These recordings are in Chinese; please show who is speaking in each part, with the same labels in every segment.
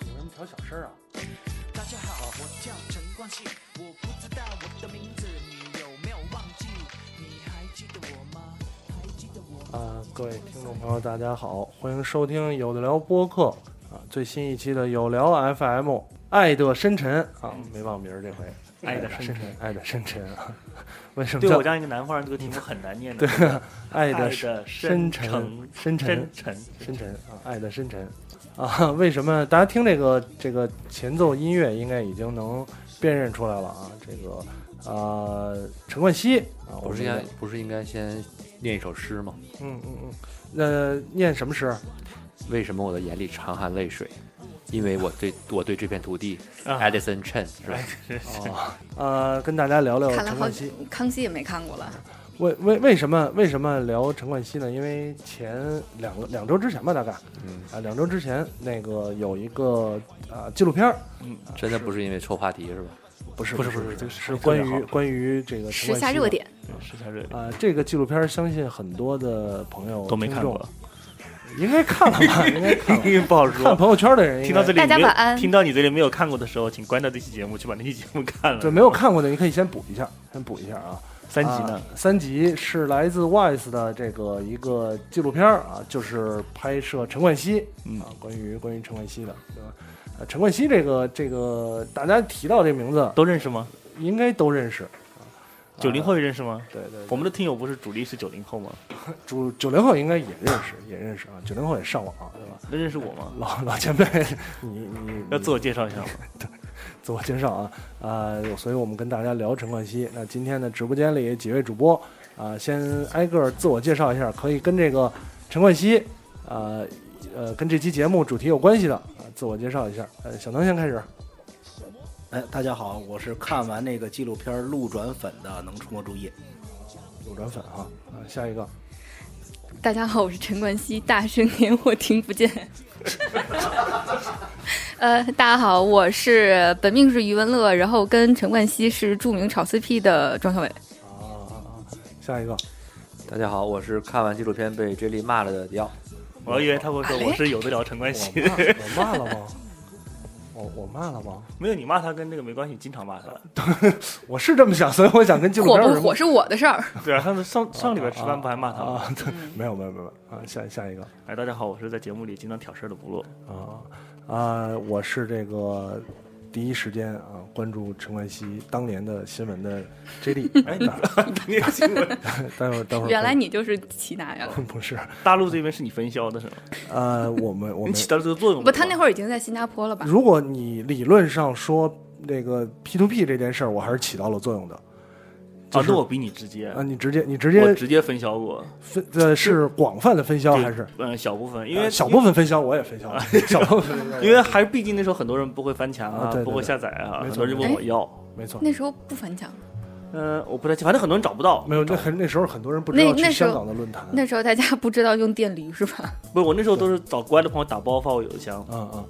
Speaker 1: 你为什么调小声啊？
Speaker 2: 大家好，我叫陈冠希，我不知道我的名字你有没有忘记？你还记得我吗？还记得我吗？
Speaker 1: 啊，各位听众朋友，大家好，欢迎收听有的聊播客啊，最新一期的有聊 FM，爱的深沉啊，
Speaker 2: 嗯
Speaker 1: 没忘名儿这回，
Speaker 3: 爱的
Speaker 1: 深
Speaker 3: 深沉。，
Speaker 1: 爱的深沉啊， 为什么
Speaker 3: 对
Speaker 1: 叫
Speaker 3: 我这样一个南方人，这个题目很难念的。
Speaker 1: 对爱
Speaker 3: 爱
Speaker 1: 的
Speaker 3: 的
Speaker 1: 深
Speaker 3: 沉
Speaker 1: 沉，深沉
Speaker 3: 深，沉，
Speaker 1: 深沉啊，爱的深沉啊， 为什么大家听这个这个前奏音乐应该已经能辨认出来了啊？这个呃，陈冠希啊，
Speaker 4: 不
Speaker 1: 我们
Speaker 4: 是应该
Speaker 1: 的
Speaker 4: 不是应该先念一首诗吗？
Speaker 1: 嗯嗯嗯，那念什么诗？
Speaker 4: 为什么我的眼里常含泪水？因为我对我对这片土地
Speaker 3: 啊
Speaker 4: ，Edison Chen 是吧？哦
Speaker 1: 啊，呃，跟大家聊聊
Speaker 5: 看了
Speaker 1: 陈
Speaker 5: 好
Speaker 1: 冠希
Speaker 5: 久。，康熙也没看过了。
Speaker 1: 为为为什么为什么聊陈冠希呢？因为前两个两周之前吧，大概
Speaker 4: 嗯，
Speaker 1: 啊，两周之前那个有一个啊纪录片儿，
Speaker 4: 真的不是因为臭话题是吧？
Speaker 1: 不是
Speaker 3: 不是
Speaker 1: 是
Speaker 3: 不是这个
Speaker 1: 是关于关于这个呃陈
Speaker 5: 时
Speaker 1: 冠
Speaker 5: 下
Speaker 1: 希
Speaker 5: 热点，
Speaker 3: 时下热点
Speaker 1: 的啊，这个纪录片儿相信很多的朋友
Speaker 3: 都没看过，，
Speaker 1: 听众 应该看了吧？应该看了。
Speaker 3: 不好
Speaker 1: 看
Speaker 3: 说。
Speaker 1: 朋友圈的人应
Speaker 3: 听到这
Speaker 1: 该
Speaker 3: 里没有，
Speaker 5: 大家晚安
Speaker 3: 听到你这里没有看过的时候，请关掉这期节目，去把那期节目看了。
Speaker 1: 对没有看过的，你可以先补一下，先补一下啊。
Speaker 3: 三集呢
Speaker 1: 啊？三集是来自 Wise 的这个一个纪录片儿啊，就是拍摄陈冠希
Speaker 3: 嗯
Speaker 1: 啊，关于关于陈冠希的，对吧？呃，陈冠希这个这个，大家提到这名字
Speaker 3: 都认识吗？
Speaker 1: 应该都认识。啊
Speaker 3: 九零，后也认识吗？
Speaker 1: 对对，
Speaker 3: 我们的听友不是主力是九零后吗？
Speaker 1: 九九零后应该也认识，也认识啊，九零后也上网，对吧？
Speaker 3: 那认识我吗？
Speaker 1: 老老前辈，你你
Speaker 3: 要
Speaker 1: 你
Speaker 3: 自我介绍一 下吗？
Speaker 1: 自我介绍啊，呃，所以我们跟大家聊陈冠希。那今天的直播间里几位主播啊、先挨个儿自我介绍一下，可以跟这个陈冠希，呃呃，跟这期节目主题有关系的啊、自我介绍一下。呃，小能先开始。
Speaker 6: 哎，大家好，我是看完那个纪录片《路转粉》的能出没注意。
Speaker 1: 有转粉哈，啊，下一个，
Speaker 5: 大家好，我是陈冠希，大声点，我听不见。 呃，大家好，我是本命是余文乐，然后跟陈冠希是著名炒 CP 的庄小伟。
Speaker 1: 啊，下一个，
Speaker 4: 大家好，我是看完纪录片被 J 莉骂了的迪奥。
Speaker 3: 我还以为他会说
Speaker 5: 啊嘞
Speaker 3: 我是有的聊陈冠希，
Speaker 1: 我骂我骂了吗？我我骂了吗？
Speaker 3: 没有你骂他跟那个没关系，经常骂他。
Speaker 1: 我是这么想，所以我想跟纪录
Speaker 5: 火
Speaker 1: 片有
Speaker 5: 不
Speaker 1: 什
Speaker 5: 火
Speaker 1: 么
Speaker 5: 是我的事儿。
Speaker 3: 对啊，上次上上礼拜吃饭不还骂他吗？
Speaker 1: 啊？对，
Speaker 5: 嗯
Speaker 1: 没有没有没有啊，下下一个。
Speaker 3: 哎，大家好，我是在节目里经常挑事儿的不落。
Speaker 1: 啊啊！我是这个第一时间啊关注陈冠希当年的新闻的 J D，哎，
Speaker 3: 你的新闻，
Speaker 1: 待会儿待会儿
Speaker 5: 原来你啊就是齐达呀？
Speaker 1: 不是
Speaker 3: 大陆这边是你分销的是吗？
Speaker 1: 呃，我们我
Speaker 3: 你
Speaker 1: 们
Speaker 3: 起到这个作用
Speaker 5: 不，他那
Speaker 3: 儿
Speaker 5: 会儿已经在新加坡了吧？
Speaker 1: 如果你理论上说这个 P to P 这件事儿，我还是起到了作用的。就
Speaker 3: 啊，
Speaker 1: 是
Speaker 3: 那我比你直接，
Speaker 1: 啊，你直接你直
Speaker 3: 我
Speaker 1: 接
Speaker 3: 直接分销过，
Speaker 1: 分呃是广泛的分销
Speaker 3: 对
Speaker 1: 还是
Speaker 3: 嗯小部分，因为
Speaker 1: 呃小部分分销我也分 销，小部分分销我也
Speaker 3: 因为还是毕竟那时候很多人不会翻墙
Speaker 1: 啊
Speaker 3: 啊
Speaker 1: 对，对
Speaker 3: 不会下载啊，
Speaker 1: 没错
Speaker 3: 很多人问我要，
Speaker 1: 没错
Speaker 5: 那时候不翻墙，
Speaker 3: 嗯，我不太记，反正很多人找不到。
Speaker 1: 没有那很那时候很多人不知道
Speaker 5: 那那
Speaker 1: 去
Speaker 5: 时候
Speaker 1: 香港的论坛，
Speaker 5: 那时候大家不知道用电驴是吧？
Speaker 3: 不是我那时候都是找国外的朋友打包发我邮箱，
Speaker 1: 嗯嗯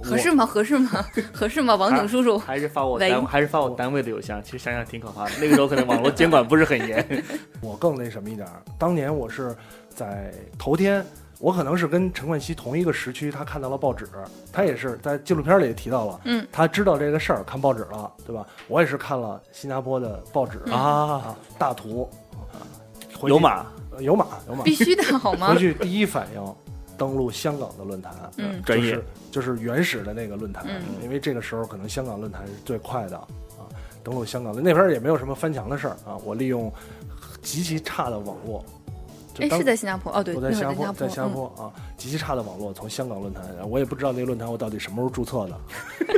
Speaker 5: 合适吗？合适吗？ 合适吗？王
Speaker 1: 啊
Speaker 5: 景叔叔，
Speaker 3: 还是发我
Speaker 5: 喂
Speaker 3: 单还是发我单位的邮箱。其实想想挺可怕的，那个时候可能网络监管不是很严。
Speaker 1: 我更那什么一点儿，当年我是在头天，我可能是跟陈冠希同一个时区，他看到了报纸，他也是在纪录片里也提到了，
Speaker 5: 嗯，
Speaker 1: 他知道这个事儿，看报纸了，对吧？我也是看了新加坡的报
Speaker 5: 嗯
Speaker 1: 纸
Speaker 3: 啊，
Speaker 1: 大图，回去
Speaker 3: 有码
Speaker 1: 呃有码有码，
Speaker 5: 必须的好吗
Speaker 1: 回？去第一反应登录香港的论坛，
Speaker 5: 嗯
Speaker 3: 专
Speaker 1: 就
Speaker 3: 业
Speaker 1: 是就是原始的那个论坛，
Speaker 5: 嗯
Speaker 1: 因为这个时候可能香港论坛是最快的啊，登录香港的那边也没有什么翻墙的事儿啊，我利用极其差的网络，就
Speaker 7: 哎，
Speaker 1: 当
Speaker 7: 是在新加坡哦，对，
Speaker 1: 我
Speaker 7: 那
Speaker 1: 在
Speaker 7: 会
Speaker 1: 新
Speaker 7: 儿
Speaker 1: 加
Speaker 7: 在新
Speaker 1: 坡，在
Speaker 7: 加坡，
Speaker 1: 新加
Speaker 7: 嗯，
Speaker 1: 坡啊，极其差的网络，从香港论坛，我也不知道那个论坛我到底什么时候注册的。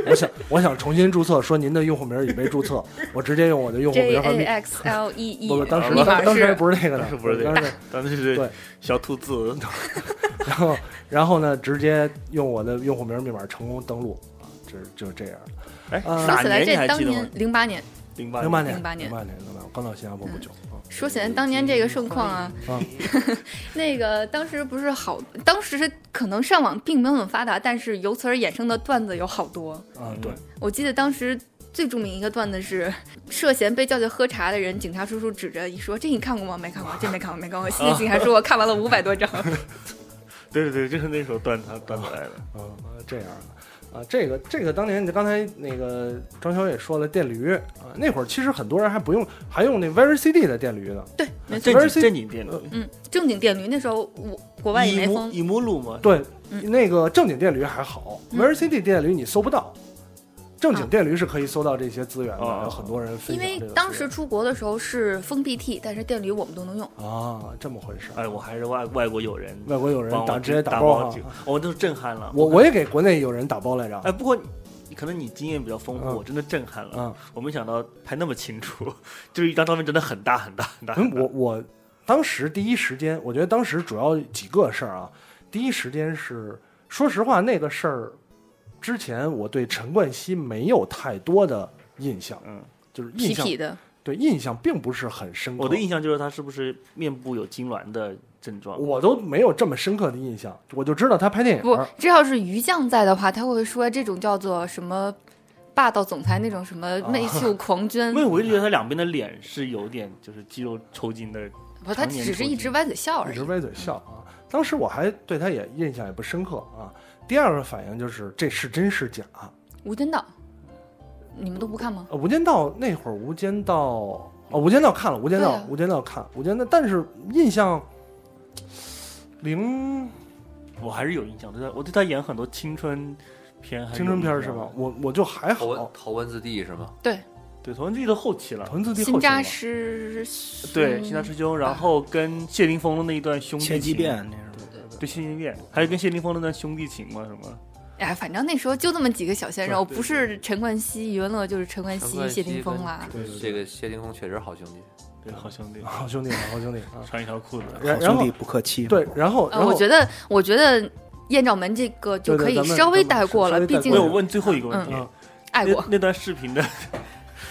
Speaker 1: 我想，我想重新注册，说您的用户名已被注册，我直接用我的用户
Speaker 7: J
Speaker 1: 名和
Speaker 7: A
Speaker 1: 密。
Speaker 7: X L E E，
Speaker 1: 不不，当时
Speaker 7: 密
Speaker 1: 当
Speaker 7: 码
Speaker 1: 当时还
Speaker 7: 是
Speaker 1: 不是那个呢，
Speaker 3: 当时不是这个
Speaker 1: 当时
Speaker 3: 但是是
Speaker 1: 对
Speaker 3: 小兔子，
Speaker 1: 然后然后呢，直接用我的用户名密码成功登录啊，就是就是这样。
Speaker 3: 哎，
Speaker 1: 啊
Speaker 7: 说
Speaker 3: 哪
Speaker 7: 起来
Speaker 3: 年你
Speaker 7: 这
Speaker 3: 还
Speaker 7: 当
Speaker 3: 记得吗
Speaker 7: 年？零八年，
Speaker 3: 零八
Speaker 1: 零八
Speaker 3: 年，
Speaker 1: 年，零
Speaker 7: 08
Speaker 1: 八
Speaker 7: 年嗯
Speaker 1: 零八年，我刚到新加坡不久啊。
Speaker 7: 说起来当年这个盛况啊，
Speaker 1: 啊
Speaker 7: 那个当时不是好，当时是可能上网并没有很发达，但是由此而衍生的段子有好多。
Speaker 1: 啊，
Speaker 3: 嗯
Speaker 1: 对，
Speaker 7: 我记得当时最著名一个段子是，涉嫌被叫去喝茶的人，警察叔叔指着一说：“这你看过吗？没看过，这没看过，没看过。” 新的警察说：“我看完了五百多张。
Speaker 3: 对对对，就是那首段子段子来的。
Speaker 1: 啊，这样的啊，这个这个当年刚才那个张潇也说了电驴啊，那会儿其实很多人还不用，还用那 Very CD 的电驴呢。”
Speaker 7: 对，没错，
Speaker 3: 正经
Speaker 1: RC
Speaker 3: 正经电驴，
Speaker 7: 嗯，正经电驴那时候我国外也没
Speaker 3: 伊
Speaker 7: 封
Speaker 3: 木，伊木路嘛，
Speaker 1: 对，
Speaker 7: 嗯
Speaker 1: 那个正经电驴还好
Speaker 7: 嗯
Speaker 1: ，Very CD 电驴你搜不到。正
Speaker 7: 啊
Speaker 1: 经电驴是可以搜到这些资源的，
Speaker 3: 哦
Speaker 1: 有很多人分享这
Speaker 7: 因
Speaker 1: 个
Speaker 7: 为
Speaker 1: 资源。
Speaker 7: 当时出国的时候是封 BT，但是电驴我们都能用。
Speaker 1: 啊，这么回事儿。
Speaker 3: 哎，我还是外外国友人
Speaker 1: 外国有人
Speaker 3: 帮我
Speaker 1: 打直接
Speaker 3: 打
Speaker 1: 包
Speaker 3: 这个
Speaker 1: 哈，
Speaker 3: 我都震撼了。
Speaker 1: 我我也给国内有人打包来着。
Speaker 3: 哎，不过你可能你经验比较丰富，
Speaker 1: 啊嗯
Speaker 3: 我真的震撼了。
Speaker 1: 嗯
Speaker 3: 我没想到拍那么清楚，就是一张照片真的很大很大很大。很
Speaker 1: 嗯，
Speaker 3: 大
Speaker 1: 我我当时第一时间，我觉得当时主要几个事儿啊，第一时间是说实话那个事儿之前我对陈冠希没有太多的印象，
Speaker 3: 嗯，
Speaker 1: 就是印
Speaker 7: 痞
Speaker 1: 象
Speaker 7: 痞的，
Speaker 1: 对印象并不是很深刻。
Speaker 3: 我的印象就是他是不是面部有痉挛的症状？
Speaker 1: 我都没有这么深刻的印象，我就知道他拍电影
Speaker 7: 不
Speaker 1: 儿，
Speaker 7: 这要是于酱在的话，他会说这种叫做什么霸道总裁那种什么媚秀狂
Speaker 3: 因
Speaker 7: 狷，
Speaker 3: 为我一直觉得他两边的脸是有点就是肌肉抽筋的，
Speaker 7: 不，他
Speaker 3: 常年
Speaker 7: 只是
Speaker 3: 抽
Speaker 7: 一
Speaker 3: 筋
Speaker 7: 直歪嘴笑而
Speaker 1: 一
Speaker 7: 已
Speaker 1: 直。歪嘴笑啊。当时我还对他也印象也不深刻啊。第二个反应就是这是真是假？
Speaker 7: 无间道，你们都不看吗？
Speaker 1: 呃，《无间道》那会儿，《无间道》哦，《无间道》看了，《无间道》
Speaker 7: 对啊
Speaker 1: 无间道》看，《无间道》，但是印象零
Speaker 3: 我还是有印象。对他，我对他演很多青春片还有印象，
Speaker 1: 青春片儿是吧？我我就还
Speaker 4: 头文
Speaker 1: 好，
Speaker 4: 头文字 D 是吗？
Speaker 3: 对，《头文字 D》的后期了。
Speaker 1: 文字第后
Speaker 7: 新
Speaker 1: 期
Speaker 7: 扎
Speaker 1: 了
Speaker 7: 师，
Speaker 3: 对，《新扎师兄》，然后跟谢霆锋的那一段兄弟
Speaker 8: 千机
Speaker 3: 情，
Speaker 8: 变那是
Speaker 3: 对谢霆锋，还有跟谢霆锋的那段兄弟情嘛，什么？
Speaker 7: 哎，反正那时候就这么几个小鲜肉，不是陈冠希、余文乐，就是陈冠
Speaker 4: 陈
Speaker 7: 希、
Speaker 4: 冠
Speaker 7: 谢
Speaker 4: 希
Speaker 7: 霆锋
Speaker 4: 跟
Speaker 7: 啦。
Speaker 1: 对对
Speaker 4: 这
Speaker 1: 对，
Speaker 4: 个谢霆锋确实好兄弟，
Speaker 3: 对，好兄弟，
Speaker 1: 好兄弟，好兄弟啊！
Speaker 3: 穿一条裤子。
Speaker 1: 然
Speaker 8: 好
Speaker 1: 然
Speaker 8: 兄
Speaker 1: 后
Speaker 8: 弟不可欺。
Speaker 1: 对，然后然
Speaker 7: 呃，我
Speaker 1: 后
Speaker 7: 觉得，我觉得艳照门这个就
Speaker 1: 对
Speaker 7: 可
Speaker 1: 对
Speaker 7: 以
Speaker 1: 咱们
Speaker 7: 稍微
Speaker 1: 咱
Speaker 7: 带
Speaker 1: 们
Speaker 7: 过
Speaker 1: 稍
Speaker 7: 了，
Speaker 1: 微
Speaker 7: 毕
Speaker 1: 带
Speaker 7: 竟
Speaker 3: 我有问最后一个问题，
Speaker 1: 嗯
Speaker 7: 爱
Speaker 3: 那
Speaker 7: 过。
Speaker 3: 那段视频的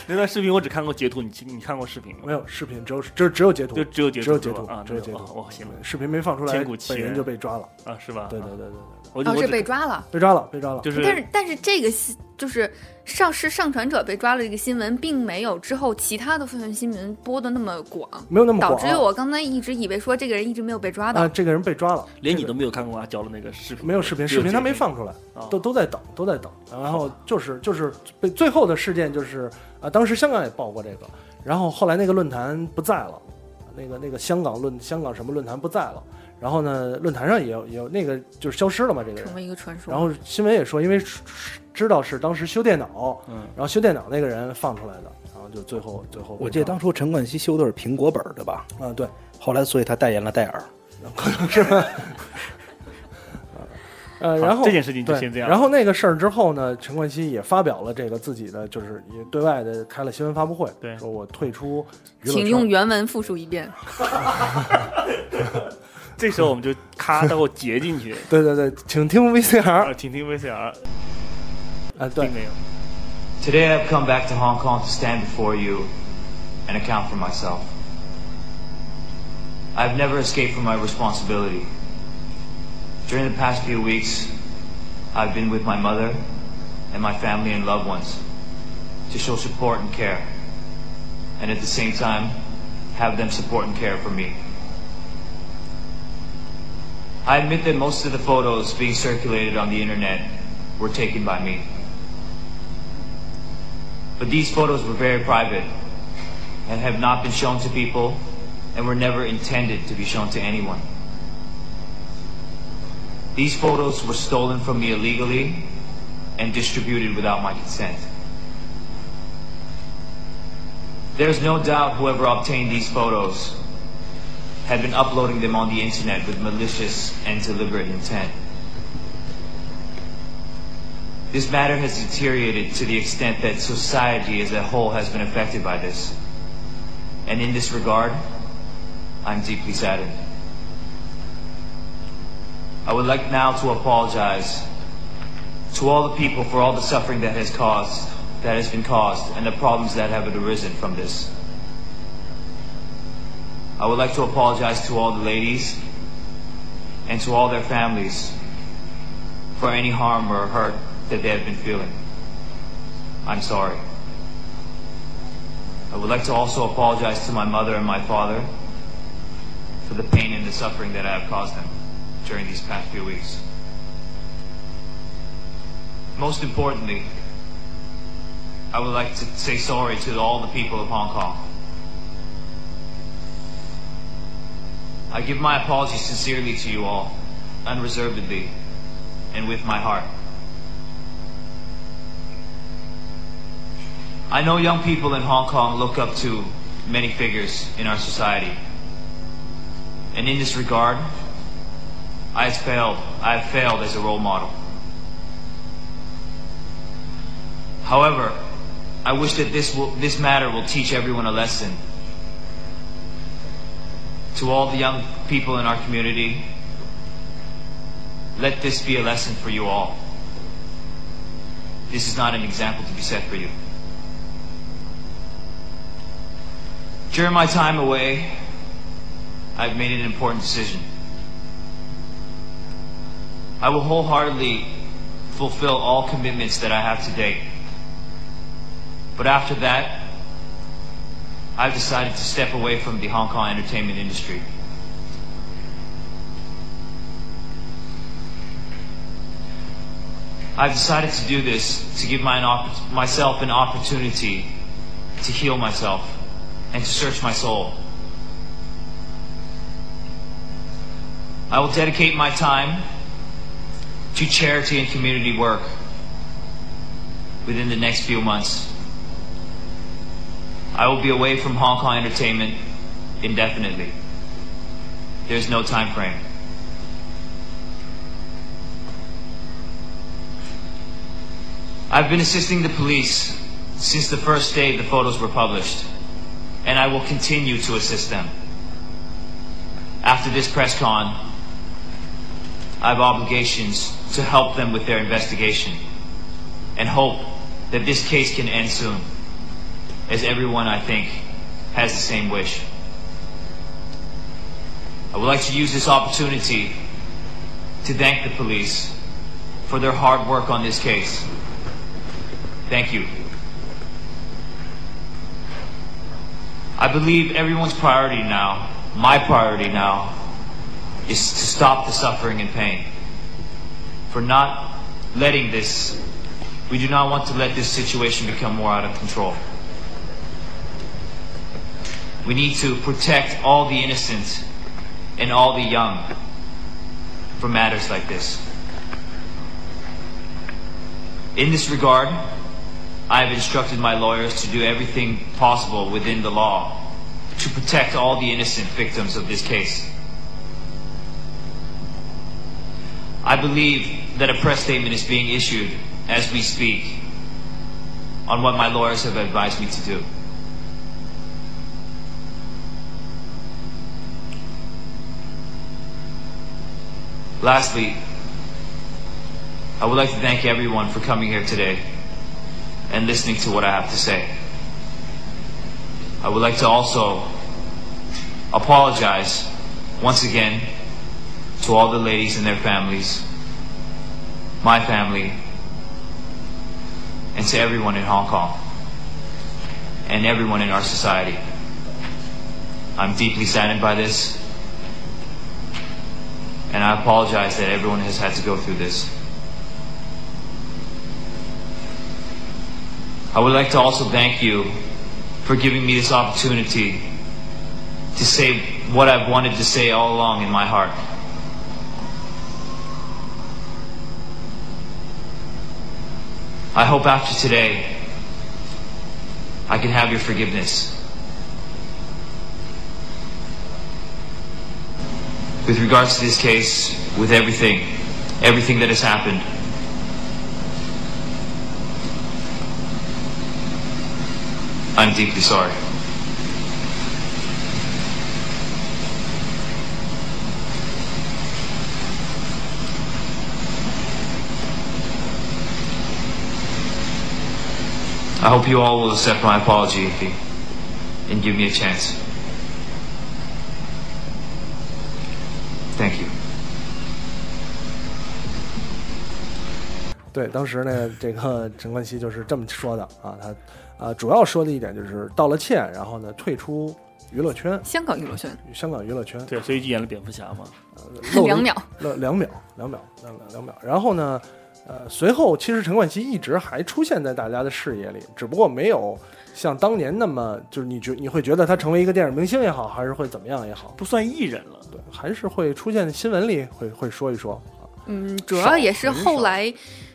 Speaker 3: 那段视频，我只看过截图，你你看过视频吗？
Speaker 1: 没有视频，只有只只有截图
Speaker 3: 就，只有截图，
Speaker 1: 只有截
Speaker 3: 是吧
Speaker 1: 图
Speaker 3: 啊，
Speaker 1: 只有截图
Speaker 3: 哦我行了
Speaker 1: 视频没放出来
Speaker 3: 千古，奇
Speaker 1: 本人
Speaker 3: 人
Speaker 1: 就被抓了。
Speaker 3: 啊，是吧？
Speaker 1: 对对
Speaker 3: 啊，
Speaker 1: 对对，对
Speaker 3: 我就
Speaker 7: 哦，
Speaker 3: 我
Speaker 7: 这
Speaker 3: 只
Speaker 7: 被抓了。
Speaker 1: 被抓了，被抓了。
Speaker 3: 就是
Speaker 7: 但是但是这个新就是上是上传者被抓了这个新闻，并没有之后其他的分享新闻播的那么广，
Speaker 1: 没有那么
Speaker 7: 导
Speaker 1: 广
Speaker 7: 致我刚才一直以为说这个人一直没有被抓
Speaker 1: 啊！
Speaker 7: 到。
Speaker 1: 这个人被抓了，
Speaker 3: 连你
Speaker 1: 这
Speaker 3: 都
Speaker 1: 个
Speaker 3: 没有看过阿娇的那个视频，
Speaker 1: 没有视频，
Speaker 3: 只有
Speaker 1: 视频他
Speaker 3: 截
Speaker 1: 没
Speaker 3: 图，
Speaker 1: 放出来。
Speaker 3: 啊
Speaker 1: 都都在等，都在等。然后就是就是被最后的事件就是啊，当时香港也报过这个，然后后来那个论坛不在了，那个那个香港论香港什么论坛不在了，然后呢，论坛上也有也有那个就是消失了嘛这个人
Speaker 7: 成。为一个传说。
Speaker 1: 然后新闻也说，因为知道是当时修电脑，
Speaker 3: 嗯，
Speaker 1: 然后修电脑那个人放出来的，然后就最后最后
Speaker 8: 我记得当初陈冠希修的是苹果本儿，对吧？
Speaker 1: 啊对，
Speaker 8: 后来所以他代言了戴尔。
Speaker 1: 呃，
Speaker 3: 好
Speaker 1: 然后
Speaker 3: 这件事情就
Speaker 1: 对，
Speaker 3: 先这样。
Speaker 1: 然后那个事儿之后呢，陈冠希也发表了这个自己的，就是也对外的开了新闻发布会，
Speaker 3: 对
Speaker 1: 说我退出娱乐圈。
Speaker 7: 请用原文复述一遍。
Speaker 3: 这时候我们就咔，待会儿截进 去，
Speaker 1: 对对对，请听 VCR
Speaker 3: 啊，听听 VCR，
Speaker 1: 啊，对
Speaker 3: 并，没有。
Speaker 6: Today I've come back to Hong Kong to stand before you and account for myself. I've never escaped from my responsibility. During the past few weeks, I've been with my mother and my family and loved ones to show support and care, and at the same time, have them support and care for me. I admit that most of the photos being circulated on the internet were taken by me. But these photos were very private and have not been shown to people and were never intended to be shown to anyone. These photos were stolen from me illegally and distributed without my consent. There's no doubt whoever obtained these photos had been uploading them on the internet with malicious and deliberate intent. This matter has deteriorated to the extent that society as a whole has been affected by this. And in this regard, I'm deeply saddened. I would like now to apologize to all the people for all the suffering that has caused, that has been caused, and the problems that have arisen from this. I would like to apologize to all the ladies and to all their families for any harm or hurt that they have been feeling. I'm sorry. I would like to also apologize to my mother and my father for the pain and the suffering that I have caused them during these past few weeks. Most importantly, I would like to say sorry to all the people of Hong Kong. I give my apologies sincerely to you all, unreservedly, and with my heart. I know young people in Hong Kong look up to many figures in our society. And in this regard, I have failed. I have failed as a role model. However, I wish that this, will, this matter will teach everyone a lesson. To all the young people in our community, let this be a lesson for you all. This is not an example to be set for you. During my time away, I've made an important decision. I will wholeheartedly fulfill all commitments that I have to date. But after that, I've decided to step away from the Hong Kong entertainment industry. I've decided to do this to give my an oppor- myself an opportunity to heal myself and to search my soul. I will dedicate my time to charity and community work within the next few months. I will be away from Hong Kong entertainment indefinitely. There's no time frame. I've been assisting the police since the first day the photos were published, and I will continue to assist them. After this press con, I have obligations to help them with their investigation and hope that this case can end soon, as everyone, I think, has the same wish. I would like to use this opportunity to thank the police for their hard work on this case. Thank you. I believe everyone's priority now, my priority now, is to stop the suffering and pain. For not letting this, we do not want to let this situation become more out of control. We need to protect all the innocent and all the young from matters like this. In this regard, I have instructed my lawyers to do everything possible within the law to protect all the innocent victims of this case. I believe that a press statement is being issued as we speak on what my lawyers have advised me to do. Lastly, I would like to thank everyone for coming here today and listening to what I have to say. I would like to also apologize once again to all the ladies and their families, my family, and to everyone in Hong Kong, and everyone in our society. I'm deeply saddened by this, and I apologize that everyone has had to go through this. I would like to also thank you for giving me this opportunity to say what I've wanted to say all along in my heart. I hope after today, I can have your forgiveness. With regards to this case, with everything, everything that has happened, I'm deeply sorry. I hope you all will accept my apology and give me a chance. Thank you.
Speaker 1: 对，当时呢，这个陈冠希就是这么说的啊，他呃主要说的一点就是道了歉，然后呢退出娱乐圈，
Speaker 7: 香港娱乐圈
Speaker 1: 香港娱乐圈，
Speaker 3: 对，所以就演了蝙蝠侠嘛。
Speaker 1: 漏了
Speaker 7: 两秒，
Speaker 1: 两两秒，两秒，两秒两秒。然后呢，呃，随后其实陈冠希一直还出现在大家的视野里，只不过没有像当年那么，就是你觉你会觉得他成为一个电影明星也好，还是会怎么样也好，
Speaker 3: 不算艺人了，
Speaker 1: 对，还是会出现新闻里会会说一说啊。
Speaker 7: 嗯，主
Speaker 1: 少
Speaker 7: 要也是
Speaker 1: 很少
Speaker 7: 后来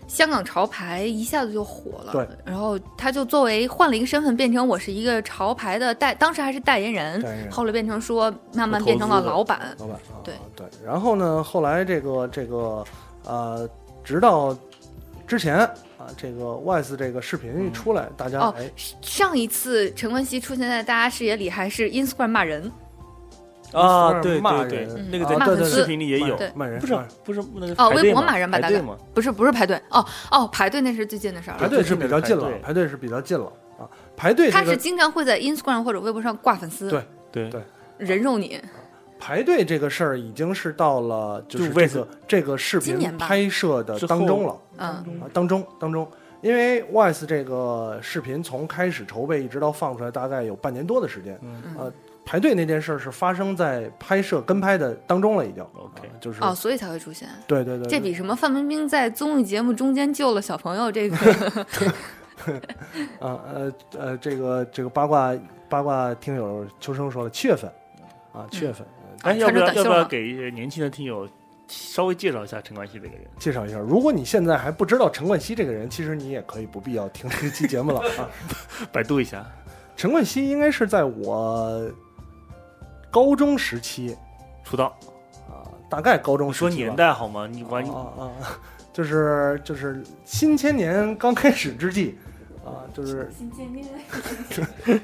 Speaker 7: 香港潮牌一下子就火了，
Speaker 1: 对，
Speaker 7: 然后他就作为换了一个身份，变成我是一个潮牌的代，当时还是代言人，
Speaker 1: 代言人
Speaker 7: 后来变成说慢慢
Speaker 3: 投
Speaker 7: 变成了
Speaker 3: 资的
Speaker 7: 老板，
Speaker 1: 老板啊，
Speaker 7: 对
Speaker 1: 对。然后呢，后来这个这个呃，直到之前啊，这个 Wise 这个视频一出来，大家
Speaker 7: 哦
Speaker 1: 哎
Speaker 7: 上一次陈冠希出现在大家视野里还是 Instagram 骂人，
Speaker 3: 啊，对
Speaker 1: 骂
Speaker 3: 对对
Speaker 1: 人，
Speaker 3: 那个
Speaker 1: 啊
Speaker 3: 在
Speaker 7: 骂
Speaker 1: 对
Speaker 7: 粉
Speaker 1: 对
Speaker 7: 丝
Speaker 3: 视频里也有，
Speaker 7: 对
Speaker 1: 骂人啊
Speaker 3: 不是不是那个
Speaker 7: 哦
Speaker 3: 排
Speaker 7: 微
Speaker 3: 队
Speaker 7: 博
Speaker 3: 嘛
Speaker 7: 骂人吧
Speaker 3: 排
Speaker 7: 大
Speaker 3: 队
Speaker 7: 概
Speaker 3: 嘛，
Speaker 7: 不是不是排队，哦哦排队那是最近的事儿
Speaker 1: 排
Speaker 7: 了。
Speaker 1: 队是比较近了
Speaker 3: 排队，
Speaker 1: 排队是比较近了啊，排队
Speaker 7: 他
Speaker 1: 这
Speaker 7: 是
Speaker 1: 个
Speaker 7: 经常会在 Instagram 或者微博上挂粉丝，
Speaker 1: 对
Speaker 3: 对
Speaker 1: 对
Speaker 7: 人肉你，
Speaker 1: 排队这个事儿已经是到了就是
Speaker 3: 就
Speaker 1: 这
Speaker 3: Wise
Speaker 1: 个这个视
Speaker 7: 今
Speaker 1: 频
Speaker 7: 年吧
Speaker 1: 拍摄的
Speaker 3: 之后
Speaker 1: 当中了。
Speaker 7: 嗯，
Speaker 1: 啊，当中当中，因为 Wise 这个视频从开始筹备一直到放出来，大概有半年多的时间。
Speaker 7: 嗯
Speaker 1: 呃，排队那件事儿是发生在拍摄跟拍的当中了，已经。
Speaker 3: OK
Speaker 1: 啊就是、
Speaker 7: 哦，所以才会出现。
Speaker 1: 对对对，
Speaker 7: 这
Speaker 1: 对
Speaker 7: 比什么范冰冰在综艺节目中间救了小朋友这个
Speaker 1: 啊呃呃，这个这个八卦八卦听友秋生说了，七月份啊，七月份、
Speaker 7: 嗯
Speaker 1: 呃
Speaker 3: 哎，要
Speaker 7: 穿
Speaker 3: 不
Speaker 7: 着
Speaker 3: 要
Speaker 7: 短袖
Speaker 3: 要不要
Speaker 7: 嘛
Speaker 3: 给一些年轻的听友稍微介绍一下陈冠希这个人？
Speaker 1: 介绍一下，如果你现在还不知道陈冠希这个人，其实你也可以不必要听这期节目了啊。
Speaker 3: 百度一下，
Speaker 1: 陈冠希应该是在我高中时期
Speaker 3: 出道，
Speaker 1: 啊，大概高中
Speaker 3: 我
Speaker 1: 时
Speaker 3: 说
Speaker 1: 期吧
Speaker 3: 年代好吗？你完
Speaker 1: 啊啊啊， 就是就是新千年刚开始之际，啊，就是
Speaker 7: 新见面，哎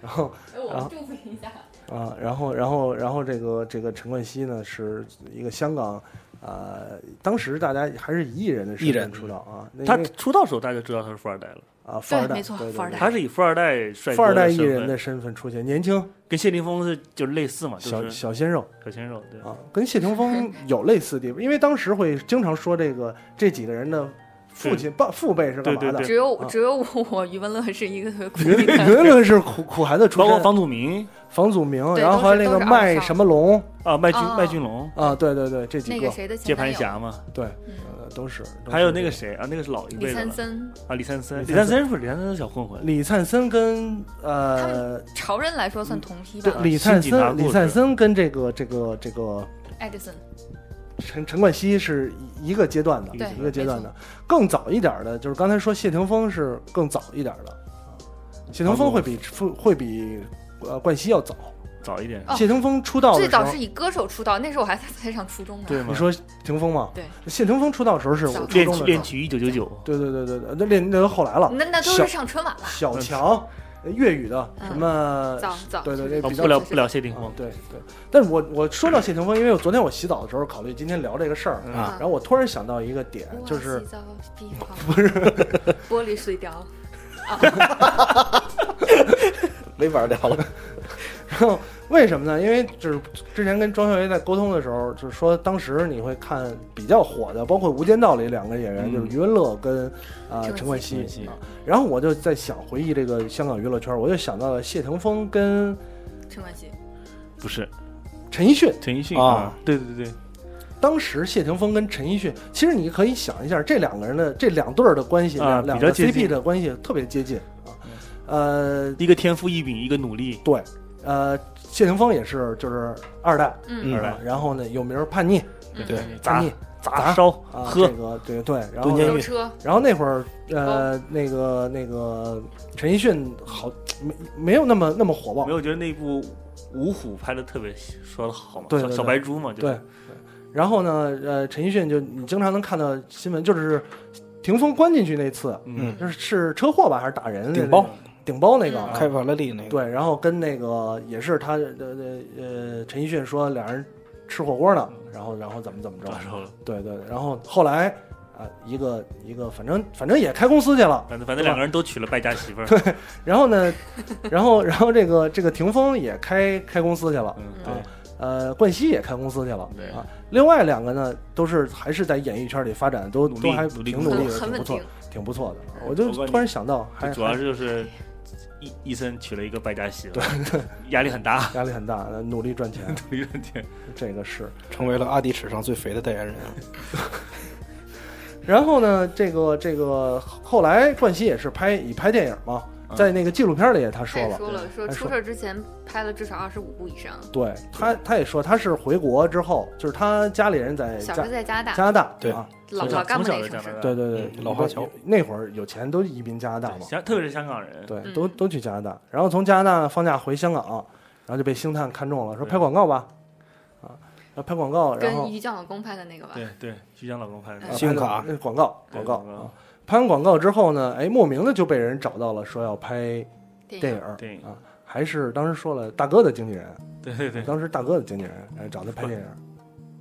Speaker 1: 然后
Speaker 7: 我
Speaker 1: 们
Speaker 7: 祝福一下。
Speaker 1: 啊，然后然后然后这个这个陈冠希呢是一个香港，呃，当时大家还是以艺人的身
Speaker 9: 艺
Speaker 1: 份
Speaker 9: 人
Speaker 1: 出道啊，那
Speaker 3: 他
Speaker 1: 因为
Speaker 3: 出道的时候大家就知道他是富二代了，
Speaker 1: 啊富二代，
Speaker 7: 没错
Speaker 1: 对
Speaker 7: 富二代
Speaker 3: 他是以富二代帅
Speaker 1: 对
Speaker 3: 哥
Speaker 1: 富二代
Speaker 3: 的
Speaker 1: 艺
Speaker 3: 身
Speaker 1: 人
Speaker 3: 份
Speaker 1: 的身份出现，年轻
Speaker 3: 跟谢霆锋是就类似嘛，就
Speaker 1: 小
Speaker 3: 是
Speaker 1: 小鲜肉
Speaker 3: 小哦鲜肉，对，
Speaker 1: 啊，跟谢霆锋有类似的地方，因为当时会经常说这个这几个人的父亲爸父辈是干嘛
Speaker 3: 对
Speaker 1: 的
Speaker 3: 对。
Speaker 7: 只有
Speaker 1: 啊
Speaker 7: 只有我余文乐是一 个特别孤
Speaker 1: 云
Speaker 7: 立的，
Speaker 1: 云伦是苦苦孩子出
Speaker 3: 包括
Speaker 1: 身，
Speaker 3: 房祖名
Speaker 1: 房祖名，
Speaker 7: 对
Speaker 1: 然后
Speaker 7: 都
Speaker 1: 还有
Speaker 7: 是
Speaker 1: 那
Speaker 7: 都
Speaker 1: 个
Speaker 7: 是二
Speaker 1: 麦
Speaker 7: 少
Speaker 1: 什么龙
Speaker 3: 啊，麦浚
Speaker 7: 哦
Speaker 3: 麦浚龙，
Speaker 1: 啊，对对对，这几
Speaker 7: 那
Speaker 1: 个
Speaker 7: 个谁的前
Speaker 3: 接
Speaker 7: 男
Speaker 3: 盘
Speaker 7: 友
Speaker 3: 侠嘛，
Speaker 1: 对，
Speaker 7: 嗯
Speaker 1: 呃，都是。都
Speaker 3: 还有
Speaker 1: 是
Speaker 3: 那
Speaker 1: 这
Speaker 3: 个谁啊，那个是老一辈
Speaker 7: 李
Speaker 3: 的
Speaker 7: 三
Speaker 3: 了
Speaker 7: 森，
Speaker 3: 啊，李三森，
Speaker 1: 李
Speaker 3: 李
Speaker 1: 三
Speaker 3: 三森是不是李三森是小混混？
Speaker 1: 李灿森跟
Speaker 7: 他
Speaker 1: 呃
Speaker 7: 们，潮人来说算同批
Speaker 1: 对
Speaker 7: 吧，
Speaker 1: 李灿
Speaker 3: 新警察
Speaker 1: 森，
Speaker 3: 故事
Speaker 1: 李灿森跟这个这个这个
Speaker 7: 艾迪森，
Speaker 1: 陈陈冠希是一个阶段的，
Speaker 7: 对
Speaker 1: 一个阶段的。更早一点的，就是刚才说谢霆锋是更早一点的，啊谢霆锋会比父会比呃冠希要早。
Speaker 3: 早一点，
Speaker 7: 哦
Speaker 1: 谢霆锋出道的
Speaker 7: 最
Speaker 1: 时候
Speaker 7: 早是，以歌手出道，那时候我还才才上初中呢。
Speaker 3: 对吗？
Speaker 1: 你说霆锋吗？
Speaker 7: 对，
Speaker 1: 谢霆锋出道的时候是我
Speaker 7: 早
Speaker 1: 初
Speaker 3: 恋
Speaker 1: 中
Speaker 3: 曲
Speaker 1: 的时
Speaker 3: 恋
Speaker 1: 候。
Speaker 3: 曲一九九九，
Speaker 1: 对对对对对，那练那都后来了。
Speaker 7: 那那都
Speaker 1: 哦小
Speaker 7: 是上春晚了，
Speaker 1: 小强，呃粤语的
Speaker 7: 嗯
Speaker 1: 什么？
Speaker 7: 早早
Speaker 1: 呃对对对
Speaker 3: 哦
Speaker 1: 比较
Speaker 3: 不聊
Speaker 7: 是
Speaker 3: 不聊谢霆
Speaker 1: 啊
Speaker 3: 锋，，
Speaker 1: 对对。但我我说到谢霆锋，因为我昨天我洗澡的时候考虑今天聊这个事儿，
Speaker 3: 啊
Speaker 1: 然后我突然想到一个点，就是
Speaker 7: 不 是玻璃碎掉，
Speaker 9: 没法聊了。
Speaker 1: 然后为什么呢？ 因为就是之前跟庄小维在沟通的时候，就是说当时你会看比较火的，包括《无间道》里两个演员，
Speaker 3: 嗯
Speaker 1: 就是余文乐跟啊陈
Speaker 7: 陈
Speaker 1: 冠
Speaker 7: 冠
Speaker 1: 希
Speaker 3: 希陈
Speaker 1: 啊
Speaker 3: 冠。
Speaker 1: 然后我就在想回忆这个香港娱乐圈，我就想到了谢霆锋跟
Speaker 7: 陈冠希
Speaker 3: 不是
Speaker 1: 陈奕迅。
Speaker 3: 陈奕迅
Speaker 1: 啊，
Speaker 3: 对对对对，
Speaker 1: 当时谢霆锋跟陈奕迅，其实你可以想一下这两个人的这两对儿的关系，
Speaker 3: 啊
Speaker 1: 两两
Speaker 3: 比较
Speaker 1: 个
Speaker 3: 接
Speaker 1: CP
Speaker 3: 近
Speaker 1: 的关系特别接近啊。呃，
Speaker 3: 一个天赋异禀，一个努力，
Speaker 1: 对，呃，谢霆锋也是就是二代，
Speaker 7: 嗯
Speaker 3: 二代
Speaker 1: 啊然后呢有名儿叛逆，
Speaker 7: 嗯
Speaker 3: 对
Speaker 7: 嗯
Speaker 1: 叛
Speaker 3: 砸
Speaker 1: 逆
Speaker 3: 砸烧
Speaker 1: 啊，
Speaker 3: 喝
Speaker 1: 这个对对，然
Speaker 6: 蹲
Speaker 1: 后
Speaker 6: 监
Speaker 5: 溜
Speaker 6: 狱
Speaker 5: 车，
Speaker 1: 然后那会儿，呃，那个那个陈奕迅好没没有那么那么火爆
Speaker 3: 没，有觉得那部《五虎》拍的特别说的好嘛，
Speaker 1: 对
Speaker 3: 小
Speaker 1: 对
Speaker 3: 小
Speaker 1: 对
Speaker 3: 白猪嘛，就
Speaker 1: 对。然后呢，呃，陈奕迅就你经常能看到新闻，就是霆锋关进去那次，
Speaker 3: 嗯，
Speaker 1: 就是是车祸吧，还是打人？
Speaker 6: 顶包，
Speaker 1: 顶包那个
Speaker 5: 嗯
Speaker 1: 啊，
Speaker 6: 开法拉利那个，
Speaker 1: 对，然后跟那个也是他呃呃呃陈奕迅说俩人吃火锅呢，然后然后怎么怎么着
Speaker 3: 到，时候
Speaker 1: 对对，然后后来啊、一个一个反正反正也开公司去了，
Speaker 3: 反正反正两个人都娶了败家媳妇儿，
Speaker 1: 然后呢， 然后然后这个这个霆锋也开开公司去了，
Speaker 3: 嗯，
Speaker 1: 啊
Speaker 3: 对，
Speaker 1: 呃，冠希也开公司去了
Speaker 3: 对
Speaker 1: 啊，另外两个呢都是还是在演艺圈里发展都
Speaker 3: 努力
Speaker 1: 都还
Speaker 3: 努力工
Speaker 1: 挺努
Speaker 3: 作
Speaker 1: 力
Speaker 5: 很
Speaker 1: 的，
Speaker 5: 很稳
Speaker 1: 挺不错
Speaker 5: 定，，
Speaker 1: 挺不错的，啊我就
Speaker 3: 我问你
Speaker 1: 突然想到，还
Speaker 3: 就主要
Speaker 1: 还
Speaker 3: 是就是一一森娶了一个败家媳妇儿，压力很大，
Speaker 1: 压力很大，呃努力赚钱，
Speaker 3: 努力赚钱。
Speaker 1: 这个是。
Speaker 6: 成为了阿迪史上最肥的代言人。
Speaker 1: 然后呢，这个这个后来冠希也是拍以拍电影嘛，在那个纪录片里也他
Speaker 5: 他
Speaker 1: 说
Speaker 5: 也
Speaker 1: 了，
Speaker 5: 说了，说
Speaker 1: 他
Speaker 5: 出
Speaker 1: 说
Speaker 5: 事儿之前拍了至少二十五部以上，
Speaker 1: 对他他也说他是回国之后，就是他家里人在
Speaker 5: 小
Speaker 1: 加
Speaker 5: 时候在加拿
Speaker 1: 加
Speaker 5: 大，
Speaker 1: 拿大，
Speaker 6: 对
Speaker 1: 啊，
Speaker 5: 老
Speaker 3: 从小
Speaker 5: 老干
Speaker 3: 从
Speaker 5: 部
Speaker 3: 小
Speaker 5: 那
Speaker 3: 就
Speaker 5: 个
Speaker 3: 加
Speaker 5: 城
Speaker 3: 拿
Speaker 5: 市，
Speaker 3: 大，
Speaker 1: 对对对，
Speaker 6: 嗯老华侨
Speaker 1: 那会儿有钱都移民加拿大嘛，
Speaker 3: 香特别是香港人，
Speaker 1: 对，
Speaker 5: 嗯
Speaker 1: 都都去加拿大，然后从加拿大放假回香港，然后就被星探看中了，说
Speaker 3: 对
Speaker 1: 拍广告吧，啊，然后拍广告，然后
Speaker 5: 跟于酱老公拍的那个吧，
Speaker 3: 对对，徐江老公拍的
Speaker 1: 啊
Speaker 6: 信用卡
Speaker 1: 拍的那广告
Speaker 3: 对
Speaker 1: 广告
Speaker 3: 广告
Speaker 1: 啊，拍完广告之后呢，哎，莫名的就被人找到了，说要拍电
Speaker 5: 电
Speaker 1: 影
Speaker 5: 影
Speaker 1: 儿
Speaker 3: 电影
Speaker 1: 啊，还是当时说了大哥的经纪人，
Speaker 3: 对对对，
Speaker 1: 当时大哥的经纪人哎找他拍电影儿，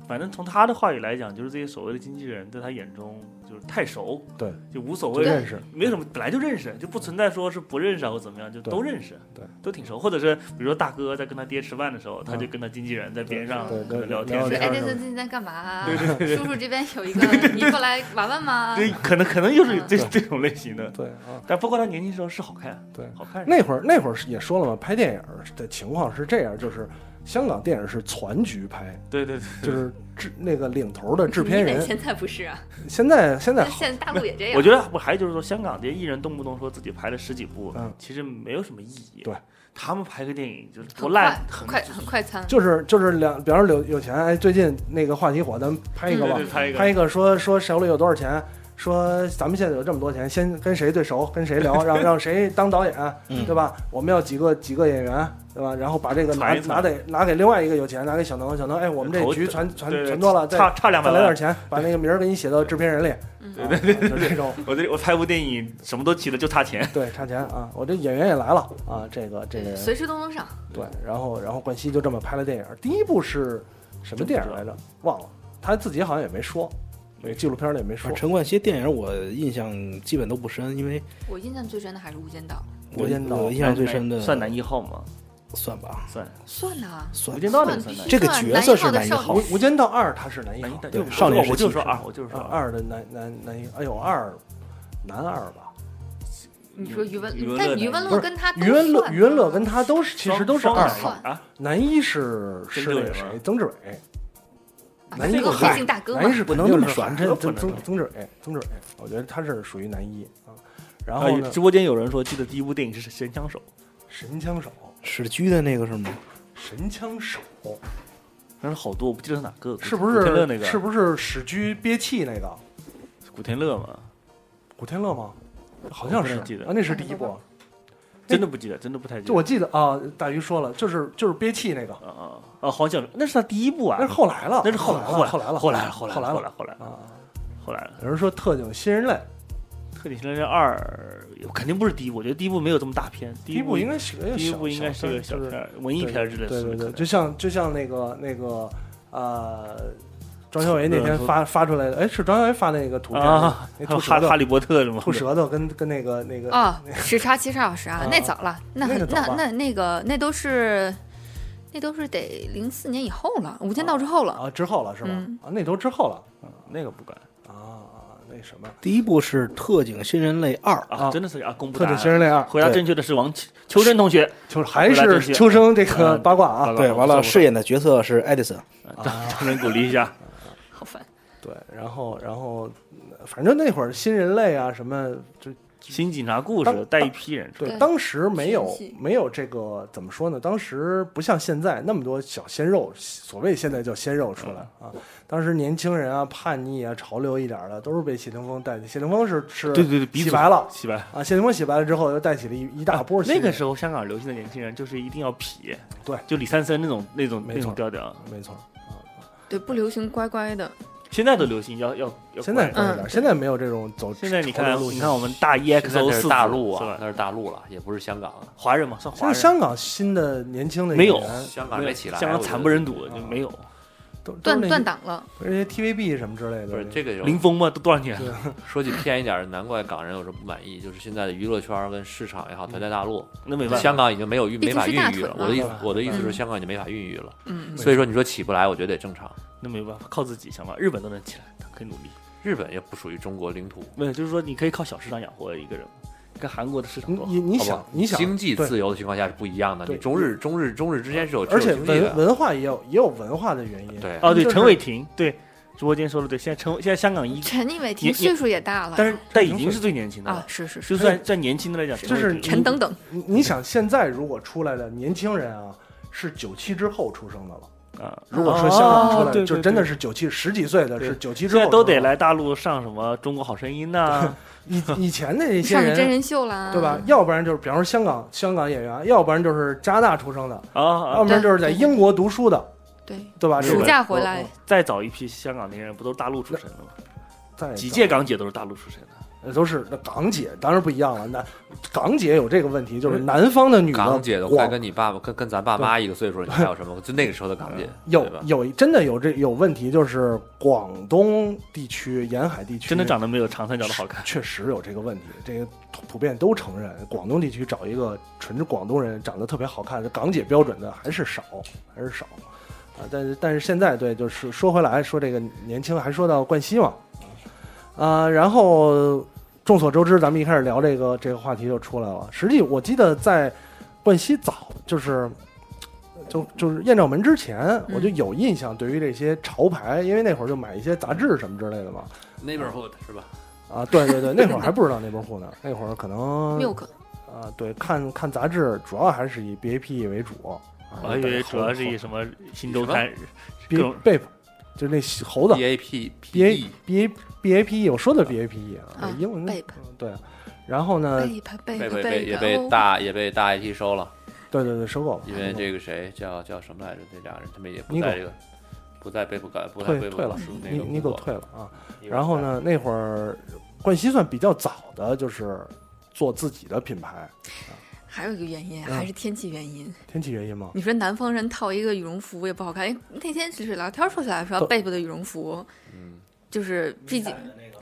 Speaker 3: 反正从他的话语来讲，就是这些所谓的经纪人，在他眼中就是太熟，
Speaker 1: 对，
Speaker 3: 就无所
Speaker 1: 不
Speaker 3: 谓，
Speaker 1: 认识，
Speaker 3: 没什么，本来就认识，就不存在说是不认识啊或怎么样，就
Speaker 1: 对
Speaker 3: 都认识，
Speaker 1: 对，嗯
Speaker 3: 都挺熟。或者是比如说大哥在跟他爹吃饭的时候，他就跟他经纪人在边上
Speaker 1: 对
Speaker 3: 可
Speaker 1: 对
Speaker 3: 能聊天
Speaker 1: 聊
Speaker 3: 什
Speaker 5: 说
Speaker 3: 么
Speaker 5: 哎，
Speaker 1: 天
Speaker 5: 这次
Speaker 1: 什么
Speaker 5: 最近在干嘛啊？叔叔这边有一个，你过来玩玩吗？
Speaker 3: 对，可能可能就是这
Speaker 1: 嗯
Speaker 3: 这种类型的
Speaker 1: 的，。对啊，
Speaker 3: 但包括他年轻时候是好看，
Speaker 1: 对
Speaker 3: 好看。
Speaker 1: 那会儿那会儿是也说了嘛，拍电影儿的情况是这样，就是香港电影是攒局拍，
Speaker 3: 对对对，
Speaker 1: 就是制那个领头的制片
Speaker 5: 你以为
Speaker 1: 人，
Speaker 5: 现在不是啊，
Speaker 1: 现在现在
Speaker 5: 但
Speaker 1: 好，
Speaker 5: 现在大陆也这样。
Speaker 3: 我觉得我还就是说，香港这些艺人动不动说自己拍了十几部
Speaker 1: 嗯，
Speaker 3: 其实没有什么意义。
Speaker 1: 对，
Speaker 3: 他们拍个电影就是多
Speaker 5: 很
Speaker 3: 烂，
Speaker 5: 快，
Speaker 3: 很
Speaker 5: 快很快餐，
Speaker 1: 就是就是两，比方说有有钱，哎，最近那个话题火，咱们拍一
Speaker 3: 对
Speaker 1: 个
Speaker 3: 对
Speaker 1: 吧
Speaker 3: 对，，拍一个
Speaker 1: 拍一个说说手里有多少钱。说咱们现在有这么多钱，先跟谁最熟，跟谁 聊，让让谁当导演，
Speaker 6: 嗯
Speaker 1: 对吧？我们要几个几个演员，对吧？然后把这个拿
Speaker 3: 传一传
Speaker 1: 拿给拿给另外一个有钱，拿给小能，小能，哎，我们这
Speaker 3: 投
Speaker 1: 局传传
Speaker 3: 对对
Speaker 1: 传多了，再
Speaker 3: 差差两百
Speaker 1: 再来
Speaker 3: 万
Speaker 1: 点。钱，把那个名儿给你写到制片人里。
Speaker 5: 嗯
Speaker 1: 对对对，就这种
Speaker 3: 我这我拍部电影什么都齐了，就差钱。
Speaker 1: 对差钱啊！我这演员也来了啊，这个这个人
Speaker 5: 随时都能上。
Speaker 1: 对，然后然后冠希就这么拍了电影。第一部是什么电影来着？忘了，他自己好像也没说，那个纪录片里也没说
Speaker 6: 反正。
Speaker 3: 啊
Speaker 6: 陈冠希电影我印象基本都不深，因为
Speaker 5: 我印象最深的还是《无间道
Speaker 6: 我
Speaker 1: 无间道
Speaker 6: 我印象最深的
Speaker 3: 算男一号吗？
Speaker 6: 算吧，
Speaker 3: 算。》，
Speaker 5: 算呐，
Speaker 6: 算
Speaker 3: 无间道那
Speaker 5: 算
Speaker 3: 个
Speaker 5: 必
Speaker 3: 算男
Speaker 5: 须算。
Speaker 3: 一
Speaker 6: 这个角色是
Speaker 5: 男
Speaker 6: 男一
Speaker 5: 一
Speaker 6: 号
Speaker 5: 号
Speaker 1: 无
Speaker 5: 的
Speaker 1: 无间道二他是男一
Speaker 3: 男一号，
Speaker 1: 号，
Speaker 6: 对
Speaker 3: 就
Speaker 6: 少年时期
Speaker 3: 我就说
Speaker 6: 是
Speaker 3: 二，我就是说
Speaker 1: 啊
Speaker 3: 二。
Speaker 1: 二的男男男一，哎呦二男二吧。
Speaker 5: 你说余文
Speaker 3: 余文，乐
Speaker 5: 但余文
Speaker 1: 不
Speaker 5: 乐
Speaker 1: 是
Speaker 5: 跟他都
Speaker 1: 余文乐
Speaker 5: 算
Speaker 1: 余文乐
Speaker 5: 呐
Speaker 1: 跟他都是其实都是
Speaker 3: 双
Speaker 1: 二
Speaker 3: 双
Speaker 1: 号，
Speaker 5: 号
Speaker 3: 啊，
Speaker 1: 男一是
Speaker 3: 曾
Speaker 1: 是
Speaker 3: 志
Speaker 1: 那个
Speaker 3: 伟
Speaker 1: 谁
Speaker 3: 吗
Speaker 1: 曾志伟，
Speaker 5: 啊
Speaker 1: 男
Speaker 5: 是
Speaker 1: 一
Speaker 5: 个
Speaker 1: 是
Speaker 5: 黑姓大哥
Speaker 1: 男一
Speaker 5: 嘛，
Speaker 1: 是
Speaker 6: 不
Speaker 1: 肯
Speaker 6: 能
Speaker 1: 定
Speaker 6: 这么
Speaker 1: 是
Speaker 6: 甩
Speaker 1: 曾
Speaker 3: 这不
Speaker 1: 曾
Speaker 3: 能
Speaker 1: 曾
Speaker 3: 这么
Speaker 1: 曾志伟，曾志伟，我觉得他是属于男一啊。然
Speaker 3: 然
Speaker 1: 后
Speaker 3: 后
Speaker 1: 呢，
Speaker 3: 直播间有人说，记得第一部电影是《神枪手
Speaker 1: 神枪手，
Speaker 6: 史居的那个是吗？
Speaker 1: 神枪手》，
Speaker 3: 但是好多我不记得是哪个，
Speaker 1: 是不
Speaker 3: 古天乐
Speaker 1: 是
Speaker 3: 那个？
Speaker 1: 是不是史居憋气那个
Speaker 3: 古天乐嘛？
Speaker 1: 古天乐吗？好像
Speaker 3: 我
Speaker 1: 是
Speaker 3: 不太记得
Speaker 1: 啊，那是第一部。
Speaker 3: 真的不记得，真的不太记得。
Speaker 1: 就我记得啊，大鱼说了，就是就是憋气那个，
Speaker 3: 啊啊啊！黄晓明，那是他第一部啊，
Speaker 1: 那是后来了，
Speaker 3: 那是
Speaker 1: 后
Speaker 3: 来
Speaker 1: 了，
Speaker 3: 后
Speaker 1: 后来了，
Speaker 3: 后来
Speaker 1: 来
Speaker 3: 了，后
Speaker 1: 来
Speaker 3: 来
Speaker 1: 后
Speaker 3: 了，后
Speaker 1: 了
Speaker 3: 来后来了，
Speaker 1: 啊。
Speaker 3: 后来了。
Speaker 1: 有人说《特警新人类》，
Speaker 3: 特警新人二肯定不是第一部，我觉得第一部没有这么大片，
Speaker 1: 第
Speaker 3: 一部
Speaker 1: 部应该是个
Speaker 3: 第一部
Speaker 1: 小
Speaker 3: 应该是个
Speaker 1: 小
Speaker 3: 小
Speaker 1: 片
Speaker 3: 片
Speaker 1: 儿，
Speaker 3: 儿，文艺片儿之类的
Speaker 1: 对
Speaker 3: 是不是
Speaker 1: 对
Speaker 3: 可
Speaker 1: 对，
Speaker 3: 能，
Speaker 1: 就像就像那个那个呃，庄小维那天发发出来的，哎，是庄小维发那个图片吗，
Speaker 3: 啊，
Speaker 1: 那
Speaker 3: 还有
Speaker 1: 吐
Speaker 3: 哈
Speaker 1: 舌
Speaker 3: 哈
Speaker 1: 头，
Speaker 3: 利波特什么
Speaker 1: 吐舌头跟跟那个那个
Speaker 3: 哦
Speaker 5: 啊，时差七十二小时啊
Speaker 1: 啊，
Speaker 5: 那早了，那
Speaker 1: 那个早
Speaker 5: 那
Speaker 1: 吧
Speaker 5: 那那个那都是，那都是得零四年以后了，《无间道》之后了。
Speaker 1: 啊之后了是吧
Speaker 5: 嗯？
Speaker 1: 啊，那都之后了
Speaker 3: 那个不管
Speaker 1: 啊啊，那什么
Speaker 6: 第一部是《特警新人类二》，
Speaker 3: 啊，
Speaker 1: 啊
Speaker 3: 真的是啊，公布
Speaker 1: 《特
Speaker 3: 答
Speaker 1: 警新
Speaker 3: 案。
Speaker 1: 人类二》，
Speaker 3: 回答
Speaker 6: 对
Speaker 3: 正确的是王秋秋生同学，
Speaker 1: 就是还
Speaker 3: 回答正
Speaker 1: 是
Speaker 3: 确
Speaker 1: 秋生这个
Speaker 3: 嗯
Speaker 1: 八卦啊，
Speaker 6: 对，完了饰演的角色是艾迪森，
Speaker 3: 掌掌声鼓励一下。
Speaker 5: 好烦，
Speaker 1: 对，然后然后呃反正那会儿新人类啊什么就
Speaker 3: 新警察故事
Speaker 1: 当
Speaker 3: 带一批人出来，
Speaker 1: 对，
Speaker 5: 对
Speaker 1: 当时没有
Speaker 5: 群戏
Speaker 1: 没有这个怎么说呢？当时不像现在那么多小鲜肉，所谓现在叫鲜肉出来
Speaker 3: 嗯
Speaker 1: 啊。当时年轻人啊、叛逆啊、潮流一点儿的，都是被谢霆锋带起。谢霆锋是是
Speaker 3: 对对对，鼻
Speaker 1: 洗
Speaker 3: 祖
Speaker 1: 白了
Speaker 3: 洗白。
Speaker 1: 啊，谢霆锋洗白了之后，又带起了一一大波新
Speaker 3: 那
Speaker 1: 人。
Speaker 3: 个时候香港流行的年轻人就是一定要痞，
Speaker 1: 对
Speaker 3: 就李三森那种那种
Speaker 1: 没
Speaker 3: 那种
Speaker 1: 错
Speaker 3: 调调。
Speaker 1: 没错，
Speaker 5: 对，不流行乖乖的，
Speaker 3: 现在都流行要要要
Speaker 1: 现在
Speaker 3: 乖
Speaker 1: 高一点儿，
Speaker 5: 嗯
Speaker 1: 现在没有这种走
Speaker 3: 现在你
Speaker 1: 潮
Speaker 3: 看
Speaker 1: 流路线
Speaker 3: 你看我们大一 X
Speaker 4: 那
Speaker 3: O
Speaker 4: 是
Speaker 3: 四
Speaker 4: 大陆啊，
Speaker 3: 是吧？
Speaker 4: 那是大陆了，也不是香港啊。
Speaker 3: 华人嘛，算
Speaker 1: 现
Speaker 3: 华
Speaker 1: 在
Speaker 3: 人。
Speaker 1: 香港新的年轻的
Speaker 3: 没
Speaker 1: 演
Speaker 3: 有
Speaker 1: 员
Speaker 4: 香港
Speaker 3: 没有
Speaker 4: 没起来，
Speaker 3: 呃香港惨不忍睹，就没有。
Speaker 1: 都都是
Speaker 5: 断
Speaker 1: 那
Speaker 5: 断档了。
Speaker 1: 而且 TVB 什么之类的。
Speaker 4: 不是这个有
Speaker 3: 林峰嘛，都多少年？
Speaker 1: 对
Speaker 3: 了？
Speaker 4: 说句偏一点儿，难怪港人有时候不满意，就是现在的娱乐圈儿跟市场也
Speaker 3: 嗯
Speaker 4: 好，它在大陆，
Speaker 3: 那没办法。
Speaker 4: 香港已经没有孕
Speaker 5: 毕
Speaker 4: 没
Speaker 5: 竟
Speaker 4: 法
Speaker 5: 是
Speaker 4: 孕
Speaker 5: 大
Speaker 4: 育
Speaker 5: 腿
Speaker 4: 了。
Speaker 5: 嘛
Speaker 4: 我的意
Speaker 1: 对
Speaker 4: 思
Speaker 1: 吧，
Speaker 4: 我的意思是
Speaker 5: 嗯
Speaker 4: 香港已经没法孕育了，
Speaker 5: 嗯，
Speaker 4: 所以说你说起不来，我觉得也正常。
Speaker 3: 那没办法，靠自己想法。日本都能起来，他可以努力。
Speaker 4: 日本也不属于中国领土，
Speaker 3: 没有，就是说你可以靠小市场养活一个人，跟韩国的市场
Speaker 1: 你
Speaker 3: 多好。
Speaker 1: 你你
Speaker 4: 好不
Speaker 1: 想
Speaker 4: 好
Speaker 1: 你想
Speaker 4: 经济
Speaker 1: 对
Speaker 4: 自由的情况下是不一样的。
Speaker 1: 对
Speaker 4: 你中日中日中日之间是有
Speaker 1: 而且
Speaker 4: 是有经济
Speaker 1: 文啊
Speaker 4: 的，
Speaker 1: 文化也有也有文化的原因。
Speaker 4: 对，
Speaker 3: 哦，对，
Speaker 1: 就是
Speaker 3: 陈伟霆，对，直播间说的对，现在陈现在香港一，
Speaker 5: 陈毅伟
Speaker 3: 也
Speaker 5: 霆岁数也
Speaker 7: 啊
Speaker 5: 大了，
Speaker 3: 但是但已经是最年轻的
Speaker 5: 啊
Speaker 3: 了，，
Speaker 5: 是是，
Speaker 3: 就是算在年轻的来讲，
Speaker 1: 就是
Speaker 3: 陈伟霆
Speaker 5: 陈等等，
Speaker 1: 你你想现在如果出来的年轻人啊，是九七之后出生的了。
Speaker 3: 啊，
Speaker 1: 如果说香港出来
Speaker 3: 啊
Speaker 1: 的，
Speaker 3: 对对
Speaker 1: 就真的是九七十几岁的，
Speaker 3: 对
Speaker 1: 是九七之
Speaker 3: 现在
Speaker 1: 后出
Speaker 3: 都得
Speaker 1: 生的。
Speaker 3: 来大陆上什么《中国好声音》呐，
Speaker 1: 以以前那些
Speaker 5: 上个真
Speaker 1: 人，
Speaker 5: 人秀
Speaker 7: 啊
Speaker 5: 啦，
Speaker 1: 对吧？？要不然就是比方说香港香港演员，要不然就是加拿大出生的，
Speaker 3: 啊
Speaker 1: 要
Speaker 3: 啊，
Speaker 1: 不然就是在英国读书的，
Speaker 5: 对，
Speaker 1: 对吧？
Speaker 3: 没
Speaker 1: 这
Speaker 3: 有
Speaker 1: 个
Speaker 5: 暑假回来
Speaker 1: 我
Speaker 3: 再早一批香港名人不都是大陆出身的吗？
Speaker 1: 在呃
Speaker 3: 几届港姐都是大陆出身的，
Speaker 1: 都是那港姐，当然不一样了。那港姐有这个问题，就是南方的女的
Speaker 4: 嗯港姐的快
Speaker 1: 广
Speaker 4: 跟你爸爸跟跟咱爸妈一个岁数，你还有什么？就那个时候的港姐，
Speaker 1: 有
Speaker 4: 对吧？
Speaker 1: 有真的有这有问题，就是广东地区沿海地区
Speaker 3: 真的长得没有长三角的好看。
Speaker 1: 确实有这个问题，这个普遍都承认，广东地区找一个纯广东人长得特别好看的港姐标准的还是少，还是少啊。但是但是现在对，就是说回来说这个年轻，还说到冠希嘛，啊，然后众所周知，咱们一开始聊这个这个话题就出来了。实际我记得在冠希早就是。就就是艳照门之前，我就有印象，对于这些潮牌，因为那会儿就买一些杂志什么之类的嘛，
Speaker 4: neighborhood 是吧？
Speaker 1: 啊，对对对，那会儿还不知道那本户呢，那会儿可能
Speaker 5: Milk
Speaker 1: 啊，对，看看杂志主要还是以 BAP 为主，啊
Speaker 3: 我还以为主要是以什么《新周刊》各
Speaker 1: B
Speaker 3: 种
Speaker 1: BAP，就是那猴子
Speaker 4: B A P P
Speaker 1: BA
Speaker 4: E
Speaker 1: BA BAP，我说的 BAP
Speaker 5: 啊
Speaker 1: 英文的
Speaker 5: 贝
Speaker 1: 嗯对，然后呢，
Speaker 4: 呃
Speaker 5: 贝吧贝
Speaker 4: 被
Speaker 5: 吧
Speaker 4: 被被也被
Speaker 5: 贝吧，
Speaker 4: 大也被大 IT 收了，
Speaker 1: 对对对，收购了，
Speaker 4: 因为这个谁叫叫什么来着？这俩人他们也不
Speaker 1: Nigo
Speaker 4: 在这个，不在贝不干，不在
Speaker 1: 退
Speaker 4: 贝不
Speaker 1: 退了
Speaker 4: 干那
Speaker 1: 你
Speaker 4: 个
Speaker 1: 你
Speaker 4: 工
Speaker 1: 给我
Speaker 4: 作。
Speaker 1: 退了啊，
Speaker 4: Nigo
Speaker 1: 然后
Speaker 4: 在？
Speaker 1: 呢，那会儿冠希算比较早的，就是做自己的品牌，
Speaker 5: 还有一个原因
Speaker 1: 嗯
Speaker 5: 还是天气原因。
Speaker 1: 天气原因吗？
Speaker 5: 你说南方人套一个羽绒服也不好看。哎，那天只是聊天说起来说
Speaker 1: 对
Speaker 5: 贝贝的羽绒服，
Speaker 4: 嗯，
Speaker 5: 就是毕竟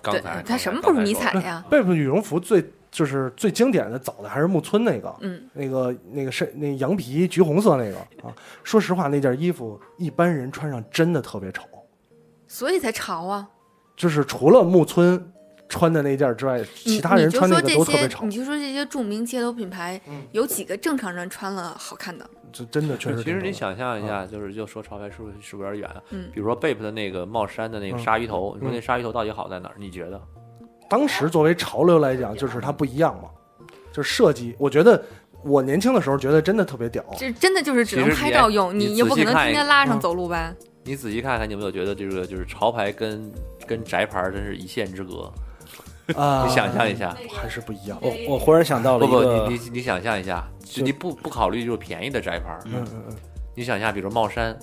Speaker 4: 刚
Speaker 5: 对
Speaker 4: 才
Speaker 5: 它什么不是迷彩？呀？
Speaker 1: 贝贝羽绒服最就是最经典的早的还是木村那个，
Speaker 5: 嗯，
Speaker 1: 那个那个是那羊皮橘红色那个啊，说实话，那件衣服一般人穿上真的特别丑，
Speaker 5: 所以才潮啊。
Speaker 1: 就是除了木村穿的那件之外，
Speaker 5: 你
Speaker 1: 其他人穿那个
Speaker 5: 你
Speaker 1: 都
Speaker 5: 就
Speaker 1: 特
Speaker 5: 说
Speaker 1: 别
Speaker 5: 这些，
Speaker 1: 丑
Speaker 5: 你，就说这些著名街头品牌，
Speaker 4: 嗯
Speaker 5: 有几个正常人穿了好看的？
Speaker 1: 这真的确实挺丑的。嗯
Speaker 4: 其实你想象一下，就是就说潮牌是不是是不是有点远啊？
Speaker 5: 嗯
Speaker 4: 比如说贝普的那个帽衫的那个
Speaker 1: 嗯
Speaker 4: 鲨鱼头，你说
Speaker 1: 嗯
Speaker 4: 那鲨鱼头到底好在哪儿？你觉得？
Speaker 1: 当时作为潮流来讲，就是它不一样嘛，就是设计，我觉得。我年轻的时候觉得真的特别屌，
Speaker 5: 这真的就是只能
Speaker 4: 其实
Speaker 5: 拍
Speaker 4: 你
Speaker 5: 照用，
Speaker 4: 你
Speaker 5: 你也
Speaker 4: 仔
Speaker 5: 不
Speaker 4: 细
Speaker 5: 可能
Speaker 4: 看
Speaker 5: 天
Speaker 4: 一
Speaker 5: 天拉上
Speaker 1: 嗯
Speaker 5: 走路吧？
Speaker 4: 你仔细看看，你有没有觉得这个就是潮牌跟跟宅牌真是一线之隔？
Speaker 1: 啊，
Speaker 4: 你想象一下，
Speaker 1: 还是不一样。
Speaker 6: 我我忽然想到
Speaker 4: 不
Speaker 6: 了一
Speaker 4: 不，
Speaker 6: 个，
Speaker 4: 你你你想象一下，就
Speaker 1: 就
Speaker 4: 你不不考虑就是便宜的宅牌，
Speaker 1: 嗯嗯嗯，
Speaker 4: 你想一下，比如帽衫，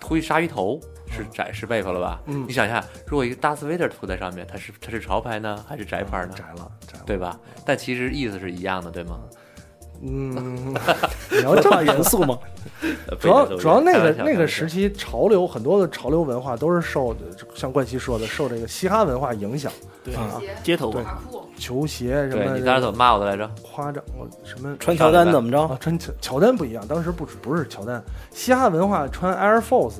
Speaker 4: 涂一鲨鱼头是窄是贝克了吧？
Speaker 1: 嗯
Speaker 4: 你想一下，如果一个达斯维特涂在上面，它是它是潮牌呢，还是宅牌呢？
Speaker 1: 窄了窄了，
Speaker 4: 对吧？但其实意思是一样的，对吗？
Speaker 1: 嗯，你要这么
Speaker 6: 严肃吗？
Speaker 4: 呃
Speaker 1: 主要
Speaker 4: 贝克都是
Speaker 1: 主要那
Speaker 4: 开
Speaker 1: 个
Speaker 4: 玩笑
Speaker 1: 那
Speaker 4: 开玩笑
Speaker 1: 个时期潮流很多的潮流文化都是受像冠希说的受这个嘻哈文化影响，
Speaker 3: 对
Speaker 1: 啊
Speaker 3: 街头文化
Speaker 1: 球鞋什
Speaker 4: 对
Speaker 1: 么
Speaker 4: 你当时
Speaker 1: 的
Speaker 4: 怎么骂我的来着？
Speaker 1: 夸张，我什么
Speaker 6: 穿乔丹怎么着？
Speaker 1: 啊穿乔乔丹不一样，当时不是不是乔丹，嘻哈文化穿 Air Force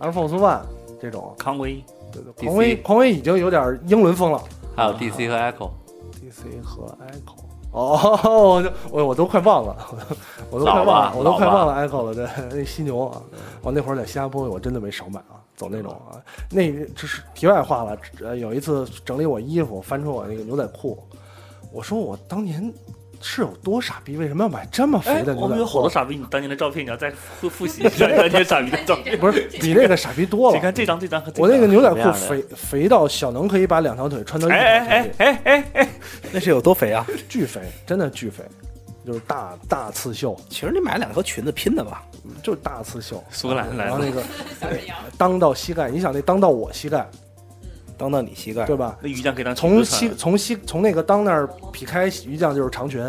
Speaker 1: Air Force One 这种，
Speaker 3: 康威
Speaker 1: 对对匡威匡威已经有点英伦风了
Speaker 4: 还有 DC 和 Echo，
Speaker 1: ，DC 和 Echo。哦，我就我我都快忘了，我都快
Speaker 4: 老
Speaker 1: 忘
Speaker 4: 吧
Speaker 1: 了，我都快
Speaker 4: 老吧
Speaker 1: 忘了 Echo 了。对，那犀牛啊，
Speaker 3: 嗯
Speaker 1: 我那会儿在新加坡，我真的没少买啊，走那种啊。那这是题外话了。呃，有一次整理我衣服，翻出我那个牛仔裤，我说我当年是有多傻逼，为什么要买这么肥的
Speaker 3: 哎我
Speaker 1: 牛
Speaker 3: 们
Speaker 1: 仔
Speaker 3: 有好多
Speaker 1: 裤？
Speaker 3: 傻逼，你当年的照片，你要再复复习一下当年傻逼的照 片。
Speaker 1: 不是你那个傻逼多
Speaker 3: 你
Speaker 1: 了。
Speaker 3: 看这张、这张和这张
Speaker 1: 我那个牛仔
Speaker 4: 什么
Speaker 1: 裤
Speaker 4: 样的
Speaker 1: 肥肥到小能可以把两条腿穿到一
Speaker 3: 哎
Speaker 1: 条
Speaker 3: 哎
Speaker 1: 腿
Speaker 3: 哎
Speaker 1: 里，
Speaker 3: 哎哎哎，
Speaker 6: 那是有多肥啊？
Speaker 1: 巨肥，真的巨肥，就是大大刺绣，
Speaker 6: 其实你买两条裙子拼的吧，
Speaker 1: 就是大刺绣。
Speaker 3: 苏格兰来
Speaker 1: 然后
Speaker 3: 了
Speaker 1: 那，个当到膝盖，你想那当到我膝盖，
Speaker 6: 当到你膝盖
Speaker 1: 对。吧？
Speaker 3: 那鱼酱可以当裙
Speaker 1: 从
Speaker 3: 子穿
Speaker 1: 膝从膝从那个裆那儿劈开鱼酱就是长裙。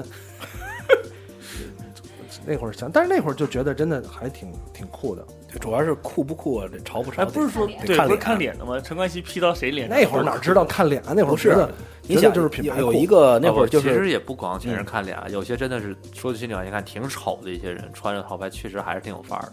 Speaker 1: 那会儿想，但是那会儿就觉得真的还挺挺酷的。
Speaker 6: 主要是酷不酷啊，这潮不潮？
Speaker 3: 哎，不是说
Speaker 6: 得
Speaker 3: 对，
Speaker 6: 看
Speaker 3: 不是
Speaker 6: 脸啊
Speaker 3: 看脸的吗？陈冠希 P 到谁脸上？
Speaker 1: 啊那会儿哪知道看脸啊？那会
Speaker 6: 不
Speaker 1: 儿觉
Speaker 6: 是
Speaker 1: 得，
Speaker 6: 你
Speaker 1: 觉
Speaker 6: 想
Speaker 1: 得就是品牌
Speaker 6: 有
Speaker 1: 酷
Speaker 6: 一个那会儿就
Speaker 4: 啊哦其
Speaker 6: 是
Speaker 4: 实也不光全是看脸，啊，有些真的是说句心里话，你看挺丑的一些人，穿着潮牌确实还是挺有范儿的。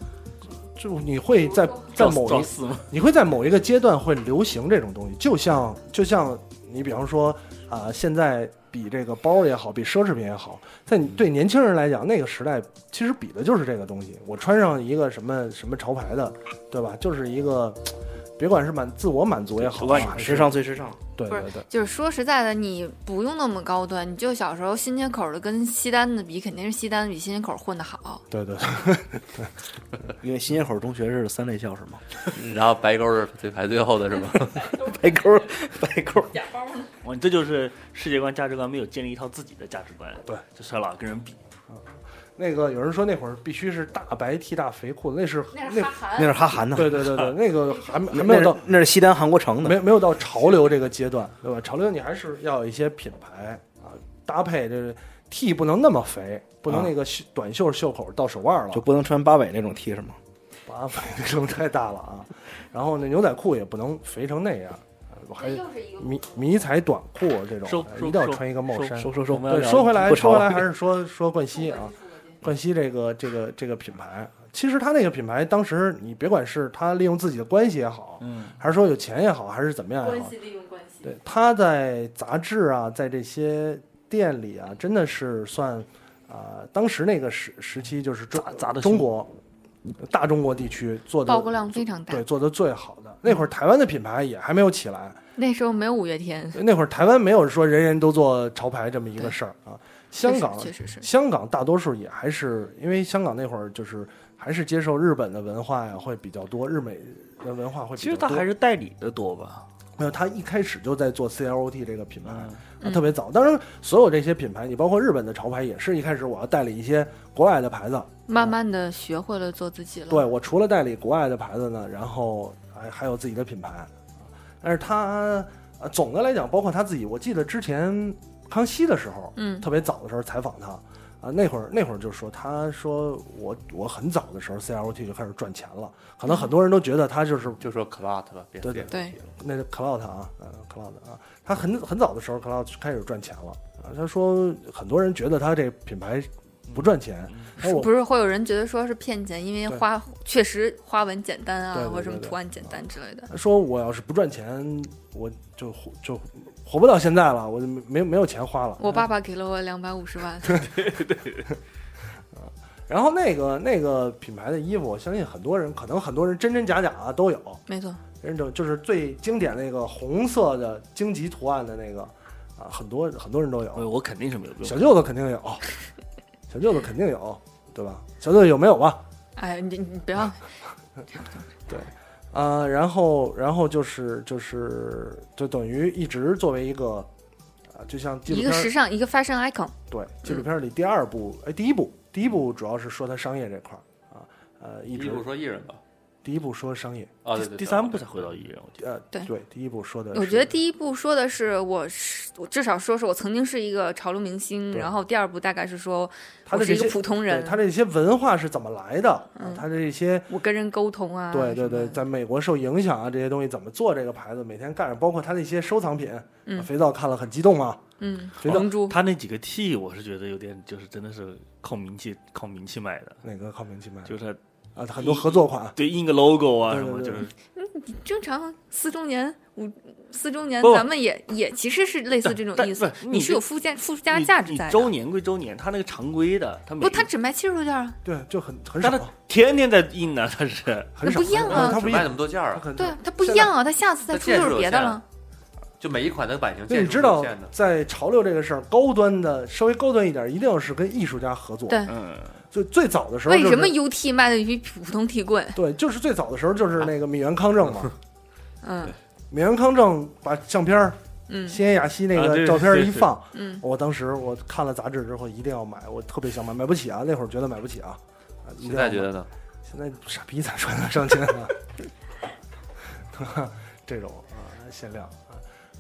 Speaker 1: 就你会在在
Speaker 3: 赵
Speaker 1: 某
Speaker 3: 赵
Speaker 1: 一
Speaker 3: 四吗？
Speaker 1: 你会在某一个阶段会流行这种东西，就像就像你比方说啊、现在比这个包也好，比奢侈品也好，在你对年轻人来讲，那个时代其实比的就是这个东西。我穿上一个什么什么潮牌的，对吧？就是一个，呃别管是满自我满足也好，啊还是
Speaker 6: 时尚最时尚，
Speaker 1: 对
Speaker 5: 不是
Speaker 1: 对对，
Speaker 7: 就是说实在的，你不用那么高端，你就小时候新街口的跟西单的比，肯定是西单比新街口混得好。
Speaker 1: 对对对，
Speaker 6: 因为新街口中学是三类校是吗？
Speaker 4: 然后白沟是最排最后的是吗？
Speaker 6: 白沟，白沟，
Speaker 3: 哇，哦你这就是世界观、价值观没有建立一套自己的价值观，
Speaker 1: 对，
Speaker 3: 就是老跟人比。
Speaker 1: 那个有人说那会儿必须是大白 T 大肥裤，那是那
Speaker 6: 那是哈韩呢，
Speaker 1: 对对对对，那个还没还没
Speaker 6: 那
Speaker 1: 有
Speaker 6: 是
Speaker 1: 到
Speaker 6: 那是西单韩国城
Speaker 1: 没
Speaker 6: 的，
Speaker 1: 有没有到潮流这个阶段，对吧？潮流你还是要有一些品牌啊，搭配这 T 不能那么肥，不能
Speaker 6: 啊
Speaker 1: 那个袖短袖袖口到手腕了，
Speaker 6: 就不能穿八尾那种 T 是吗？
Speaker 1: 八百那种 太大了啊。然后那牛仔裤也不能肥成那样，啊我
Speaker 7: 哎
Speaker 1: 还迷迷彩短裤这
Speaker 3: 收
Speaker 1: 种，
Speaker 3: 收
Speaker 1: 一定要
Speaker 3: 收
Speaker 1: 穿一个帽衫。
Speaker 6: 收收收，
Speaker 1: 对，说回来，
Speaker 6: 不
Speaker 1: 说
Speaker 6: 潮
Speaker 1: 回
Speaker 6: 了
Speaker 1: 来 还是说说冠希啊，冠希这个这个这个品牌，其实他那个品牌当时你别管是他利用自己的关系也好，
Speaker 3: 嗯，
Speaker 1: 还是说有钱也好，还是怎么样也好，
Speaker 7: 利用关系
Speaker 1: 对，他在杂志啊，在这些店里啊，真的是算啊、当时那个时时期就是中
Speaker 3: 砸砸得凶
Speaker 1: 中国大中国地区做
Speaker 7: 曝光
Speaker 1: 的
Speaker 7: 量非常大
Speaker 1: 对。做的最好的。那会儿台湾的品牌也还没有起来，
Speaker 7: 那时候没有五月天，
Speaker 1: 那会儿台湾没有说人人都做潮牌这么一个事儿啊。香港
Speaker 7: 确实是
Speaker 1: 香港大多数也还是因为香港那会儿就是还是接受日本的文化呀会比较多，日美的文化会比
Speaker 3: 其
Speaker 1: 较
Speaker 3: 实
Speaker 1: 多。
Speaker 3: 他还是代理的多吧？
Speaker 1: 没有，他一开始就在做 CLOT 这个品牌，啊
Speaker 7: 嗯
Speaker 1: 特别早。当然，所有这些品牌，你包括日本的潮牌，也是一开始我要代理一些国外的牌子。
Speaker 7: 慢慢的学会了做自己了。
Speaker 1: 对我除了代理国外的牌子呢，然后还还有自己的品牌。但是他呃，总的来讲，包括他自己，我记得之前康熙的时候，
Speaker 7: 嗯，
Speaker 1: 特别早的时候采访他啊，那会儿那会儿就说，他说我我很早的时候 CLOT 就开始赚钱了，可能很多人都觉得他就是
Speaker 4: 就说 clot 吧，啊别
Speaker 1: 对
Speaker 4: 别
Speaker 7: 对
Speaker 1: 那是 Cloud 啊，呃，Cloud 啊，他很很早的时候 Cloud 开始赚钱了。啊他说很多人觉得他这品牌不赚钱，哎我
Speaker 7: 不是会有人觉得说是骗钱，因为
Speaker 1: 对
Speaker 7: 花确实花纹简单
Speaker 1: 对
Speaker 7: 啊，
Speaker 1: 对
Speaker 7: 或者什么
Speaker 1: 对对嗯
Speaker 7: 图案简单之类的。
Speaker 1: 他说我要是不赚钱，我就活就活不到现在了，我就没没没有钱花了。
Speaker 7: 我爸爸给了我两百五十 万，
Speaker 1: 然后那个那个品牌的衣服，我相信很多人可能很多人真真假假啊都有，
Speaker 7: 没错，
Speaker 1: 人种就是最经典那个红色的荆棘图案的那个啊，很多很多人都有。
Speaker 3: 哎我肯定是没有用。
Speaker 1: 小舅子肯定 有，小舅子肯定有，对吧？小舅子有没有啊吧？
Speaker 7: 哎，你你不要，
Speaker 1: 啊、然后然后就是就是就等于一直作为一个啊、就像纪录
Speaker 7: 一
Speaker 1: 片
Speaker 7: 个
Speaker 1: 儿
Speaker 7: 时嗯尚，一个 fashion icon，
Speaker 1: 对纪录片儿里第二部哎第一部第一部主要是说它商业这块儿啊呃一
Speaker 4: 一
Speaker 1: 直
Speaker 4: 不说艺人吧，
Speaker 1: 第一部说商业
Speaker 4: 啊对
Speaker 3: 第
Speaker 4: 对，
Speaker 3: 第三部才回到艺人，我觉得
Speaker 1: 呃
Speaker 7: 对
Speaker 1: 第一部说的
Speaker 7: 我觉得
Speaker 1: 一
Speaker 7: 第一部说的是我是我至少说是我曾经是一个潮流明星，
Speaker 1: 对
Speaker 7: 然后第二部大概是说
Speaker 1: 他
Speaker 7: 我
Speaker 1: 的
Speaker 7: 是
Speaker 1: 这
Speaker 7: 一
Speaker 1: 些
Speaker 7: 个普通人
Speaker 1: 对，他这些文化是怎么来的？啊
Speaker 7: 嗯，
Speaker 1: 他这些
Speaker 7: 我跟人沟通啊，
Speaker 1: 对对
Speaker 7: 什么
Speaker 1: 对，
Speaker 7: 的，
Speaker 1: 在美国受影响啊，这些东西怎么做这个牌子，每天干着，包括他那些收藏品，
Speaker 7: 嗯
Speaker 1: 肥皂看了很激动啊，
Speaker 7: 嗯，
Speaker 1: 肥皂
Speaker 7: 龙珠
Speaker 3: 他那几个 T，我是觉得有点就是真的是靠名气靠名气买的，
Speaker 1: 哪个靠名气卖
Speaker 3: 就是他
Speaker 1: 啊，很多合作款。
Speaker 3: 对印个 logo 啊
Speaker 1: 对
Speaker 3: 什
Speaker 1: 对
Speaker 3: 么，
Speaker 1: 对
Speaker 3: 就是
Speaker 7: 正常四周年五四周年，
Speaker 3: 不
Speaker 7: 咱们也也其实是类似这种
Speaker 3: 但
Speaker 7: 意思
Speaker 3: 不，是
Speaker 7: 你
Speaker 3: 你
Speaker 7: 是
Speaker 3: 这
Speaker 7: 有附加附加价值
Speaker 3: 你
Speaker 7: 在
Speaker 3: 你
Speaker 7: 的，
Speaker 3: 周年归周年，他那个常规的，他每
Speaker 7: 不，他只卖七十多件啊，
Speaker 1: 对，就很很
Speaker 3: 但
Speaker 1: 少
Speaker 3: 他，天天在印呢，他是
Speaker 1: 很少
Speaker 7: 那不一样啊
Speaker 1: 嗯它不一
Speaker 4: 卖
Speaker 1: 样
Speaker 4: 那，么多件儿
Speaker 1: 它
Speaker 4: 啊，
Speaker 1: 可能
Speaker 7: 对啊，他不一
Speaker 1: 现在
Speaker 7: 样啊，他下次再
Speaker 4: 那
Speaker 7: 出
Speaker 4: 件
Speaker 7: 就
Speaker 4: 数
Speaker 7: 是
Speaker 4: 有
Speaker 7: 别的
Speaker 4: 限
Speaker 7: 了，
Speaker 4: 就每一款的版型
Speaker 1: 就
Speaker 4: 建
Speaker 1: 你
Speaker 4: 筑是
Speaker 1: 知
Speaker 4: 有
Speaker 1: 道嗯
Speaker 4: 限的，。
Speaker 1: 在潮流这个事儿，高端的稍微高端一点，一定要是跟艺术家合作。
Speaker 7: 对
Speaker 10: 嗯，
Speaker 1: 就最早的时候、就
Speaker 7: 为
Speaker 1: 是，
Speaker 7: 什么 UT 卖的比普通提棍？
Speaker 1: 对，就是最早的时候就是
Speaker 4: 啊
Speaker 1: 那个米原康正嘛，
Speaker 7: 嗯
Speaker 1: 米原康正把相片儿
Speaker 7: 嗯
Speaker 1: 新野雅希那
Speaker 4: 啊
Speaker 1: 个
Speaker 4: 对
Speaker 1: 照片儿
Speaker 4: 对
Speaker 1: 一
Speaker 4: 对
Speaker 1: 放，
Speaker 7: 嗯，
Speaker 1: 我当时我看了杂志之后一定要买，我特别想买，买不起啊，那会儿觉得买不起啊，啊一
Speaker 4: 现
Speaker 1: 定要买
Speaker 4: 在觉得呢？
Speaker 1: 现在傻逼才穿得上街呢，这种啊限量啊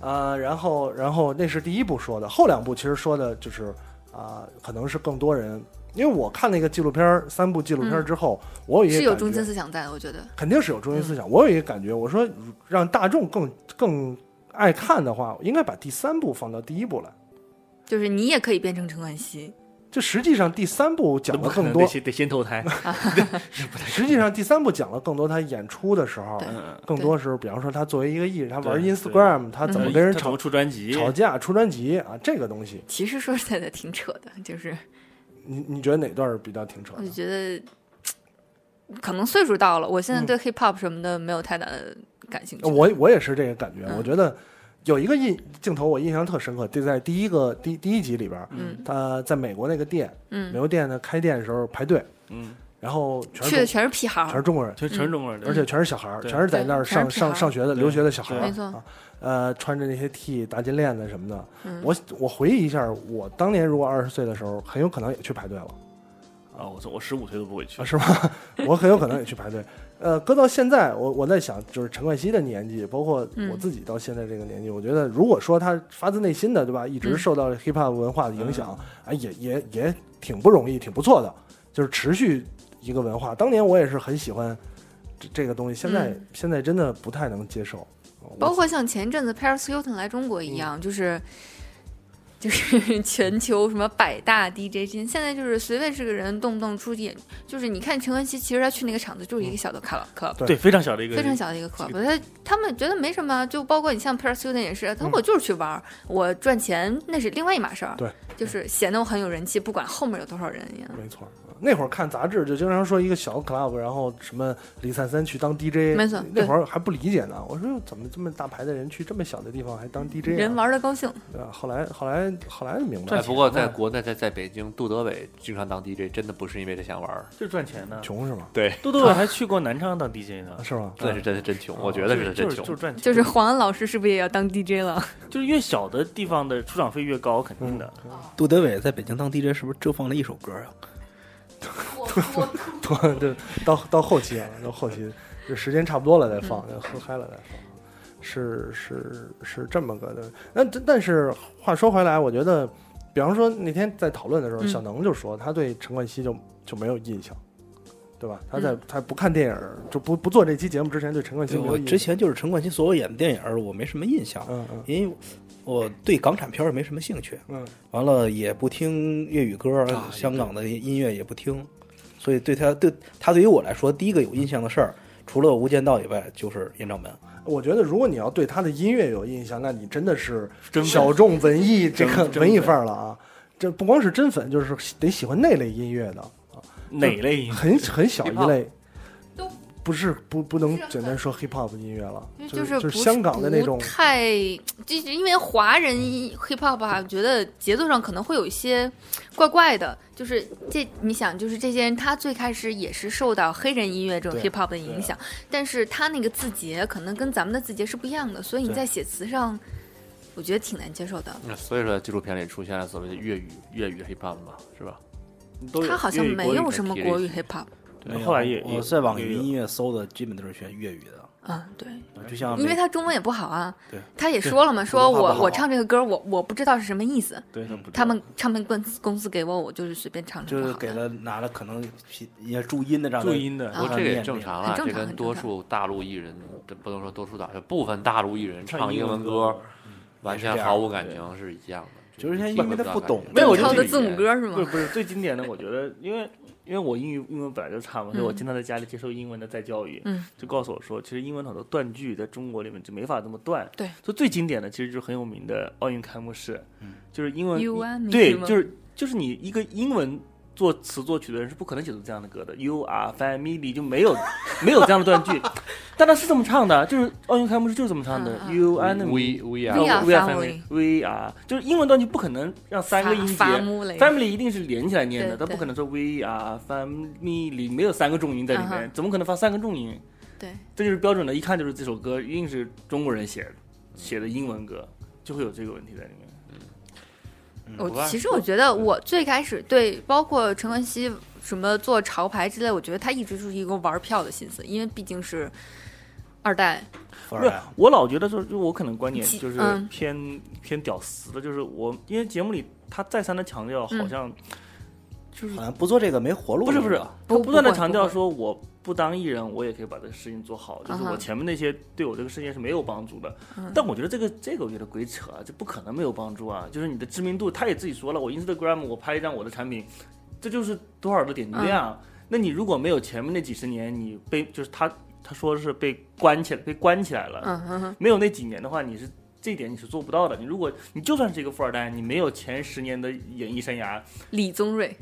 Speaker 1: 啊，然后然后那是第一部说的，后两部其实说的就是啊，可能是更多人，因为我看那个纪录片儿三部纪录片儿之后，我有一
Speaker 7: 嗯是
Speaker 1: 个
Speaker 7: 有
Speaker 1: 感
Speaker 7: 中
Speaker 1: 觉
Speaker 7: 心思想在嗯的，我觉得。
Speaker 1: 肯定是有中心思想。我有一个感觉，我说让大众更更爱看的话，应该把第三部放到第一部来。
Speaker 7: 就是你也可以变成陈冠希，
Speaker 1: 这实际上第三部
Speaker 3: 那
Speaker 1: 讲
Speaker 3: 不
Speaker 1: 的
Speaker 3: 可
Speaker 1: 更
Speaker 3: 能
Speaker 1: 多
Speaker 3: 得，先得先投胎，
Speaker 1: 实际上第三部讲了更多他演出的时候，
Speaker 7: 对
Speaker 10: 嗯，
Speaker 1: 更多是比方说他作为一个艺人，他玩
Speaker 3: 对
Speaker 1: Instagram，他 怎么
Speaker 3: 嗯
Speaker 1: 跟人
Speaker 3: 他
Speaker 1: 嗯
Speaker 3: 怎
Speaker 1: 吵
Speaker 3: 么出专辑？
Speaker 1: 吵架、出专辑啊，这个东西，
Speaker 7: 其实说实在的挺扯的，就是
Speaker 1: 你你觉得哪段儿比较挺扯
Speaker 7: 我就
Speaker 1: 的？
Speaker 7: 觉得，可能岁数到了，我现
Speaker 1: 嗯
Speaker 7: 在
Speaker 1: 呃
Speaker 7: 对 hip hop 什么的没有太大的感兴趣。
Speaker 1: 我我也是这个感觉，
Speaker 7: 嗯
Speaker 1: 我觉得有一个印镜头我印象特深刻，就在第一个第第一集里边儿，
Speaker 7: 嗯
Speaker 1: 他在美国那个店，美
Speaker 7: 嗯，
Speaker 1: 国店呢开店的时候排队，
Speaker 3: 嗯，
Speaker 1: 然后全是
Speaker 7: 去的
Speaker 1: 中
Speaker 7: 全是屁孩
Speaker 1: 全
Speaker 7: 儿，
Speaker 1: 是中国人，
Speaker 3: 全全中国
Speaker 7: 嗯
Speaker 3: 人，
Speaker 1: 而且全是小孩儿，
Speaker 3: 对
Speaker 1: 全是在那儿
Speaker 7: 对全
Speaker 1: 上
Speaker 7: 是屁孩
Speaker 1: 上
Speaker 7: 儿
Speaker 1: 上学的留学的小孩儿，
Speaker 7: 没错
Speaker 1: 啊，呃，穿着那些 T 打金链子什么的。
Speaker 7: 嗯
Speaker 1: 我我回忆一下，我当年如果二十岁的时候，很有可能也去排队了，
Speaker 3: 啊，我说我十五岁都不会去
Speaker 1: 啊，，是吧？ 我很有可能也去排队。呃，搁到现在，我我在想，就是陈冠希的年纪，包括
Speaker 7: 嗯
Speaker 1: 我自己到现在这个年纪，我觉得如果说他发自内心的，对吧，一直
Speaker 7: 嗯
Speaker 1: 受到 hiphop 文化的影响，啊，也也也挺不容易，挺不错的，就是持续一个文化。当年我也是很喜欢这这个东西，现在、
Speaker 7: 嗯
Speaker 1: 现在真的不太能接受。我
Speaker 7: 包括像前一阵子 Paris Hilton 来中
Speaker 1: 嗯
Speaker 7: 国一样，就是就是 全球什么百大 DJ 之间，现在就是随便是个人动不动出去演，就是你看陈冠希，其实他去那个场子就是
Speaker 1: 嗯
Speaker 7: 一个小的 club club，、
Speaker 1: 对
Speaker 3: 对，非常小的一个，
Speaker 7: 非常小的一个 club，他他们觉得没什么，就包括你像 Paris Hilton 也是，他说
Speaker 1: 嗯
Speaker 7: 我就是去玩儿，我赚钱那是另外一码事儿，
Speaker 1: 对，
Speaker 7: 就是显得我很有人气，不管后面有多少人一样，
Speaker 1: 没错，那会儿看杂志就经常说一个小 club，然后什么李灿森去当 DJ，
Speaker 7: 没错
Speaker 1: 那
Speaker 7: 对
Speaker 1: 会儿还不理解呢，我说哟怎么这么大牌的人去这么小的地方还当 DJ？、啊、
Speaker 7: 人玩的高兴，
Speaker 1: 对啊后来后来后来就明白
Speaker 4: 哎，
Speaker 1: 了，
Speaker 4: 不过在国内，在在北京，杜德伟经常当 DJ，真的不是因为他想玩儿，
Speaker 3: 就是赚钱呢。
Speaker 1: 穷是吗？
Speaker 3: 杜杜还去过南昌当 DJ 呢
Speaker 1: 啊，是吗？
Speaker 4: 真的是真真穷，我觉
Speaker 3: 哦就
Speaker 4: 得
Speaker 3: 是
Speaker 4: 是真
Speaker 3: 就是
Speaker 4: 穷
Speaker 3: 就是。赚钱，
Speaker 7: 就是黄安老师是不是也要当 DJ 了？
Speaker 3: 就是越小的地方的出场费越高，肯定的。
Speaker 6: 杜德伟在北京当 DJ 是不是只放了一首歌呀、
Speaker 1: 对 对，到到后期啊，到后期这时间差不多了再放，喝嗨了再放。是是是这么个的，那但但是话说回来，我觉得，比方说那天在讨论的时候，
Speaker 7: 嗯
Speaker 1: 小能就说他对陈冠希就就没有印象，对吧？他在、
Speaker 7: 嗯
Speaker 1: 他不看电影儿，就不不做这期节目之前对陈冠希
Speaker 6: 对
Speaker 1: 没有
Speaker 6: 我
Speaker 1: 印
Speaker 6: 之
Speaker 1: 象。
Speaker 6: 前就是陈冠希所有演的电影儿，我没什么印象，
Speaker 1: 嗯嗯
Speaker 6: 因为我对港产片儿没什么兴趣，
Speaker 1: 嗯，
Speaker 6: 完了也不听粤语歌，
Speaker 4: 啊
Speaker 6: 香港的音乐也不听，所以对他对他对于我来说，第一个有印象的事儿，除了《无间道》以外，就是《艳照门》。
Speaker 1: 我觉得如果你要对他的音乐有印象，那你真的是
Speaker 3: 真粉
Speaker 1: 小众文艺这个
Speaker 3: 真真
Speaker 1: 文艺
Speaker 3: 粉
Speaker 1: 范儿了啊！这不光是真粉，就是得喜欢那类音乐的。
Speaker 3: 哪类音乐？
Speaker 1: 很很小一类，
Speaker 7: 都
Speaker 1: 不是不不能
Speaker 7: 是很嗯
Speaker 1: 简单说 hip hop 音乐了，
Speaker 7: 就是
Speaker 1: 就是
Speaker 7: 不
Speaker 1: 香港的那
Speaker 7: 不
Speaker 1: 种，
Speaker 7: 太，就是因为华人 hip hop 吧、我觉得节奏上可能会有一些怪怪的。就是这，你想，就是这些人，他最开始也是受到黑人音乐这种
Speaker 1: 对
Speaker 7: hip hop 的影响，但是他那个字节可能跟咱们的字节是不一样的，所以你
Speaker 1: 对
Speaker 7: 在写词上，我觉得挺难接受的。
Speaker 4: 嗯所以说，纪录片里出现了所谓的粤语粤语 hiphop 嘛，是吧？
Speaker 3: 都有
Speaker 7: 他好像
Speaker 3: 粤语
Speaker 7: 没
Speaker 3: 国语
Speaker 7: 有
Speaker 4: 的
Speaker 7: 什么
Speaker 4: 体
Speaker 7: 国
Speaker 4: 力
Speaker 7: 语 hip hop
Speaker 3: 对后来也
Speaker 6: 我在网易
Speaker 3: 也有
Speaker 6: 云音乐搜的，基本都是学粤语的，
Speaker 7: 啊，对，
Speaker 6: 就像
Speaker 7: 因为他中文也不好啊
Speaker 6: 对，
Speaker 7: 他也说了嘛，说
Speaker 6: 普通话不
Speaker 7: 我
Speaker 6: 好
Speaker 7: 我唱这个歌，我我不知道是什么意思，
Speaker 3: 对他不知道
Speaker 7: 他们唱片公司公司给我，我就是随便唱唱
Speaker 6: 就是
Speaker 7: 好
Speaker 6: 给
Speaker 7: 的
Speaker 6: 他拿了可能一些注音的这样的
Speaker 3: 注音的
Speaker 7: 啊
Speaker 4: 不过这个也正常
Speaker 7: 很
Speaker 4: 啦，
Speaker 7: 正
Speaker 4: 这
Speaker 7: 常
Speaker 4: 跟
Speaker 7: 很
Speaker 4: 多
Speaker 7: 正
Speaker 4: 数大陆艺人，这不能说多数大，就部分大陆艺人唱英文
Speaker 3: 歌
Speaker 4: 歌，完
Speaker 6: 也是
Speaker 4: 全
Speaker 6: 这样
Speaker 4: 毫无感情是一样的。
Speaker 6: 就是
Speaker 4: 你
Speaker 6: 因
Speaker 4: 听
Speaker 6: 为他
Speaker 4: 到
Speaker 6: 不
Speaker 4: 感
Speaker 6: 懂
Speaker 4: 觉
Speaker 3: 没有我就
Speaker 7: 唱
Speaker 3: 是
Speaker 7: 的字母歌是
Speaker 3: 不是
Speaker 7: 吗？
Speaker 3: 不是最经典的，我觉得，因为因为我英语英文本来就差嘛，所以我经常在家里接受英文的再教育，
Speaker 7: 嗯，
Speaker 3: 就告诉我说，其实英文很多断句在中国里面就没法这么断，
Speaker 7: 对，
Speaker 3: 就最经典的其实就是很有名的奥运开幕式，
Speaker 6: 嗯
Speaker 3: 就是英文
Speaker 7: You and me
Speaker 3: 对
Speaker 7: 是，吗
Speaker 3: 就是就是你一个英文。作词作曲的人是不可能写出这样的歌的。You are family 就没有没有这样的断 句，但他是这么唱的，就是奥运开幕式就是这么唱的，You enemy。
Speaker 4: We
Speaker 7: 嗯 We
Speaker 4: are
Speaker 7: are
Speaker 3: We are
Speaker 7: family
Speaker 3: family，We are，就是英文断句不可能让三个音节
Speaker 7: 伐伐木雷
Speaker 3: ，family 一定是连起来念的，
Speaker 7: 哎对
Speaker 3: 它
Speaker 7: 对
Speaker 3: 不可能说 we are family，没有三个重音在里
Speaker 7: 嗯
Speaker 3: 面
Speaker 7: 哼，
Speaker 3: 怎么可能发三个重音？
Speaker 7: 对，
Speaker 3: 这就是标准的，一看就是这首歌一定是中国人写
Speaker 7: 嗯
Speaker 3: 的写的英文歌，就会有这个问题在里面。
Speaker 7: 我
Speaker 4: 不赖
Speaker 7: 其实我觉得我最开始对包括陈冠希什么做潮牌之类，我觉得他一直就是一个玩票的心思，因为毕竟是二代，
Speaker 3: 不
Speaker 6: 富二
Speaker 3: 是
Speaker 6: 代，
Speaker 3: 我老觉得说，就我可能观点
Speaker 7: 其
Speaker 3: 就是
Speaker 7: 嗯
Speaker 3: 偏、偏屌丝的，就是我因为节目里他再三的强调，好
Speaker 7: 嗯
Speaker 3: 像就是、
Speaker 6: 好像不做这个没活路。
Speaker 3: 不是不是，
Speaker 6: 吧
Speaker 3: 他不断的
Speaker 7: 不会
Speaker 3: 强调
Speaker 7: 不会
Speaker 3: 说我不当艺人，我也可以把这个事情做好，就是
Speaker 7: 嗯哼
Speaker 3: 我前面那些对我这个事情是没有帮助的。
Speaker 7: 嗯
Speaker 3: 但我觉得这个这个我觉得鬼扯，啊这不可能没有帮助啊！就是你的知名度，他也自己说了，我 Instagram 我拍一张我的产品，这就是多少的点击
Speaker 7: 嗯
Speaker 3: 量。啊那你如果没有前面那几十年，你被就是他他说是被关起来被关起来了，
Speaker 7: 嗯哼哼，
Speaker 3: 没有那几年的话，你是这一点你是做不到的。你如果你就算是一个富二代，你没有前十年的演艺生涯，
Speaker 7: 李宗瑞，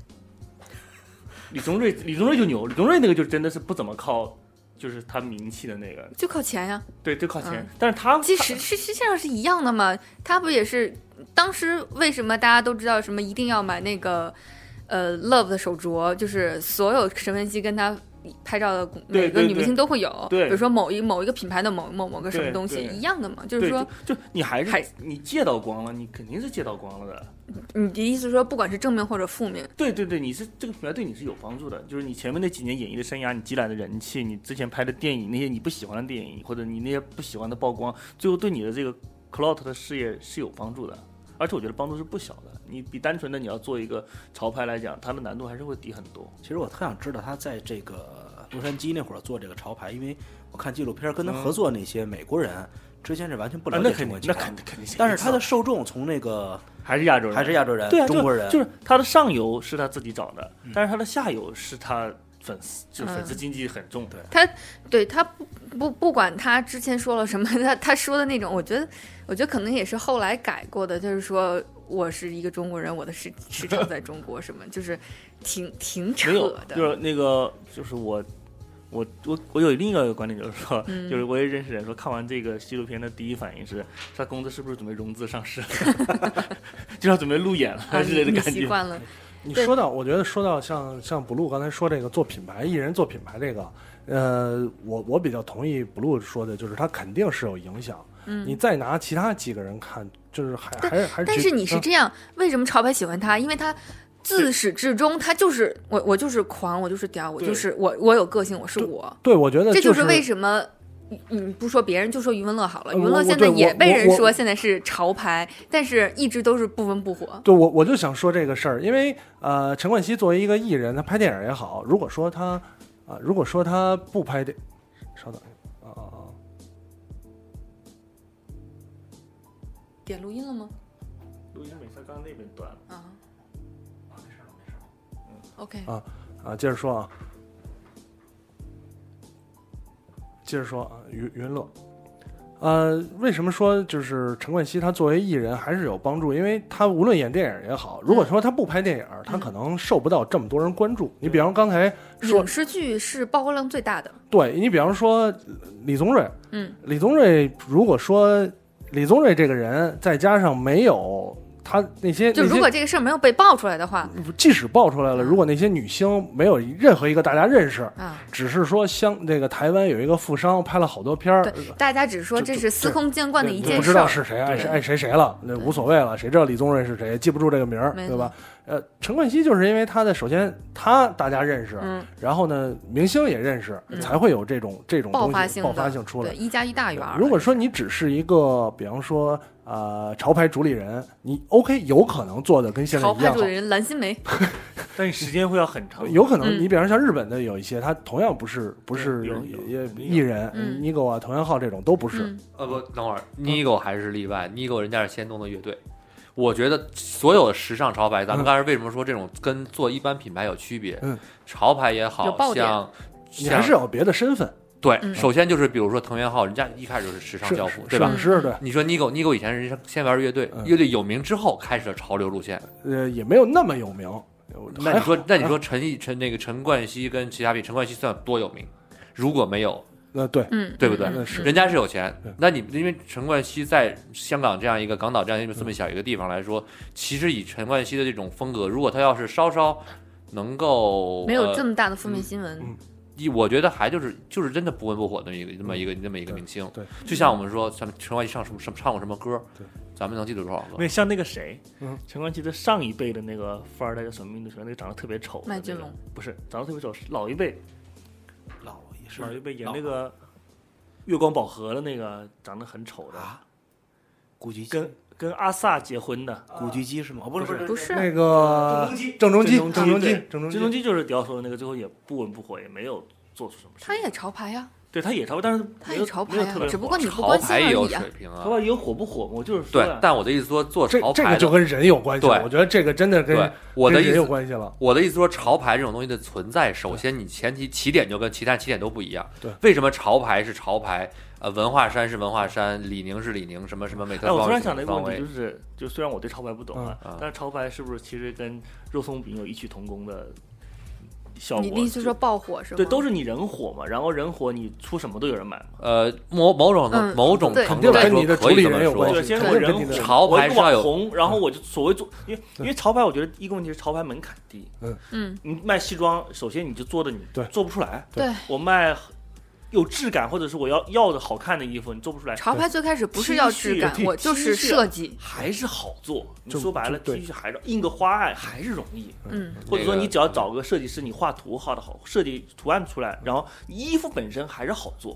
Speaker 3: 李宗瑞，李宗瑞就牛，李宗瑞那个就真的是不怎么靠，就是他名气的那个，
Speaker 7: 就靠钱呀、
Speaker 3: 对，就靠钱。
Speaker 7: 嗯
Speaker 3: 但是他
Speaker 7: 其实是实际上是一样的嘛，他不也是当时为什么大家都知道什么一定要买那个呃 Love 的手镯，就是所有陈冠希跟他。拍照的
Speaker 3: 对
Speaker 7: 每个
Speaker 3: 对
Speaker 7: 女明星都会有，
Speaker 3: 对
Speaker 7: 比如说某一某一个品牌的某某某个什么
Speaker 3: 对
Speaker 7: 东西
Speaker 3: 对
Speaker 7: 一样的嘛，就
Speaker 3: 他对，
Speaker 7: 是说
Speaker 3: 就就你还是
Speaker 7: 还
Speaker 3: 你借到光了，你肯定是借到光了的。
Speaker 7: 你的意思是说，不管是正面或者负面，
Speaker 3: 对对对，你是这个品牌对你是有帮助的，就是你前面那几年演艺的生涯，你积攒的人气，你之前拍的电影那些你不喜欢的电影，或者你那些不喜欢的曝光，最后对你的这个 clout 的事业是有帮助的，而且我觉得帮助是不小的。你比单纯的你要做一个潮牌来讲，它的难度还是会低很多。
Speaker 6: 其实我特想知道他在这个洛杉矶那会儿做这个潮牌，因为我看纪录片跟他合作那些美国人之前是完全不
Speaker 3: 嗯啊
Speaker 6: 了，
Speaker 3: 那
Speaker 6: 解
Speaker 3: 肯定
Speaker 6: 陈冠，希
Speaker 3: 那
Speaker 6: 的，
Speaker 3: 肯定肯定。
Speaker 6: 但是他的受众从那个
Speaker 3: 还是亚洲人，
Speaker 6: 还是亚洲人
Speaker 3: 对、啊，、
Speaker 6: 中国人，
Speaker 3: 就是他的上游是他自己找的，
Speaker 6: 嗯
Speaker 3: 但是他的下游是他粉丝，
Speaker 7: 嗯
Speaker 3: 就是粉丝经济很重。
Speaker 6: 对
Speaker 7: 对他不不不管他之前说了什么，他他说的那种，我觉得我觉得可能也是后来改过的，就是说我是一个中国人，我的市市场在中国什么，就是挺挺扯
Speaker 3: 没有，就
Speaker 7: 的。
Speaker 3: 是那个，就是我，我我我有另一个观点，就是说，
Speaker 7: 嗯
Speaker 3: 就是我也认识人说，看完这个纪录片的第一反应是，他公司是不是准备融资上市了， 就要准备路演
Speaker 7: 啊，
Speaker 3: 了之类的
Speaker 7: 你你
Speaker 3: 感
Speaker 7: 习
Speaker 3: 觉。
Speaker 7: 惯了，
Speaker 1: 你
Speaker 7: 对
Speaker 1: 说到，我觉得说到像像 blue 刚才说这个做品牌，艺人做品牌这个，呃，我我比较同意 blue 说的，就是他肯定是有影响。
Speaker 7: 嗯
Speaker 1: 你再拿其他几个人看，就是还还是还是
Speaker 7: 但
Speaker 1: 觉
Speaker 7: 是你是
Speaker 1: 嗯
Speaker 7: 这样，为什么潮牌喜欢他？因为他自始至终，他就是我，我就是狂，我就是屌，我
Speaker 3: 对
Speaker 7: 就是我，我有个性，我是我，
Speaker 1: 对，我觉得
Speaker 7: 这就是是为什么。你你不说别人，就说余文乐好了。
Speaker 1: 呃
Speaker 7: 余文乐
Speaker 1: 我
Speaker 7: 现在
Speaker 1: 我对
Speaker 7: 也
Speaker 1: 我
Speaker 7: 被人
Speaker 1: 我
Speaker 7: 说现在是潮牌，但是一直都是不温不火。
Speaker 1: 对我我就想说这个事儿，因为呃，陈冠希作为一个艺人，他拍电影也好，如果说他啊、如果说他不拍电，稍等啊啊啊，
Speaker 7: 点录音了吗？
Speaker 3: 录音没事，刚刚那边断了。
Speaker 7: 啊，OK，嗯
Speaker 1: 啊啊，接着说啊，接着说啊，云云乐，呃，为什么说就是陈冠希他作为艺人还是有帮助？因为他无论演电影也好，如果
Speaker 7: 嗯
Speaker 1: 说他不拍电影，他可能受不到这么多人关注。
Speaker 7: 嗯
Speaker 1: 你比方刚才说
Speaker 7: 影，视剧是曝光量最大的。
Speaker 1: 对你比方说李宗瑞，
Speaker 7: 嗯，
Speaker 1: 李宗瑞如果说李宗瑞这个人，再加上没有他那些
Speaker 7: 就
Speaker 1: 那些
Speaker 7: 如果这个事儿没有被爆出来的话，
Speaker 1: 即使爆出来了，如果那些女星没有任何一个大家认识，
Speaker 7: 啊，
Speaker 1: 只是说香那个台湾有一个富商拍了好多片儿，
Speaker 7: 对，大家只是说
Speaker 1: 就
Speaker 7: 这是司空见惯的一
Speaker 1: 你
Speaker 7: 件
Speaker 1: 不知
Speaker 7: 事
Speaker 1: 道
Speaker 7: 儿。
Speaker 1: 是谁爱谁爱谁谁了，那无所谓了，谁知道李宗瑞是谁，记不住这个名儿，
Speaker 7: 没
Speaker 1: 对吧？呃，陈冠希就是因为他的首先他大家认识，
Speaker 7: 嗯，
Speaker 1: 然后呢明星也认识，才会有这种这种
Speaker 7: 爆
Speaker 1: 东西
Speaker 7: 发性的
Speaker 1: 爆发性出来
Speaker 7: 对，。一加一大于二。
Speaker 1: 如果说你只是一个，比方说呃潮牌主理人，你 OK 有可能做的跟现在
Speaker 7: 潮
Speaker 1: 一
Speaker 7: 牌
Speaker 1: 样
Speaker 7: 主
Speaker 1: 好
Speaker 7: 理，人蓝心湄，
Speaker 3: 但是时间会要很长。
Speaker 1: 有可能
Speaker 7: 嗯
Speaker 1: 你比方像日本的有一些，他同样不是不是
Speaker 3: 有有
Speaker 1: 也
Speaker 3: 肯定有
Speaker 1: 艺人
Speaker 7: 嗯
Speaker 1: ，Nigo 啊、藤原浩这种都不是。
Speaker 7: 嗯，
Speaker 4: 呃不，等会儿 Nigo 还是例外，Nigo 人家是先弄的乐队。我觉得所有的时尚潮牌，咱们刚才为什么说这种跟做一般品牌有区别？
Speaker 1: 嗯，
Speaker 4: 潮牌也
Speaker 7: 有
Speaker 4: 好
Speaker 7: 爆点
Speaker 4: 像
Speaker 1: 你还
Speaker 4: 像
Speaker 1: 是要有别的身份，
Speaker 4: 对，
Speaker 7: 嗯
Speaker 4: 首先就是比如说藤原浩，人家一开始就是时尚
Speaker 1: 是
Speaker 4: 教父，
Speaker 1: 是
Speaker 4: 对吧？
Speaker 1: 是是对，
Speaker 4: 你说 Nigo Nigo 以前人家先玩乐队，
Speaker 1: 嗯
Speaker 4: 乐队有名之后开始了潮流路线。
Speaker 1: 呃，也没有那么有名。
Speaker 4: 那你
Speaker 1: 还好啊
Speaker 4: 说，那你说陈奕陈那个陈冠希跟齐亚比，陈冠希算多有名？如果没有，
Speaker 1: 呃，对，
Speaker 7: 嗯
Speaker 4: 对不对？
Speaker 1: 嗯是
Speaker 4: 人家是有钱
Speaker 1: 对，
Speaker 4: 那你因为陈冠希在香港这样一个港岛这样一个这么小一个地方来说，其实以陈冠希的这种风格，如果他要是稍稍能够
Speaker 7: 没有这
Speaker 4: 么，
Speaker 7: 么大的负面新闻。
Speaker 1: 嗯
Speaker 4: 一我觉得还就是就是真的不温不火的一个这么一个这么一个明星，
Speaker 1: 嗯对，
Speaker 4: 就像我们说，咱们陈冠希上什么什么唱过什么歌
Speaker 1: 对，
Speaker 4: 咱们能记住多少
Speaker 3: 没
Speaker 4: 个？
Speaker 3: 有像那个谁
Speaker 1: 嗯，
Speaker 3: 陈冠希的上一辈的那个富二代叫什么名字？说那个长得特别丑的那个，
Speaker 7: 麦浚龙
Speaker 3: 不是长得特别丑，是老一辈，
Speaker 6: 老一
Speaker 3: 老一辈演那个《月光宝盒》的那个长得很丑的，
Speaker 6: 啊，古巨基
Speaker 3: 跟跟阿萨结婚的，
Speaker 6: 古巨基是吗？哦，不是不是，
Speaker 7: 不是，
Speaker 1: 那个郑中基，
Speaker 3: 郑
Speaker 1: 呃郑中
Speaker 3: 中
Speaker 1: 基
Speaker 3: 基，
Speaker 1: 郑中
Speaker 3: 郑中基就是迪奥说的那个，最后也不温不火，也没有做出什么事。
Speaker 7: 他也潮牌呀，
Speaker 3: 对他也潮，但是
Speaker 7: 他
Speaker 3: 没
Speaker 7: 也
Speaker 3: 有
Speaker 7: 潮
Speaker 3: 没
Speaker 7: 牌
Speaker 3: 有特
Speaker 7: 呀
Speaker 3: 别，
Speaker 7: 只不
Speaker 3: 火
Speaker 7: 过你不
Speaker 4: 潮
Speaker 7: 关心
Speaker 4: 牌
Speaker 7: 而
Speaker 4: 也有
Speaker 7: 已
Speaker 4: 水
Speaker 7: 啊。
Speaker 4: 平
Speaker 3: 潮
Speaker 4: 啊，
Speaker 3: 牌也有火不火嘛？我就是说
Speaker 4: 对
Speaker 3: 呀，，
Speaker 4: 但我的意思说做
Speaker 1: 这
Speaker 4: 潮
Speaker 1: 这个
Speaker 4: 牌
Speaker 1: 就
Speaker 4: 的，
Speaker 1: 跟人有关系了，
Speaker 4: 对
Speaker 1: 我觉得这个真的跟
Speaker 4: 对我的
Speaker 1: 跟
Speaker 4: 意
Speaker 1: 人
Speaker 4: 思
Speaker 1: 有关系了。
Speaker 4: 我的意思说，潮牌这种东西的存在，首先你前提起点就跟其他起点都不一样。
Speaker 1: 对
Speaker 4: 为什么潮牌是潮牌？呃，文化衫是文化衫，李宁是李宁，什么什么美特
Speaker 3: 哎，
Speaker 4: 斯
Speaker 3: 我突
Speaker 4: 邦威
Speaker 3: 然
Speaker 4: 是
Speaker 3: 想
Speaker 4: 美
Speaker 3: 到一
Speaker 4: 特
Speaker 3: 个
Speaker 4: 邦
Speaker 3: 问题，
Speaker 4: 威
Speaker 3: 就。是就虽然我对潮牌不懂啊，
Speaker 4: 嗯啊
Speaker 3: 但是潮牌是不是其实跟肉松饼有异曲同工的效果？
Speaker 7: 你的意
Speaker 3: 就
Speaker 7: 思说爆火是吗？
Speaker 3: 对，都是你人火嘛，然后人火你出什么都有人买嘛。
Speaker 4: 呃，某某种程
Speaker 7: 嗯
Speaker 4: 某种
Speaker 7: 对
Speaker 4: 程
Speaker 1: 肯定
Speaker 4: 度来
Speaker 1: 跟
Speaker 4: 说
Speaker 1: 你的
Speaker 4: 可
Speaker 1: 主
Speaker 4: 以
Speaker 1: 理
Speaker 4: 这
Speaker 1: 人
Speaker 4: 么
Speaker 1: 有关
Speaker 4: 说
Speaker 1: 系，
Speaker 3: 对，先
Speaker 1: 肯
Speaker 3: 我
Speaker 1: 定
Speaker 3: 人
Speaker 1: 跟你的
Speaker 4: 潮牌
Speaker 3: 我一个
Speaker 4: 是要有
Speaker 3: 网红，然后我就所谓做，因为因为潮牌，我觉得一个问题是潮牌门槛低，
Speaker 7: 嗯，
Speaker 3: 你卖西装，首先你就做的你
Speaker 1: 对
Speaker 3: 做不出来，
Speaker 7: 对
Speaker 3: 我卖有质感或者是我要要的好看的衣服，你做不出来，
Speaker 7: 潮牌最开始不是要质感
Speaker 3: T 恤，
Speaker 7: 我就是设计。
Speaker 3: 还是好做。你
Speaker 1: 就
Speaker 3: 说白了
Speaker 1: 就对
Speaker 3: ，T 恤还是印个花案还是容易，
Speaker 7: 嗯，
Speaker 3: 或者说
Speaker 4: 那个
Speaker 3: 你只要找个设计师，你画图画的好，设计图案出来，然后衣服本身还是好做，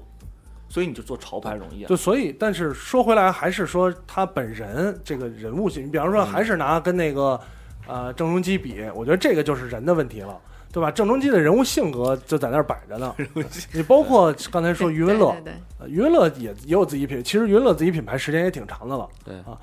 Speaker 3: 所以你就做潮牌容易啊。
Speaker 1: 就所以，但是说回来，还是说他本人这个人物性，你比方
Speaker 4: 嗯
Speaker 1: 说还是拿跟那个呃郑中基比，我觉得这个就是人的问题了。对吧？郑中基的人物性格就在那儿摆着呢。你包括刚才说余文乐
Speaker 7: 对，对对，
Speaker 1: 呃余文乐也也有自己品，其实余文乐自己品牌时间也挺长的了，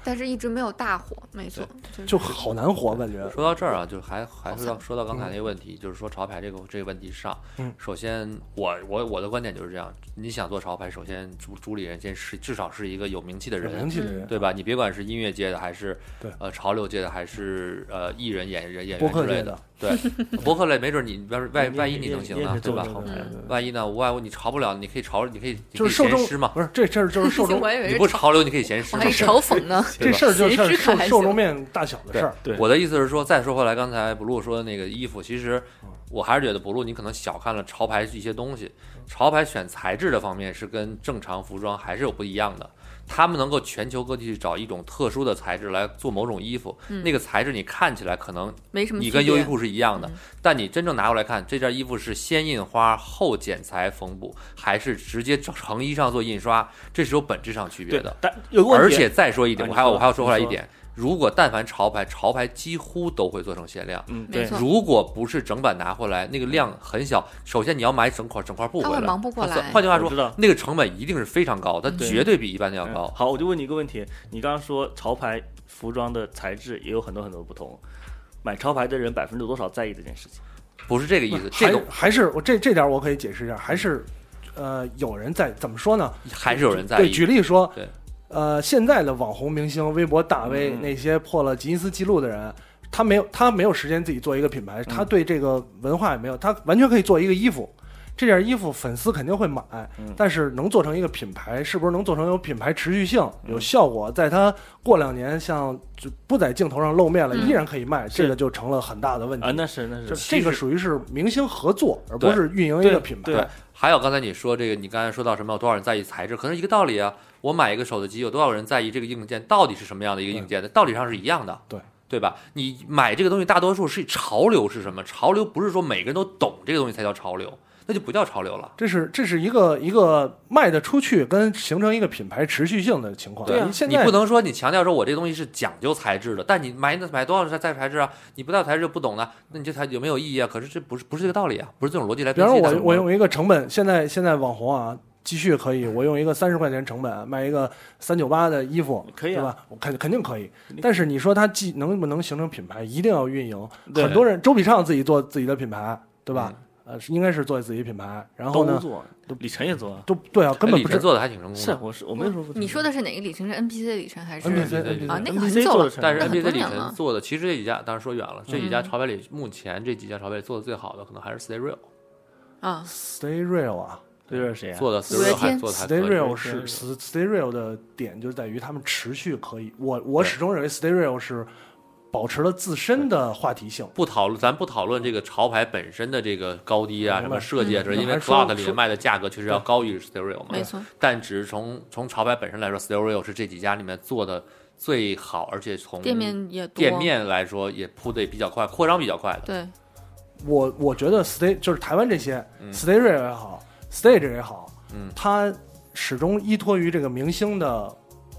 Speaker 7: 但是一直没有大火，没错，
Speaker 1: 就好难活感觉。
Speaker 4: 说到这儿啊，就是还还是要说到刚才那
Speaker 7: 嗯
Speaker 4: 个问题，就是说潮牌这个这个问题上，
Speaker 1: 嗯
Speaker 4: 首先我我我的观点就是这样，你想做潮牌，首先主主理人先是至少是一嗯个有名气的
Speaker 1: 有
Speaker 4: 人，
Speaker 1: 名气的人，
Speaker 4: 对吧？你别管是音乐界的，还是
Speaker 1: 对
Speaker 4: 呃潮流界的，还是呃艺人、演员、演
Speaker 1: 播
Speaker 4: 员
Speaker 1: 客
Speaker 4: 之
Speaker 1: 界
Speaker 4: 类
Speaker 1: 的
Speaker 4: 的，对，博客类没准你万万万一你能行
Speaker 3: 也
Speaker 4: 呢，
Speaker 3: 是
Speaker 4: 对
Speaker 3: 做
Speaker 4: 吧
Speaker 3: 这？个
Speaker 7: 嗯
Speaker 3: 的
Speaker 4: 万一呢，无外乎你潮不了，你可以潮，你可以你可
Speaker 1: 就
Speaker 4: 以
Speaker 1: 是受
Speaker 4: 闲
Speaker 1: 众
Speaker 4: 师嘛，
Speaker 1: 不是这事儿就是受 众
Speaker 7: 我，还以为
Speaker 4: 你
Speaker 7: 是哎
Speaker 4: 不潮流你可以闲师
Speaker 7: 我
Speaker 4: 嘛
Speaker 7: 还。嘲讽呢。
Speaker 1: 这事儿就是
Speaker 7: 谁知
Speaker 1: 受
Speaker 7: 可还行
Speaker 1: 受众面大小的事儿。
Speaker 3: 对
Speaker 4: 我的意思是说，再说回来，刚才 blue 说的那个衣服，其实我还是觉得 blue 你可能小看了潮牌一些东西。潮牌选材质的方面是跟正常服装还是有不一样的，他们能够全球各地去找一种特殊的材质来做某种衣服，
Speaker 7: 嗯
Speaker 4: 那个材质你看起来可能
Speaker 7: 没什么
Speaker 4: 你
Speaker 7: 区别。
Speaker 4: 跟优衣库是一样的
Speaker 7: 嗯，
Speaker 4: 但你真正拿过来看，这件衣服是先印花后剪裁缝补，还是直接成衣上做印刷，这是有本质上区别
Speaker 3: 对
Speaker 4: 的。
Speaker 3: 但有个问
Speaker 4: 而
Speaker 3: 题，
Speaker 4: 且再说一
Speaker 3: 啊
Speaker 4: 点，
Speaker 3: 你
Speaker 4: 我还要
Speaker 3: 说
Speaker 4: 我还要说回来
Speaker 3: 你
Speaker 4: 一
Speaker 3: 说
Speaker 4: 点，如果但凡潮牌，潮牌几乎都会做成限量。
Speaker 3: 嗯，
Speaker 7: 没
Speaker 3: 对
Speaker 7: 错，
Speaker 4: 如果不是整版拿回来，那个量很小。首先你要买整块整块布
Speaker 7: 他
Speaker 4: 回
Speaker 7: 会
Speaker 4: 来，啊
Speaker 7: 忙不过
Speaker 4: 它算
Speaker 7: 来
Speaker 4: 换句话
Speaker 3: 我
Speaker 4: 说
Speaker 3: 知，道
Speaker 4: 那个成本一定是非常高，它
Speaker 7: 嗯
Speaker 4: 绝对比一般的要
Speaker 3: 嗯
Speaker 4: 高。
Speaker 3: 好，我就问你一个问题，你刚刚说潮牌服装的材质也有很多很多不同，买潮牌的人百分之多少在意这件事情？
Speaker 4: 不是这个意思，这
Speaker 1: 还
Speaker 4: 个
Speaker 1: 还是我这这点我可以解释一下，还是呃有人在怎么说呢？
Speaker 4: 还是有人在
Speaker 1: 对，
Speaker 4: 意。
Speaker 1: 举例说，
Speaker 4: 对
Speaker 1: 呃，现在的网红明星、微博大 V、
Speaker 3: 嗯
Speaker 1: 那些破了吉尼斯纪录的人，他没有他没有时间自己做一个品牌，
Speaker 3: 嗯
Speaker 1: 他对这个文化也没有，他完全可以做一个衣服。这件衣服粉丝肯定会买，
Speaker 3: 嗯
Speaker 1: 但是能做成一个品牌，是不是能做成有品牌持续性、
Speaker 3: 嗯
Speaker 1: 有效果？在它过两年像就不在镜头上露面了，
Speaker 7: 嗯
Speaker 1: 依然可以卖，这个就成了很大的问题。
Speaker 3: 啊，那是那
Speaker 1: 这
Speaker 3: 是，
Speaker 1: 这个属于是明星合作，而不
Speaker 4: 对
Speaker 1: 是运营一
Speaker 3: 对
Speaker 1: 个品牌。
Speaker 3: 对
Speaker 4: 还有刚才你说这个，你刚才说到什么？有多少人在意材质？可能一个道理啊。我买一个手机，有多少人在意这个硬件到底是什么样的一个硬件？道理上是一样的，
Speaker 1: 对
Speaker 4: 对吧？你买这个东西，大多数是潮流是什么？潮流不是说每个人都懂这个东西才叫潮流，那就不叫潮流了。
Speaker 1: 这是这是一个一个卖得出去跟形成一个品牌持续性的情
Speaker 3: 啊
Speaker 1: 况。
Speaker 4: 对啊
Speaker 1: 你哦啊现
Speaker 4: 你
Speaker 1: 在
Speaker 4: 不能说你强调说我这东西是讲究材质的，但你买那买多少材材质啊？你不到材质就不懂呢，那你这材有没有意义啊？可是这不是不是这个道理啊，不是这种逻辑来
Speaker 1: 比
Speaker 4: 分
Speaker 1: 方
Speaker 4: 析
Speaker 1: 说
Speaker 4: 的。哎
Speaker 1: 我我用一个成本，现在现在网红啊，继续可以，我用一个三十块钱成本卖一个三九八的衣服，
Speaker 3: 可以
Speaker 1: 对
Speaker 3: 啊
Speaker 1: 吧？我肯肯定可以
Speaker 3: 肯，定
Speaker 1: 但是你说它既能不能形成品牌，一定要运营。
Speaker 3: 对嗯
Speaker 1: 很多人周笔畅自己做自己的品牌，对吧？呃，是应该是做自己品牌，然后
Speaker 3: 都
Speaker 1: 呢，
Speaker 3: 做，李晨也做啊，
Speaker 1: 都对啊，根本
Speaker 4: 李
Speaker 1: 不
Speaker 4: 晨
Speaker 1: 是
Speaker 4: 做的还挺成功
Speaker 3: 是啊
Speaker 4: 的，
Speaker 3: 我是我没有说不
Speaker 7: 你说的是哪个里程？是 NPC 的里程还是
Speaker 1: NPC
Speaker 4: 对对对
Speaker 7: 啊？那个很
Speaker 3: NPC
Speaker 7: 久
Speaker 3: 做
Speaker 7: 了
Speaker 3: 的，成，
Speaker 4: 但是
Speaker 7: 那很
Speaker 4: NBA 的
Speaker 7: 多
Speaker 4: 里
Speaker 7: 年
Speaker 4: 程
Speaker 7: 了
Speaker 4: 做的，其实这几家当然说远了，这几家
Speaker 7: 嗯
Speaker 4: 潮牌里目前这几家潮牌里做的最好的，可能还是 Stay Real。
Speaker 7: 啊，
Speaker 1: Stay Real 啊，
Speaker 3: Stereo 谁啊？
Speaker 4: 做的 Stereo 还做的还可以
Speaker 1: Stereo 是 Stereo 的点就在于他们持续可以，我我始终认为 Stereo 是保持了自身的话题性。
Speaker 4: 不讨论，咱不讨论这个潮牌本身的这个高低啊，什么设计啊，之类
Speaker 1: 嗯
Speaker 4: 因为
Speaker 1: 还说
Speaker 4: Cloud 里面卖的价格确实要高于 Stereo 嘛，
Speaker 7: 没错。
Speaker 4: 但只是从从潮牌本身来说，Stereo 是这几家里面做的最好，而且从
Speaker 7: 店面也多
Speaker 4: 店面来说也铺的也比较快，扩张比较快的。
Speaker 7: 对，
Speaker 1: 我我觉得 Stay 就是台湾这些、Stereo 也好，Stage 也好，
Speaker 4: 嗯，
Speaker 1: 它始终依托于这个明星的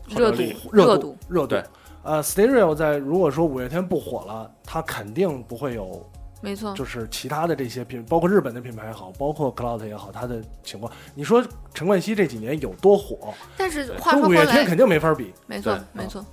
Speaker 7: 热度
Speaker 1: 热
Speaker 7: 热
Speaker 1: 度
Speaker 7: 度、
Speaker 1: 热度。呃，Stereo 在如果说五月天不火了，它肯定不会有
Speaker 7: 没错，
Speaker 1: 就是其他的这些品，包括日本的品牌也好，包括 Cloud 也好，它的情况，你说陈冠希这几年有多火？
Speaker 7: 但是
Speaker 1: 对
Speaker 7: 话
Speaker 1: 跟
Speaker 7: 说
Speaker 1: 五
Speaker 7: 回
Speaker 1: 月天
Speaker 7: 来
Speaker 1: 肯定没法比，
Speaker 7: 没错
Speaker 1: 对
Speaker 7: 没错。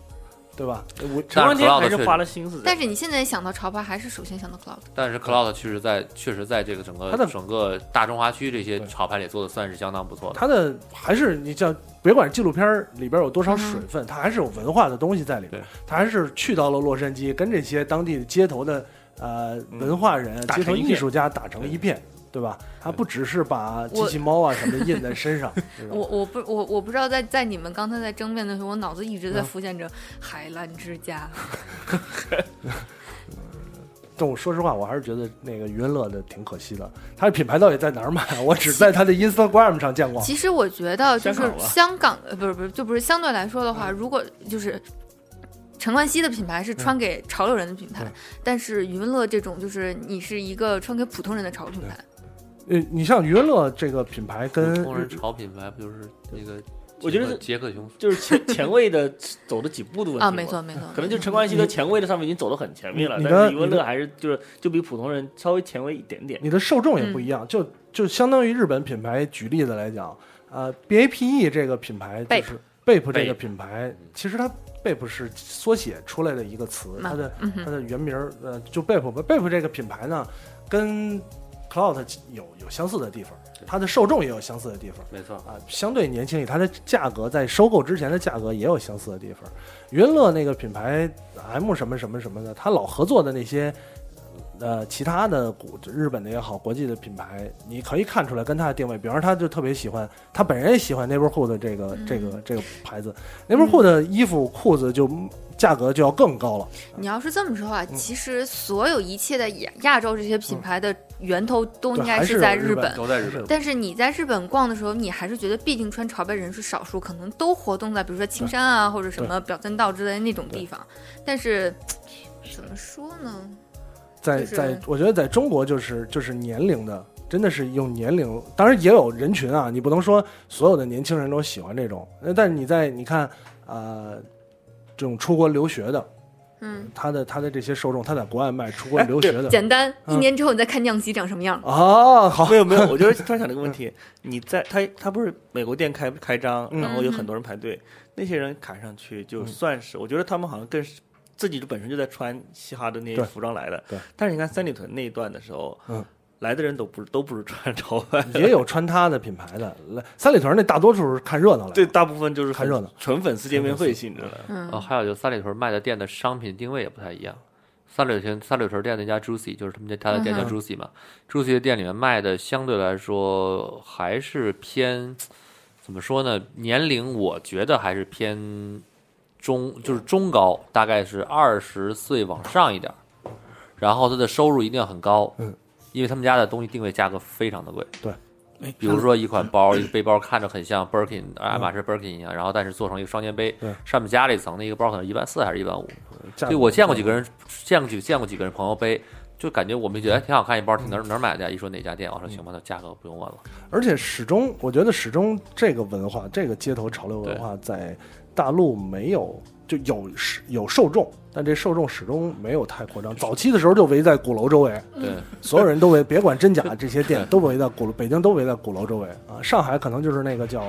Speaker 1: 对吧？我
Speaker 4: 陈冠希但是 Cloud 还是确实花了
Speaker 1: 心思
Speaker 7: 但是你现在想到潮牌，还是首先想到 Cloud。
Speaker 4: 但是 Cloud 确实在确实在这个整个
Speaker 1: 它的
Speaker 4: 整个大中华区这些潮牌里做的算是相当不错的。
Speaker 1: 它的还是你像，别管纪录片儿里边有多少
Speaker 7: 嗯
Speaker 1: 水分，它还是有文化的东西在里边。它还是去到了洛杉矶，跟这些当地街头的呃文化人、
Speaker 3: 嗯打
Speaker 1: 街
Speaker 3: 成
Speaker 1: 头
Speaker 3: 一
Speaker 1: 艺
Speaker 3: 片
Speaker 1: 术家打成一片，对吧？它不只是把机
Speaker 7: 我
Speaker 1: 器猫啊什么的印在身上。对吧
Speaker 7: 我我不我我不知道在在你们刚才在争辩的时候，我脑子一直在
Speaker 1: 嗯
Speaker 7: 浮现着海澜之家。
Speaker 1: 但我说实话，我还是觉得那个余文乐的挺可惜的。他的品牌到底在哪儿买？啊我只在他的 Instagram 上见过。
Speaker 7: 其实我觉得就是
Speaker 1: 香港吧
Speaker 7: 香港，呃，不是不是，就不是相对来说的话，如果就是陈冠希的品牌是穿给潮流人的品牌，但是余文乐这种就是你是一个穿给普通人的潮流品牌。
Speaker 1: 呃，你像余文乐这个品牌跟
Speaker 4: 普通人潮品牌不就是那个？
Speaker 3: 我觉得是
Speaker 4: 杰克琼斯
Speaker 3: 就是前前卫的走了几步的问题
Speaker 7: 啊
Speaker 3: 嘛
Speaker 7: 没错没错
Speaker 3: 可能就陈冠希的前卫的上面已经走得很前面了，
Speaker 1: 你你
Speaker 3: 但
Speaker 1: 的
Speaker 3: 是余文
Speaker 1: 你的
Speaker 3: 乐还是就是就比普通人稍微前卫一点点。
Speaker 1: 你的受众也
Speaker 7: 嗯
Speaker 1: 不一样，就就相当于日本品牌，举例子来讲，呃，BAPE 这个品牌就是 BAPE 这
Speaker 3: Bape
Speaker 1: 个品牌，其实它 BAPE 是缩写出来的一个词，
Speaker 7: 那
Speaker 1: 它的
Speaker 7: 嗯哼
Speaker 1: 它的原名儿呃就 BAPE 吧 BAPE 这个品牌呢，跟 Cloud 有有相似的地方，它的受众也有相似的地方。
Speaker 4: 没错
Speaker 1: 啊，相对年轻一点，它的价格在收购之前的价格也有相似的地方。云乐那个品牌 M 什么什么什么的，它老合作的那些呃其他的国日本的也好，国际的品牌，你可以看出来跟它的定位。比方说，他就特别喜欢，他本人也喜欢 Neighborhood 这个、这个这个牌子，Neighborhood 的衣服裤子就价格就要更高了。
Speaker 7: 你要是这么说啊，其实所有一切的亚亚洲这些品牌的源头都应
Speaker 1: 对
Speaker 7: 该
Speaker 1: 还是
Speaker 7: 在
Speaker 1: 有
Speaker 7: 日
Speaker 1: 日本都在日本
Speaker 7: 但是你在日本逛的时候，你还是觉得，毕竟穿潮牌人是少数，可能都活动在比如说青山啊，或者什么表参道之类的那种地方。但是怎么说呢？
Speaker 1: 在
Speaker 7: 就是
Speaker 1: 在，我觉得在中国就是就是年龄的，真的是用年龄，当然也有人群啊，你不能说所有的年轻人都喜欢这种。那但是你在你看，呃，这种出国留学的，
Speaker 7: 嗯，
Speaker 1: 他的他的这些受众，他在国外卖出国留学的，
Speaker 7: 简单，
Speaker 1: 嗯
Speaker 7: 一年之后你再看酿西长什么样。
Speaker 1: 啊，好，
Speaker 3: 没有没有，我就是突然想了个问题，你在他他不是美国店开开张，
Speaker 1: 嗯
Speaker 3: 然后有很多人排队，那些人卡上去就算
Speaker 1: 嗯
Speaker 3: 是，我觉得他们好像更是自己就本身就在穿嘻哈的那些
Speaker 1: 对
Speaker 3: 服装来的
Speaker 1: 对，
Speaker 3: 但是你看三里屯那一段的时候，
Speaker 1: 嗯
Speaker 3: 来的人都不是都不是穿潮牌的，
Speaker 1: 也有穿他的品牌的。来，三里屯那大多数是看热闹来的，
Speaker 3: 对，大部分就是
Speaker 1: 看热闹，
Speaker 3: 纯粉丝见面会性质的。
Speaker 7: 嗯
Speaker 4: 哦，还有就是三里屯卖的店的商品定位也不太一样。三里屯三里屯店那家 Juicy 就是他们家他的店叫
Speaker 1: 嗯哼
Speaker 4: Juicy 嘛、j u i c y 的店里面卖的相对来说还是偏怎么说呢？年龄我觉得还是偏中，就是中高，大概是二十岁往上一点儿。然后他的收入一定要很高，
Speaker 1: 嗯，
Speaker 4: 因为他们家的东西定位价格非常的贵，
Speaker 1: 对。
Speaker 3: 哎
Speaker 4: 比如说一款包、一个背包，看着很
Speaker 3: 嗯
Speaker 4: 像 Birkin 爱马仕 Birkin 一样，然后但是做成一个双肩背
Speaker 1: 对，
Speaker 4: 上面加了一层，那个包可能一万四还是一万五。
Speaker 1: 价格
Speaker 4: 对，我见过几个人，见过几见过几个人朋友背，就感觉我们觉得哎挺好看一包，挺哪
Speaker 3: 嗯
Speaker 4: 儿哪儿买的呀？一说哪家店，我说行吧，那价格不用问了。
Speaker 1: 而且始终，我觉得始终这个文化，这个街头潮流文化在大陆没有就有是有受众，但这受众始终没有太扩张。早期的时候就围在鼓楼周围，
Speaker 3: 嗯
Speaker 4: 对，
Speaker 1: 所有人都围，别管真假，这些店都围在鼓楼，北京都围在鼓楼周围啊。上海可能就是那个叫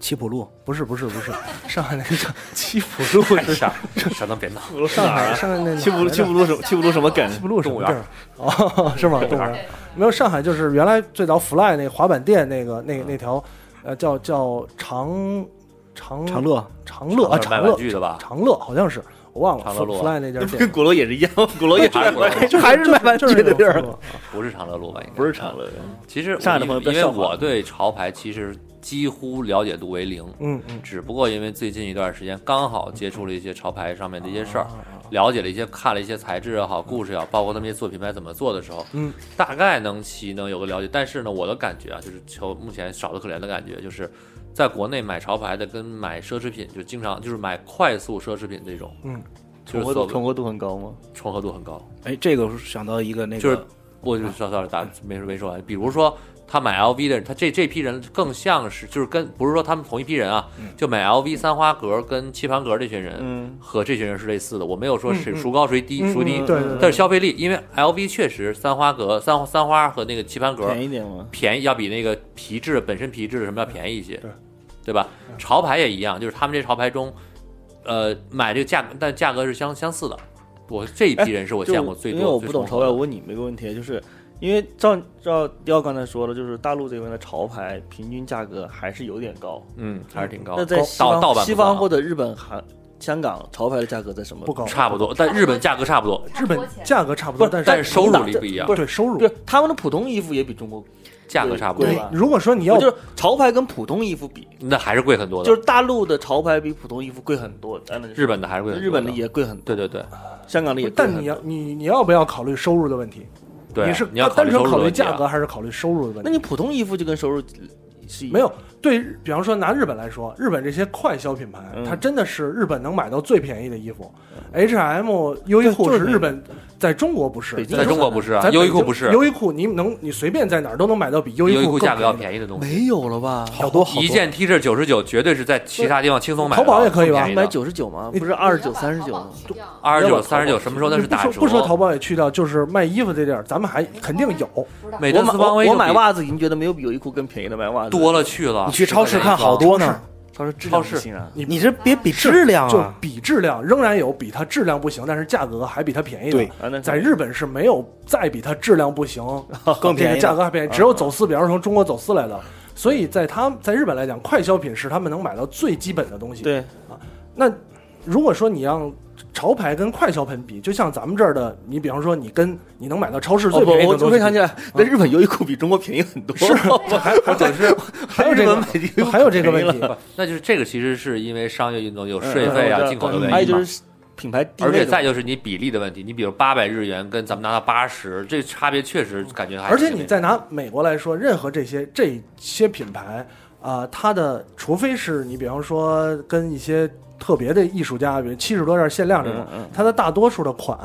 Speaker 6: 七浦路，
Speaker 1: 不是不是不是，上海那个叫七浦路
Speaker 4: 哎
Speaker 1: 是啥？
Speaker 4: 啥都别闹。
Speaker 3: 哎
Speaker 1: 上海上海那
Speaker 3: 七浦七浦路什么七浦路什么梗？
Speaker 1: 西部路什么地
Speaker 3: 动物
Speaker 1: 儿？哦，是吗？动物园儿没有上海，就是原来最早 Fly 那滑板店那个那那条，呃，叫叫长长
Speaker 6: 长乐
Speaker 1: 长乐啊，
Speaker 4: 卖
Speaker 1: 长
Speaker 4: 玩
Speaker 1: 乐
Speaker 3: 啊
Speaker 4: 具的吧？
Speaker 1: 长乐好像是，我忘了
Speaker 4: 长乐路
Speaker 1: Fly 那家店，
Speaker 3: 跟鼓楼也是一样，鼓楼也是卖玩具
Speaker 1: 就还是卖玩具的地儿。
Speaker 4: 不是长乐路吧？应该
Speaker 3: 不是长乐路。
Speaker 4: 其实
Speaker 3: 上海的
Speaker 4: 因
Speaker 3: 朋友
Speaker 4: 为
Speaker 3: 不要
Speaker 4: 因
Speaker 3: 笑
Speaker 4: 为
Speaker 3: 话
Speaker 4: 我对潮牌其实几乎了解度为零，
Speaker 1: 嗯嗯
Speaker 4: 只不过因为最近一段时间刚好接触了一些潮牌上面的一些事
Speaker 1: 啊
Speaker 4: 儿，了解了一些看了一些材质也好，故事也好，包括他们一些做品牌怎么做的时候，
Speaker 1: 嗯，
Speaker 4: 大概能其能有个了解。但是呢，我的感觉啊，就是求目前少的可怜的感觉，就是在国内买潮牌的跟买奢侈品，就经常就是买快速奢侈品这种，
Speaker 1: 嗯，
Speaker 4: 就
Speaker 3: 重
Speaker 4: 是
Speaker 3: 合
Speaker 4: 所
Speaker 3: 度
Speaker 4: 谓
Speaker 3: 重合度很高吗？
Speaker 4: 重合度很高。
Speaker 6: 哎，这个想到一个那个，
Speaker 4: 就是我就稍稍的打没说没说完。比如说他买 LV 的人，他这这批人更像是就是跟不是说他们同一批人啊，就买 LV 三花格跟棋盘格这群人、
Speaker 3: 嗯
Speaker 4: 和这群人是类似的。我没有说谁
Speaker 1: 嗯嗯
Speaker 4: 孰高谁低
Speaker 1: 嗯
Speaker 4: 孰低，
Speaker 1: 嗯对对对
Speaker 4: 但是消费力，因为 LV 确实三花格三三花和那个棋盘格
Speaker 3: 便宜点吗？
Speaker 4: 便宜要比那个皮质本身皮质的什么要便宜一些，
Speaker 1: 对
Speaker 4: 对吧？
Speaker 3: 嗯
Speaker 4: 潮牌也一样，就是他们这潮牌中，呃，买这个价格，但价格是相相似的。我这一批人是我
Speaker 3: 就
Speaker 4: 见过最多，
Speaker 3: 因为我
Speaker 4: 最
Speaker 3: 不懂
Speaker 4: 重
Speaker 3: 潮
Speaker 4: 合
Speaker 3: 牌，
Speaker 4: 的
Speaker 3: 我问你们一个问题，就是因为照照迪奥刚才说的，就是大陆这边的潮牌平均价格还是有点高。
Speaker 4: 嗯，还是挺高的。
Speaker 3: 那在
Speaker 4: 高
Speaker 3: 西
Speaker 4: 盗盗
Speaker 3: 方、
Speaker 4: 版
Speaker 3: 西
Speaker 4: 不算
Speaker 3: 方
Speaker 4: 啊
Speaker 3: 或者日本、韩、香港潮牌的价格在什么？
Speaker 1: 不高，
Speaker 4: 差不多，但日本价格差不多，
Speaker 1: 日本价格差不多，但是
Speaker 4: 但是收入力不一样
Speaker 3: 不，是
Speaker 1: 对收入
Speaker 3: 对，他们的普通衣服也比中国
Speaker 4: 价格
Speaker 3: 贵
Speaker 4: 差不多
Speaker 3: 贵，吧？
Speaker 1: 如果说你要
Speaker 3: 我就是潮牌跟普通衣服比，
Speaker 4: 那还是贵很多的。
Speaker 3: 就是大陆的潮牌比普通衣服贵很多，当然是
Speaker 4: 日本的还是贵很多，
Speaker 3: 日本的也贵很多，
Speaker 4: 对对对
Speaker 3: 香港的也贵很
Speaker 1: 但
Speaker 3: 多。
Speaker 1: 你要你你要不要考虑收入的问题？
Speaker 4: 对，
Speaker 1: 你是
Speaker 4: 你要
Speaker 1: 单纯
Speaker 4: 收入
Speaker 1: 考
Speaker 4: 的
Speaker 1: 虑
Speaker 4: 问题啊
Speaker 1: 价格，还是考虑收入的问题？
Speaker 3: 那你普通衣服就跟收入是一
Speaker 1: 没有对，比方说拿日本来说，日本这些快消品牌，
Speaker 3: 嗯
Speaker 1: 它真的是日本能买到最便宜的衣服。H&M、优衣库
Speaker 3: 对就是是
Speaker 1: 日本，在中国不是
Speaker 3: 北，京
Speaker 4: 在中国不是啊
Speaker 1: 咱，
Speaker 4: 优衣库不是，
Speaker 1: 优衣库你能你随便在哪儿都能买到比优
Speaker 4: 优
Speaker 1: 衣
Speaker 4: 衣
Speaker 1: 库
Speaker 4: 库
Speaker 1: 更
Speaker 4: 价格要
Speaker 1: 宜
Speaker 4: 便宜的东西。
Speaker 3: 没有了吧？
Speaker 6: 好多好多
Speaker 4: 一件 T 恤九十九，绝对是在其他地方轻松买得
Speaker 1: 淘
Speaker 4: 到。
Speaker 1: 宝也可以吧
Speaker 3: 买九十九吗？不是二十九、三十九吗？
Speaker 4: 二十
Speaker 3: 要
Speaker 4: 九、
Speaker 3: 不淘宝
Speaker 4: 三十九，什么时候那
Speaker 1: 的。
Speaker 4: 是
Speaker 1: 就不
Speaker 4: 打
Speaker 1: 说
Speaker 4: 折？
Speaker 1: 不说淘宝也去掉，就是卖衣服这点儿，咱们还肯定有。
Speaker 4: 美
Speaker 3: 我
Speaker 4: 特
Speaker 3: 买
Speaker 4: 斯邦
Speaker 3: 我
Speaker 4: 威
Speaker 3: 我
Speaker 4: 就
Speaker 3: 买
Speaker 4: 比
Speaker 3: 袜子已经觉得没有比优衣库更便宜的买袜子
Speaker 4: 多，了去了。
Speaker 6: 你去超市
Speaker 4: 是的
Speaker 6: 看好，多呢，
Speaker 3: 超市质
Speaker 4: 超
Speaker 3: 量不
Speaker 4: 市
Speaker 3: 行啊。
Speaker 6: 你这别比
Speaker 1: 是
Speaker 6: 质量
Speaker 1: 就
Speaker 6: 啊，
Speaker 1: 比质量仍然有比它质量不行，但是价格还比它便宜的
Speaker 6: 对。
Speaker 3: 啊，那
Speaker 1: 在日本是没有再比它质量不行，
Speaker 4: 嗯
Speaker 6: 更
Speaker 1: 这
Speaker 6: 便
Speaker 1: 个
Speaker 6: 宜
Speaker 1: 价
Speaker 6: 的。
Speaker 1: 格还便宜，只有走私，比方说从中国走私来的。所以在他们在日本来讲，快消品是他们能买到最基本的东西。，
Speaker 3: 对
Speaker 1: 那如果说你让潮牌跟快消品比，就像咱们这儿的，你比方说你跟你能买到超市
Speaker 3: 哦
Speaker 1: 最
Speaker 3: 不，
Speaker 1: 便宜
Speaker 3: 我
Speaker 1: 的
Speaker 3: 突
Speaker 1: 东
Speaker 3: 然想起
Speaker 1: 西，
Speaker 3: 来，那日本优衣库比中国便宜很 多。是，我还我总是
Speaker 1: 还有这
Speaker 3: 日
Speaker 1: 个
Speaker 3: 本买的优衣库
Speaker 1: 还有这个问
Speaker 3: 便宜
Speaker 1: 题
Speaker 3: 了，
Speaker 4: 那就是这个其实是因为商业运动有
Speaker 3: 嗯
Speaker 4: 税费
Speaker 3: 嗯
Speaker 4: 啊、
Speaker 3: 嗯
Speaker 4: 进口的
Speaker 3: 嗯
Speaker 4: 原因嘛。
Speaker 3: 还有就是品牌定
Speaker 4: 而
Speaker 3: 位的问题，
Speaker 4: 且再就是你比例的问题，你比如八百日元跟咱们拿到八十，这差别确实感觉还是
Speaker 1: 而且
Speaker 4: 有
Speaker 1: 你
Speaker 4: 点
Speaker 1: 再拿美国来说，任何这些这些品牌啊、它的除非是你比方说跟一些特别的艺术家，比如七十多件限量这种
Speaker 3: 嗯，嗯
Speaker 1: 它的大多数的款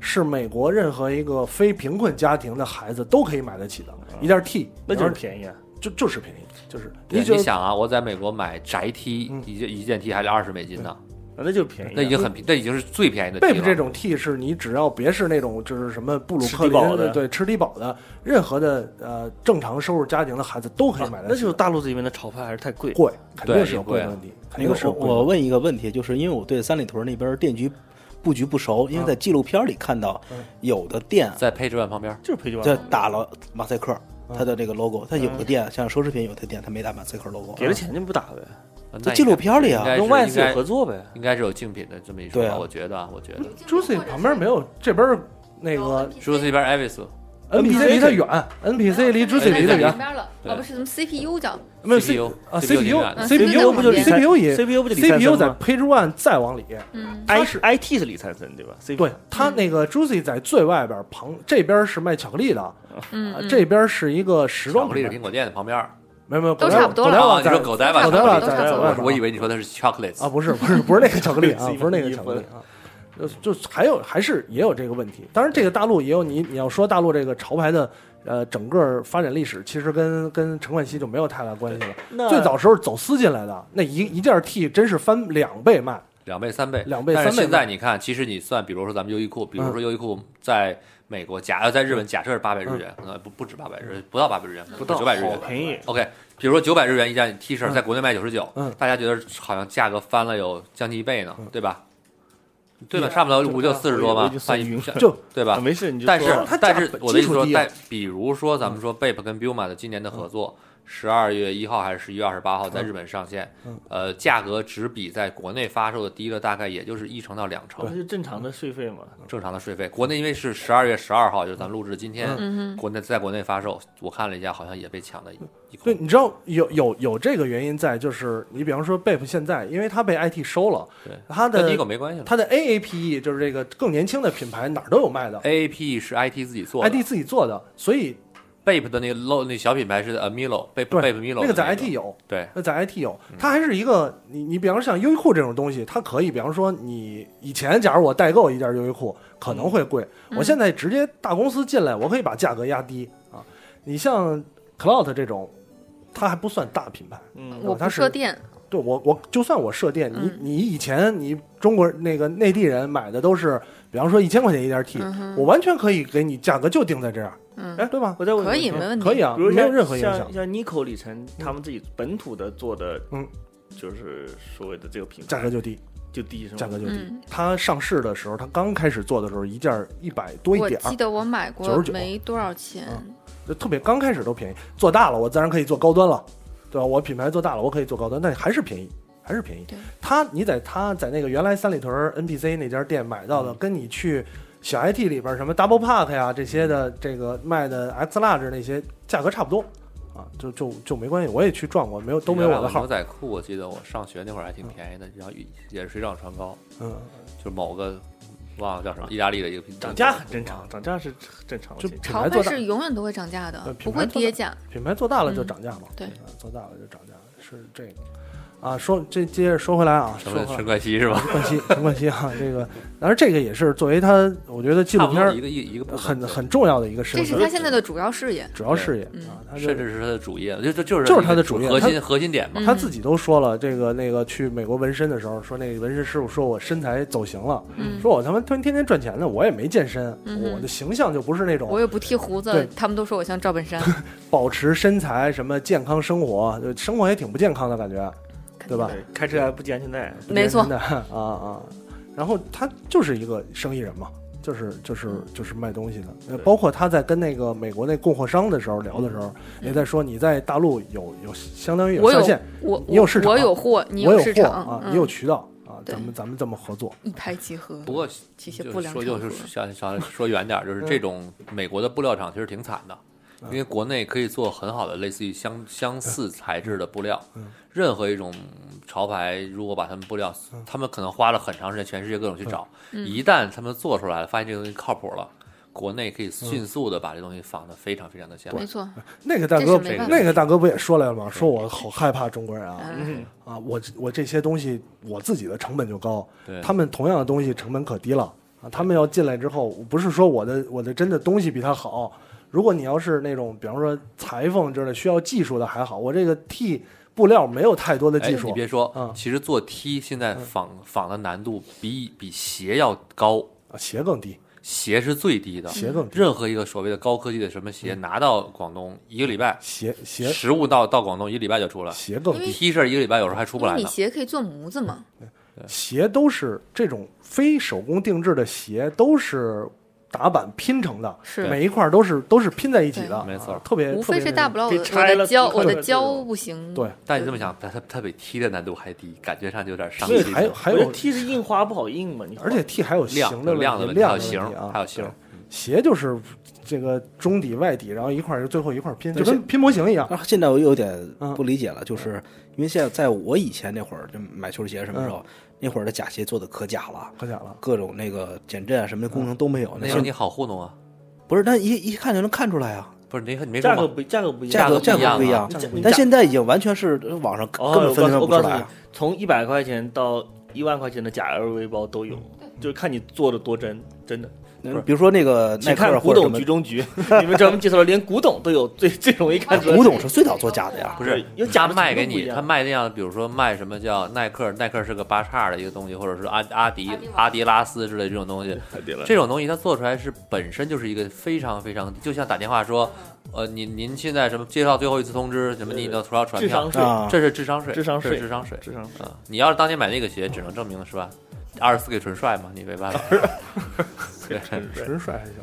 Speaker 1: 是美国任何一个非贫困家庭的孩子都可以买得起的，一件 T，
Speaker 3: 那就是
Speaker 1: 然后
Speaker 3: 便宜啊。
Speaker 1: 就就是便宜，就是
Speaker 4: 对
Speaker 1: 你
Speaker 4: 你
Speaker 1: 就
Speaker 4: 想啊，我在美国买宅 T
Speaker 1: 嗯
Speaker 4: 一件一件 T 还得二十美金呢，
Speaker 3: 啊那就是便宜啊，
Speaker 4: 那已经很便，那已经是最便宜的 T 了。
Speaker 1: Bape 这种 T 是你只要别是那种就是什么布鲁克
Speaker 3: 吃低保
Speaker 1: 林
Speaker 3: 的
Speaker 1: 对吃低保的，任何的呃正常收入家庭的孩子都可以买
Speaker 3: 啊
Speaker 1: 得
Speaker 3: 那
Speaker 1: 起
Speaker 3: 就是
Speaker 1: 的，
Speaker 3: 大陆这边的潮牌还是太贵。
Speaker 1: 贵，肯定
Speaker 4: 对
Speaker 1: 是有
Speaker 4: 贵
Speaker 1: 贵的
Speaker 4: 啊
Speaker 1: 问题，肯
Speaker 6: 那
Speaker 1: 定
Speaker 6: 个
Speaker 1: 是有
Speaker 6: 我
Speaker 1: 贵的问
Speaker 6: 我
Speaker 1: 题
Speaker 6: 问一个问题，就是因为我对三里屯那边店局布局不熟，
Speaker 3: 嗯
Speaker 6: 因为在纪录片里看到
Speaker 1: 嗯
Speaker 6: 有的店啊
Speaker 4: 在配置版旁边，
Speaker 3: 就是培训
Speaker 6: 它
Speaker 3: 班，
Speaker 6: 打了马赛克，
Speaker 1: 嗯
Speaker 6: 它的这个 logo，它有的店像奢侈品有的店它没打马赛克 logo，
Speaker 3: 给了钱就不打呗，
Speaker 4: 那
Speaker 6: 在
Speaker 4: 应
Speaker 6: 纪录
Speaker 4: 该
Speaker 6: 片里啊
Speaker 4: 应该，是
Speaker 3: 跟外资有合
Speaker 4: 应
Speaker 3: 作呗。
Speaker 4: 该应该是有竞品的这么一说
Speaker 6: 对
Speaker 4: 吧，
Speaker 6: 啊
Speaker 4: 我觉得啊，我觉得。
Speaker 1: Juicy 旁边没有，这边儿那个
Speaker 4: 说这边 Avis，
Speaker 1: NPC 离得远，NPC 离 Juicy 离得
Speaker 4: 对
Speaker 1: 远
Speaker 5: 旁，边了，
Speaker 4: 对
Speaker 5: 哦不是什么 CPU 叫
Speaker 1: 没有
Speaker 4: CPU
Speaker 1: 啊
Speaker 4: CPU 挺远的
Speaker 1: CPU
Speaker 3: 啊
Speaker 1: 不就
Speaker 5: 嗯
Speaker 1: CPU 也
Speaker 3: CPU 不就李灿森
Speaker 1: CPU 在
Speaker 3: 吗
Speaker 1: Page One 再往里，啊
Speaker 5: 嗯
Speaker 3: I 是 IT 是李灿森对吧？
Speaker 1: 对，他那个 Juicy 在最外边儿旁，这边儿是卖巧克力的，
Speaker 7: 嗯
Speaker 1: 啊，
Speaker 7: 嗯
Speaker 1: 这边儿是一个时
Speaker 4: 巧
Speaker 1: 装
Speaker 4: 克力
Speaker 1: 品
Speaker 4: 是
Speaker 1: 牌，
Speaker 4: 苹果店的旁边。
Speaker 1: 没有没有，
Speaker 5: 都
Speaker 1: 狗仔
Speaker 5: 差不多
Speaker 1: 狗仔
Speaker 5: 了
Speaker 4: 啊，
Speaker 1: 网
Speaker 4: 你说狗仔吧，
Speaker 1: 狗仔
Speaker 4: 巧克
Speaker 1: 网
Speaker 4: 力
Speaker 5: 都
Speaker 1: 在
Speaker 5: 差不多
Speaker 1: 在
Speaker 4: 我我以为你说的是 chocolates
Speaker 1: 啊，不是不是不是那个巧克力啊
Speaker 3: 自己，
Speaker 1: 不是那个
Speaker 3: 衣
Speaker 1: 巧
Speaker 3: 服
Speaker 1: 克力啊，呃，就是还有还是也有这个问题。当然，这个大陆也有你你要说大陆这个潮牌的呃整个发展历史，其实跟跟陈冠希就没有太大关系了。
Speaker 3: 那
Speaker 1: 最早时候走私进来的那一一件 T 真是翻两倍卖，
Speaker 4: 两倍三倍，
Speaker 1: 两倍
Speaker 4: 但是
Speaker 1: 三倍
Speaker 4: 现在你看，其实你算，比如说咱们优衣库，比如说优衣库在美国假呃在日本假设是八百日元，可能不不止八百日元，不到八百日元，不
Speaker 3: 到
Speaker 4: 九百日
Speaker 3: 好
Speaker 4: 元，
Speaker 3: 便宜，
Speaker 4: OK，比如说九百日元一件 T 恤，
Speaker 1: 嗯
Speaker 4: 在国内卖九十九
Speaker 1: 嗯，
Speaker 4: 大家觉得好像价格翻了有将近一倍呢
Speaker 1: 嗯，
Speaker 4: 对吧？对吧？差不多五就四十多
Speaker 3: 我
Speaker 4: 吧
Speaker 3: 已经，
Speaker 4: 翻
Speaker 3: 算
Speaker 4: 一
Speaker 3: 晕
Speaker 4: 下
Speaker 3: 了
Speaker 1: 就
Speaker 4: 对
Speaker 3: 啊
Speaker 4: 吧？
Speaker 3: 没事，你就
Speaker 4: 但
Speaker 3: 说
Speaker 4: 是
Speaker 3: 吧
Speaker 1: 它价
Speaker 4: 但是
Speaker 1: 本
Speaker 4: 我的意思
Speaker 1: 基础
Speaker 4: 说，
Speaker 1: 低啊
Speaker 4: 但比如说咱们说 Bape 跟 Buma 的今年的合作，十二月一号还是十一月二十八号在日本上线
Speaker 1: 嗯，
Speaker 4: 呃，价格只比在国内发售的低了大概也就是一成到两成
Speaker 3: 那，就正常的税费嘛。
Speaker 4: 正常的税费。国内因为是十二月十二号，就是咱录制今天，
Speaker 3: 嗯哼
Speaker 4: 国内在国内发售，我看了一下，好像也被抢了一一空。
Speaker 1: 嗯对，你知道有有有这个原因在，就是你比方说 BEP 现在，因为它被 IT 收了，
Speaker 4: 对，
Speaker 1: 它
Speaker 4: 跟
Speaker 1: 的
Speaker 4: Digo 没关系了。
Speaker 1: 它的 AAPE E 就是这个更年轻的品牌哪儿都有卖的
Speaker 4: AAP 是 IT 自己做的
Speaker 1: ，IT 自己做的，所以
Speaker 4: BAPE 的那个 low 那小品牌是 Amilo BAPE
Speaker 1: 对
Speaker 4: BAPE Milo
Speaker 1: 那
Speaker 4: 的嗯
Speaker 1: 个在 IT 有，
Speaker 4: 对
Speaker 1: 那在 IT 有，它还是一个你你比方说像优衣库这种东西，它可以比方说你以前假如我代购一件优衣库可能会贵，
Speaker 6: 嗯
Speaker 1: 我现在直接大公司进来，我可以把价格压低啊。你像 Cloud 这种，它还不算大品牌，
Speaker 3: 嗯
Speaker 1: 对吧
Speaker 7: 我
Speaker 1: 它
Speaker 7: 不
Speaker 1: 是
Speaker 7: 设店，
Speaker 1: 对我，我就算我设店，你
Speaker 7: 嗯
Speaker 1: 你以前你中国那个内地人买的都是，比方说一千块钱一件 T，、
Speaker 7: 嗯哼
Speaker 1: 我完全可以给你价格就定在这样，
Speaker 7: 嗯，
Speaker 1: 哎，对吧？
Speaker 3: 我再问你
Speaker 7: 可以没问题，
Speaker 1: 可以啊
Speaker 3: 比如
Speaker 1: 没有
Speaker 3: 像
Speaker 1: 任何影响
Speaker 3: 像像 Nico 里程他们自己本土的做的，
Speaker 1: 嗯，
Speaker 3: 就是所谓的这个品牌
Speaker 1: 价格就低，
Speaker 3: 就低是吗？
Speaker 1: 价格就低。
Speaker 7: 嗯
Speaker 1: 它上市的时候，它刚开始做的时候，一件一百多一
Speaker 7: 我
Speaker 1: 点
Speaker 7: 记得我买过
Speaker 1: 99
Speaker 7: 没多少钱，
Speaker 1: 儿，特别刚开始都便宜。做大了，我自然可以做高端了，对吧？我品牌做大了，我可以做高端，但还是便宜，还是便宜
Speaker 7: 对。
Speaker 1: 它你在它在那个原来三里屯儿 NPC 那家店买
Speaker 3: 嗯
Speaker 1: 到的，跟你去小 IT 里边儿什么 Double Park 呀这些
Speaker 3: 嗯
Speaker 1: 的这个卖的 X Large 那些价格差不多啊，就就就没关系。我也去撞过，没有都没有我的号
Speaker 4: 牛。仔裤，我记得我上学那会儿还挺便宜的，然后也是水涨船高，
Speaker 1: 嗯，
Speaker 4: 就是某个忘了叫什么意大利的一个品牌
Speaker 3: 涨价很正常，涨价是正常。
Speaker 1: 嗯
Speaker 3: 我记
Speaker 1: 就
Speaker 3: 得
Speaker 1: 品
Speaker 7: 潮
Speaker 1: 牌
Speaker 7: 牌
Speaker 1: 做大，
Speaker 7: 是永远都会涨价
Speaker 1: 呃
Speaker 7: 的，不
Speaker 1: 品牌
Speaker 7: 会
Speaker 1: 做
Speaker 7: 跌
Speaker 1: 大
Speaker 7: 价。
Speaker 1: 品牌做大了就
Speaker 7: 嗯
Speaker 1: 涨价嘛。
Speaker 7: 对
Speaker 1: 啊，做大了就涨价，是这个。啊，说这接着说回来啊，
Speaker 4: 什
Speaker 1: 说
Speaker 4: 么
Speaker 1: 回来
Speaker 4: 陈冠希是吧？
Speaker 1: 陈冠希，陈冠希啊，这个，当然这个也是作为他，我觉得纪录片
Speaker 4: 差
Speaker 1: 儿
Speaker 4: 不多一个一个部分
Speaker 1: 很
Speaker 4: 对
Speaker 1: 很重要的一个身
Speaker 7: 这是
Speaker 1: 份，
Speaker 7: 他现在的主要事业，
Speaker 1: 主要事业
Speaker 7: 嗯
Speaker 1: 啊，他就
Speaker 4: 甚至是他的主业，就就就是
Speaker 1: 就是他
Speaker 4: 他
Speaker 1: 的主业
Speaker 4: 核
Speaker 1: 他
Speaker 4: 心核心
Speaker 7: 嗯
Speaker 4: 点嘛。
Speaker 1: 他自己都说了，这个那个去美国纹身的时候，说那个纹身师傅说我身材走形了，
Speaker 7: 嗯
Speaker 1: 说我他妈天天天赚钱呢，我也没健身，
Speaker 7: 嗯哼
Speaker 1: 我的形象就不是那
Speaker 7: 我
Speaker 1: 种
Speaker 7: 也不剃胡
Speaker 1: 对
Speaker 7: 子，他们都说我像赵本山，
Speaker 1: 保持身材什么健康生活，就生活也挺不健康的感觉， 对吧？
Speaker 3: 对开车还不系安全带，啊
Speaker 1: 不
Speaker 7: 没错
Speaker 1: 健身的 啊啊。然后他就是一个生意人嘛，就是就是就是卖东西的。呃
Speaker 3: 对
Speaker 1: 包括他在跟那个美国那供货商的时候聊的时候，也在说你在大陆有有相当于有
Speaker 7: 嗯我
Speaker 1: 上
Speaker 7: 有
Speaker 1: 线，
Speaker 7: 我
Speaker 1: 你有
Speaker 7: 我
Speaker 1: 市场
Speaker 7: 我有货，你
Speaker 1: 我有
Speaker 7: 市
Speaker 1: 货
Speaker 7: 场
Speaker 1: 啊，
Speaker 7: 嗯
Speaker 1: 你有渠道啊，
Speaker 7: 对
Speaker 1: 咱们咱们这么合作。
Speaker 7: 一拍即合。
Speaker 4: 不过
Speaker 7: 这些
Speaker 4: 就
Speaker 7: 不
Speaker 4: 是
Speaker 7: 良嗯
Speaker 4: 说
Speaker 7: 场
Speaker 4: 就是
Speaker 7: 合，
Speaker 4: 想想说远点儿，就是这种美国的布料厂其实挺惨的，
Speaker 7: 嗯
Speaker 4: 因为国内可以做很好的类似于相相似材质的布料，
Speaker 7: 嗯
Speaker 4: 任何一种潮牌如果把他们布料，他们可能花了很长时间，全世界各种去找，
Speaker 7: 嗯
Speaker 4: 一旦他们做出来了，发现这个东西靠谱了。国内可以迅速的把这东西仿的非常非常的像，
Speaker 7: 嗯没错，
Speaker 1: 那个大
Speaker 7: 这
Speaker 1: 哥
Speaker 7: 是没
Speaker 4: 办，法
Speaker 1: 那个大哥不也说来了吗？说我好害怕中国人啊
Speaker 7: 嗯
Speaker 1: 啊！我我这些东西我自己的成本就高
Speaker 4: 对，
Speaker 1: 他们同样的东西成本可低了啊！他们要进来之后，不是说我的我的真的东西比他好。如果你要是那种，比方说裁缝之类需要技术的还好，我这个 T 布料没有太多的技
Speaker 4: 哎
Speaker 1: 术
Speaker 4: 你，别说，
Speaker 1: 嗯
Speaker 4: 其实做 T 现
Speaker 7: 嗯
Speaker 4: 在仿仿的难度比比鞋要高，
Speaker 1: 啊鞋更低，
Speaker 4: 鞋是最低的，
Speaker 1: 鞋更低，
Speaker 4: 任何一个所谓的高科技的什么鞋，拿到广东一个礼拜，
Speaker 1: 鞋鞋
Speaker 4: 实物到到广东一个礼拜就出来
Speaker 1: 鞋更低，
Speaker 4: ，T 恤一个礼拜有时候还出
Speaker 7: 因
Speaker 4: 不
Speaker 7: 为
Speaker 4: 来
Speaker 7: 你
Speaker 4: 呢。
Speaker 7: 鞋可以做模子嘛，
Speaker 1: 鞋都是这种非手工定制的鞋，都是打板拼成的，
Speaker 7: 是
Speaker 1: 每一块儿都是都是拼在一起的，
Speaker 4: 对没错
Speaker 1: 啊特别
Speaker 7: 无非是大不了我
Speaker 3: 给
Speaker 7: 的我
Speaker 3: 拆了
Speaker 7: 的胶
Speaker 3: 撕破
Speaker 7: 我的
Speaker 3: 了
Speaker 7: 胶不行，
Speaker 1: 对，
Speaker 4: 但你这么想，它它它比 T 的难度还低，感觉上就有点上
Speaker 1: 特别
Speaker 4: 心
Speaker 1: 那个
Speaker 4: 了。
Speaker 1: 还有还
Speaker 3: 我觉得
Speaker 1: 有，
Speaker 3: T 是印花不好印嘛，你
Speaker 1: 而且 T 还有
Speaker 4: 量
Speaker 1: 型的问
Speaker 4: 量
Speaker 1: 题
Speaker 4: 的问题
Speaker 1: 量
Speaker 4: 还有
Speaker 1: 的
Speaker 4: 型
Speaker 1: 问题啊，
Speaker 4: 还有型
Speaker 1: 对鞋就是这个中底外底，然后一块儿就最后一块儿拼，
Speaker 6: 对
Speaker 1: 就跟
Speaker 6: 现
Speaker 1: 拼模型一样。
Speaker 6: 然后啊现在我有点
Speaker 3: 嗯
Speaker 6: 不理解了，就是因为现在在我以前那会儿，就买球鞋什么时
Speaker 3: 嗯
Speaker 6: 候，那会儿的假鞋做的可假了，
Speaker 1: 可假了，
Speaker 6: 各种那个减震啊什么的功能都没
Speaker 3: 嗯
Speaker 6: 有。
Speaker 4: 那时
Speaker 6: 现
Speaker 4: 候
Speaker 6: 在
Speaker 4: 你好糊弄啊，
Speaker 6: 不是，但一一看就能看出来啊，
Speaker 4: 不是你你没说
Speaker 3: 价格
Speaker 4: 吗？
Speaker 3: 不价格不一
Speaker 4: 价
Speaker 3: 样，
Speaker 4: 格
Speaker 6: 格价
Speaker 4: 不一样
Speaker 6: 不一
Speaker 4: 啊
Speaker 6: 样
Speaker 3: 价格不一样
Speaker 6: 但现在已经完全是呃网上根
Speaker 3: 哦，
Speaker 6: 本
Speaker 3: 我
Speaker 6: 分
Speaker 3: 告
Speaker 6: 辨
Speaker 3: 诉
Speaker 6: 不
Speaker 3: 我告
Speaker 6: 出
Speaker 3: 诉
Speaker 6: 来
Speaker 3: 你
Speaker 6: 啊。，
Speaker 3: 从一百块钱到一万块钱的假 LV 包都有，
Speaker 4: 嗯
Speaker 3: 就是看你做的多真，真的。
Speaker 6: 嗯比如说那个耐
Speaker 3: 请
Speaker 6: 克
Speaker 3: 看
Speaker 6: 啊
Speaker 3: 古
Speaker 6: 或者什
Speaker 3: 董
Speaker 6: 么
Speaker 3: 局，中局，你们专门介绍了，连古董都有最最容易看出来。
Speaker 6: 哎 古董是最早做假的呀。
Speaker 4: 不是
Speaker 3: 对，因为
Speaker 4: 他
Speaker 3: 假的
Speaker 4: 卖
Speaker 3: 程度
Speaker 4: 给
Speaker 3: 不一
Speaker 4: 你，
Speaker 3: 样
Speaker 4: 他卖那样，比如说卖什么叫耐克，耐克是个八叉的一个东西，或者是阿阿迪阿迪拉斯之类的这种东西，
Speaker 3: 太对了，
Speaker 4: 这种东西它做出来是本身就是一个非常非常，就像打电话说，呃，您您现在什么接到最后一次通知，什么你的多少传
Speaker 3: 智
Speaker 4: 票
Speaker 3: 商，税，
Speaker 6: 啊
Speaker 4: 这是智商税，
Speaker 3: 智商
Speaker 4: 这
Speaker 3: 税
Speaker 4: 是智商税嗯
Speaker 3: 智商税。
Speaker 4: 啊！你要是当年买那个鞋，只能证明是吧？二十四 K 纯帅嘛，你没办法。对，啊
Speaker 1: 纯帅还行，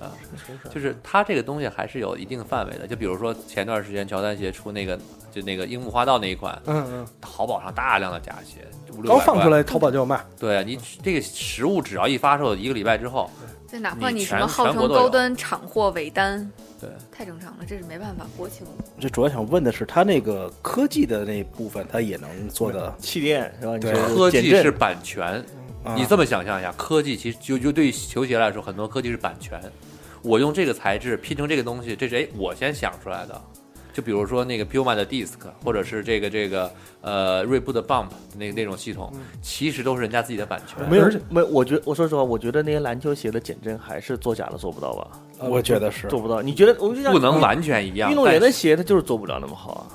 Speaker 1: 纯帅
Speaker 4: 就是它这个东西还是有一定范围的。就比如说前段时间乔丹鞋出那个，就那个樱木花道那一款，
Speaker 1: 嗯嗯，
Speaker 4: 淘宝上大量的假鞋，五六
Speaker 1: 刚
Speaker 4: 百
Speaker 1: 放
Speaker 4: 块
Speaker 1: 出。来，淘宝就要卖。
Speaker 4: 对啊你这个实物只要一发售，一个礼拜之后，
Speaker 7: 这哪怕
Speaker 4: 你
Speaker 7: 你什
Speaker 4: 全
Speaker 7: 么号
Speaker 4: 全国
Speaker 7: 称
Speaker 4: 都有
Speaker 7: 高端厂货尾单，
Speaker 4: 对，
Speaker 7: 太正常了，这是没办法，国情。
Speaker 6: 这主要想问的是，它那个科技的那部分，它也能做的
Speaker 3: 气垫是吧？
Speaker 6: 对，
Speaker 4: 科技
Speaker 6: 减
Speaker 4: 是
Speaker 6: 震
Speaker 4: 版权，
Speaker 3: 啊
Speaker 6: 嗯
Speaker 4: 你这么想象一下，科技其实就就对于球鞋来说，很多科技是版权。我用这个材质拼成这个东西，这是哎我先想出来的。就比如说那个 Puma 的 Disc，或者是这个这个呃锐步的 Bump 那那种系统，其实都是人家自己的版权。
Speaker 3: 没有，没嗯有，我觉我说实话，我觉得那些篮球鞋的减震还是作假的做不到吧？
Speaker 6: 我觉得是
Speaker 3: 做不到。你觉得呃我就想
Speaker 4: 不能完全一样
Speaker 3: 运动员
Speaker 4: 但
Speaker 3: 的鞋它就是做不了那么好啊。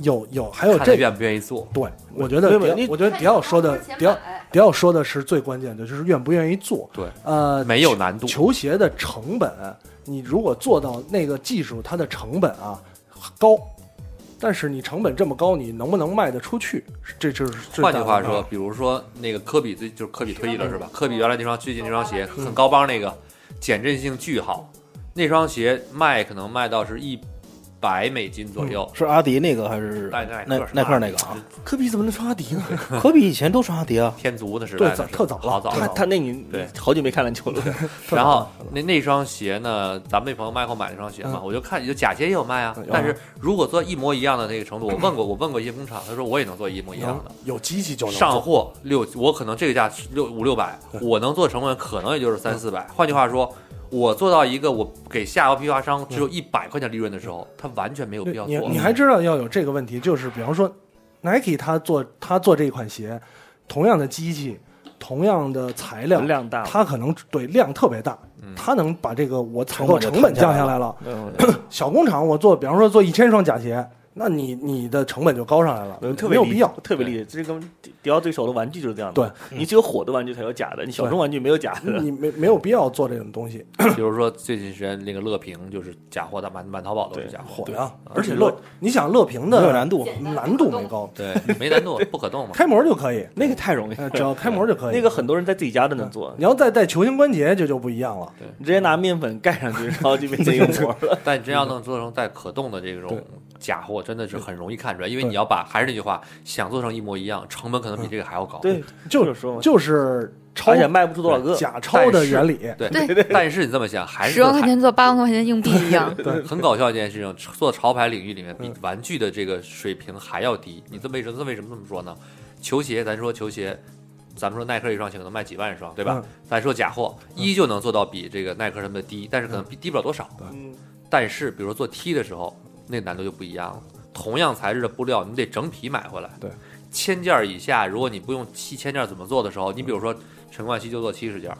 Speaker 1: 有有，还有
Speaker 4: 看你
Speaker 1: 这个，
Speaker 4: 愿不愿意做。
Speaker 1: 对，我觉得
Speaker 3: 没有
Speaker 1: 迪
Speaker 3: 你
Speaker 1: 奥，我觉得迪奥说的，迪奥迪奥说的是最关键的，就是愿不愿意做。
Speaker 4: 对，
Speaker 1: 呃，
Speaker 4: 没有难度。
Speaker 1: 球鞋的成本，你如果做到那个技术，它的成本啊高，但是你成本这么高，你能不能卖得出去？这就是最
Speaker 4: 换
Speaker 1: 大
Speaker 4: 句
Speaker 1: 的
Speaker 4: 话
Speaker 1: 问
Speaker 4: 说，
Speaker 1: 题，
Speaker 4: 比如说那个科比最就是科比退役了是吧？嗯科比原来那双最近那双鞋很高帮那个，减震性巨好，那双鞋卖可能卖到是一百美金左右。
Speaker 1: 嗯
Speaker 6: 是阿迪那个还是
Speaker 4: 耐
Speaker 6: 耐
Speaker 4: 耐克是吧
Speaker 6: 耐克那个啊？
Speaker 3: 科比怎么能穿阿迪呢？
Speaker 6: 科比以前都是阿迪啊，
Speaker 4: 天足的时代
Speaker 1: 对，
Speaker 4: 那
Speaker 1: 早
Speaker 4: 是
Speaker 1: 特早了，
Speaker 4: 好早
Speaker 1: 特
Speaker 3: 他
Speaker 1: 早
Speaker 3: 他那你你
Speaker 4: 对
Speaker 3: 好久没看篮球了，
Speaker 4: 然后那那双鞋呢，咱们那朋友 Michael 买那双鞋
Speaker 1: 嗯
Speaker 4: 嘛，我就看，就假鞋也有卖啊。但是如果做一模一样的那个程度，我问过，我问过一些工厂，他说我也能做一模一样
Speaker 1: 能
Speaker 4: 的。
Speaker 1: 有机器就能
Speaker 4: 上
Speaker 1: 做
Speaker 4: 货六，我可能这个价六五六百，我能做成本可能也就是三四百。换句话说，我做到一个我给下游批发商只有一百块钱利润的时候，他完全没有必要
Speaker 1: 嗯你
Speaker 4: 做。
Speaker 1: 你还知道要有这个问题，就是比方说，Nike 它做它做这一款鞋，同样的机器，同样的材料，
Speaker 3: 量大。
Speaker 1: 它可能对量特别大
Speaker 4: 嗯，
Speaker 1: 它能把这个我采
Speaker 6: 成
Speaker 1: 购
Speaker 6: 本就
Speaker 1: 成本
Speaker 6: 摊下
Speaker 1: 降
Speaker 6: 来
Speaker 1: 下
Speaker 6: 了
Speaker 1: 来了。
Speaker 3: 嗯
Speaker 1: 小工厂我做，比方说做一千双假鞋，那你你的成本就高上来了，
Speaker 3: 嗯，特
Speaker 1: 没
Speaker 3: 别
Speaker 1: 有
Speaker 3: 理
Speaker 1: 必要。
Speaker 3: 特别理解。这跟迪迪奥对手的玩具就是这样的。
Speaker 1: 对，
Speaker 3: 你只有火的玩具才有假的，你小众玩具没有假的。
Speaker 1: 你没没有必要做这种东西，
Speaker 4: 比如说最近时间那个乐平就是假货大满满淘宝都是
Speaker 3: 对
Speaker 4: 假货
Speaker 1: 火，呀！
Speaker 3: 而
Speaker 1: 而
Speaker 3: 且
Speaker 1: 且
Speaker 3: 乐
Speaker 1: 乐，你想乐平的
Speaker 6: 没有难度
Speaker 1: 难度没高，
Speaker 4: 对，没难度，不可动嘛。
Speaker 1: 开模就可以，
Speaker 3: 那个太容易
Speaker 1: 呃
Speaker 3: 了，嗯
Speaker 1: 只要开模就可以。
Speaker 3: 那个很多人在自己家都能做，
Speaker 1: 你要再带球形关节，这就不一样了。
Speaker 3: 你直接拿面粉盖上去，然后 就变成一个膜了。
Speaker 4: 但真要能做成带可动的这种
Speaker 1: 对
Speaker 4: 假货，真的是很容易看出来，因为
Speaker 1: 对
Speaker 4: 你要把还是那句话，想做成一模一样，成本可能比这个还要高。
Speaker 3: 对，
Speaker 1: 就
Speaker 3: 就是说嘛，
Speaker 1: 就是超
Speaker 3: 而且卖不出多少个。
Speaker 1: 假钞的原理，
Speaker 4: 对
Speaker 7: 对
Speaker 4: 但是你这么想，还是
Speaker 7: 十
Speaker 4: 做
Speaker 7: 万块钱做八万块钱硬币一 样，
Speaker 4: 台很搞笑一件事情， 做潮牌领域里面比玩具的这个水平还要低。你这么为什么为什么这么说呢？球鞋，咱说球鞋。咱们说耐克一双鞋可能卖几万双，对吧？咱说假货，依旧能做到比这个耐克什么的低，但是可能比低不了多少。
Speaker 3: 嗯，
Speaker 4: 但是比如说做 T 的时候，那难度就不一样了。同样材质的布料，你得整匹买回来。
Speaker 1: 对，
Speaker 4: 千件儿以下，如果你不用七千件儿怎么做的时候，你比
Speaker 1: 嗯
Speaker 4: 如说陈冠希就做七十件儿，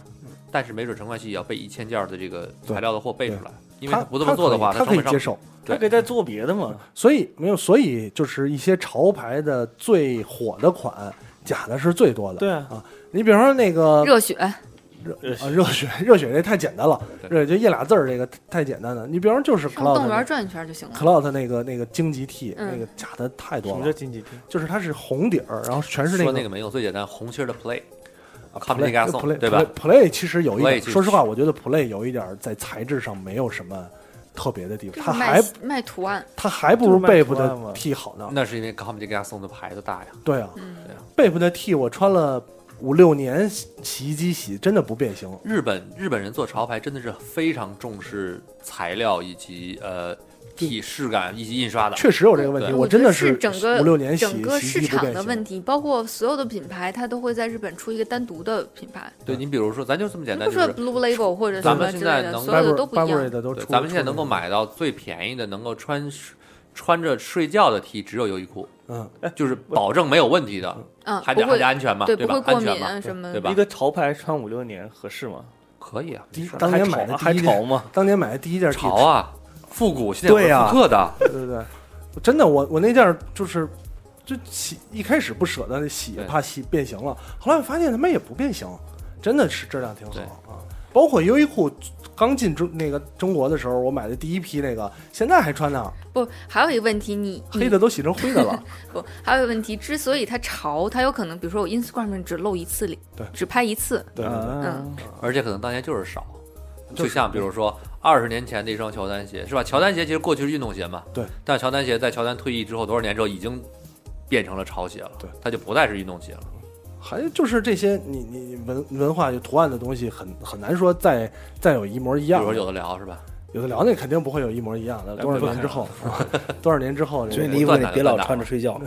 Speaker 4: 但是没准陈冠希也要备一千件儿的这个材料的货备出来，因为
Speaker 1: 他
Speaker 4: 不这么做的话，
Speaker 1: 他可
Speaker 4: 成
Speaker 1: 以他
Speaker 4: 本
Speaker 1: 可
Speaker 4: 上
Speaker 1: 以接受。
Speaker 3: 他可以再做别的嘛。
Speaker 1: 所以没有，所以就是一些潮牌的最火的款，假的是最多的。
Speaker 3: 对啊，
Speaker 1: 你比方说那个
Speaker 7: 热血
Speaker 1: 啊热血，热血这太简单了，
Speaker 4: 对
Speaker 1: 热血就一俩字儿，这个太简单了。你比方说就是
Speaker 7: 上动物园
Speaker 1: Cloud
Speaker 7: 转一圈就行了。
Speaker 1: Cloud 那个那个荆棘 T，
Speaker 7: 嗯
Speaker 1: 那个假的太
Speaker 3: 什
Speaker 1: 多
Speaker 3: 么叫
Speaker 1: 了，
Speaker 3: 经济体？
Speaker 1: 就是它是红底儿，然后全是
Speaker 4: 说
Speaker 1: 个
Speaker 4: 那个没用，最简单红心儿的 play，
Speaker 1: 啊
Speaker 4: 看不那
Speaker 1: play
Speaker 4: 个送
Speaker 1: play
Speaker 4: 对吧
Speaker 1: play play 其实有一
Speaker 4: play
Speaker 1: 点，
Speaker 4: 其实
Speaker 1: 说实话，我觉得 play 有一点儿在材质上没有什么特别的地
Speaker 7: 就
Speaker 1: 方，
Speaker 7: 是
Speaker 1: 它
Speaker 7: 卖
Speaker 1: 还
Speaker 7: 卖图案，
Speaker 1: 它还不如
Speaker 3: 就是卖图
Speaker 1: Bape
Speaker 3: 案嘛
Speaker 1: 的 T 好呢。
Speaker 4: 那是因为康姆这给他送的牌子大呀。
Speaker 1: 对啊
Speaker 7: 嗯
Speaker 4: 对啊
Speaker 1: ，Bape 的 T 我穿了五六年，洗洗衣机洗真的不变形。
Speaker 4: 日本日本人做潮牌真的是非常重视材料以及呃体式感以及印刷的，
Speaker 1: 确实有这个问题，
Speaker 4: 对
Speaker 1: 真的
Speaker 7: 是整个
Speaker 1: 五六年洗
Speaker 7: 整个
Speaker 1: 洗
Speaker 7: 市
Speaker 1: 衣机不
Speaker 7: 场
Speaker 1: 变
Speaker 7: 的问
Speaker 1: 形。
Speaker 7: 题，包括所有的品牌，它都会在日本出一个单独的品牌。
Speaker 4: 对你比如说，咱就这么简单，
Speaker 7: 不
Speaker 4: 就
Speaker 7: 说
Speaker 4: 是
Speaker 7: Blue Label 或者什
Speaker 4: 咱们
Speaker 7: 么之
Speaker 4: 现在
Speaker 7: 类的，
Speaker 4: 能
Speaker 7: 所有的都不一
Speaker 1: Burberry
Speaker 7: 样。
Speaker 1: 的都
Speaker 4: 对
Speaker 1: 出，
Speaker 4: 咱们现在能够
Speaker 1: 出
Speaker 4: 买到最便宜的，能够穿穿着睡觉的 T 只有优衣库，
Speaker 1: 嗯，
Speaker 4: 就是保证没有问题的，
Speaker 7: 嗯，
Speaker 4: 还
Speaker 7: 不
Speaker 4: 得还
Speaker 7: 会
Speaker 4: 得安全嘛，
Speaker 7: 对不
Speaker 4: 吧
Speaker 7: 会？
Speaker 4: 安
Speaker 7: 过
Speaker 4: 全
Speaker 7: 敏
Speaker 4: 嘛
Speaker 7: 啊，什么
Speaker 4: 对。吧
Speaker 3: 一？个潮牌穿五六年合适吗？
Speaker 4: 可以啊，没事儿
Speaker 1: 当年买的
Speaker 3: 还
Speaker 1: 第一
Speaker 3: 潮吗？
Speaker 1: 当年买的第一件 T，
Speaker 4: 潮啊，复古现在有
Speaker 1: 对呀
Speaker 4: 复刻的，
Speaker 1: 对对对，我真的我我那件儿就是。就洗一开始不舍得洗
Speaker 4: 对，
Speaker 1: 怕洗变形了。后来我发现他妈也不变形，真的是质量挺好
Speaker 4: 对
Speaker 1: 啊。包括优衣库刚进中那个中国的时候，我买的第一批那个，现在还穿呢，
Speaker 7: 不，还有一个问题，你
Speaker 1: 黑的都洗成灰的了。
Speaker 7: 你不，还有一个问题，之所以它潮，它有可能，比如说我 Instagram 上只露一次脸
Speaker 1: 对，
Speaker 7: 只拍一次，
Speaker 1: 对对对，
Speaker 7: 嗯，
Speaker 4: 而且可能当年就是少。就像比如说二十年前的一双乔丹鞋，是吧？乔丹鞋其实过去是运动鞋嘛，
Speaker 1: 对。
Speaker 4: 但乔丹鞋在乔丹退役之后多少年之后，已经变成了潮鞋了，
Speaker 1: 对，
Speaker 4: 它就不再是运动鞋了。
Speaker 1: 还就是这些你你你文文化有图案的东西很很难说再再有一模一
Speaker 4: 比
Speaker 1: 样啊
Speaker 4: 如
Speaker 1: 的。
Speaker 4: 说有的聊是吧？
Speaker 1: 有的聊那肯定不会有一模一样的，
Speaker 4: 那
Speaker 1: 多少
Speaker 4: 哎不可啊
Speaker 1: 年
Speaker 4: 能
Speaker 1: 之后，啊 多少年之后，
Speaker 6: 所以
Speaker 1: 这
Speaker 6: 你衣
Speaker 1: 个
Speaker 6: 服你别老穿着睡觉。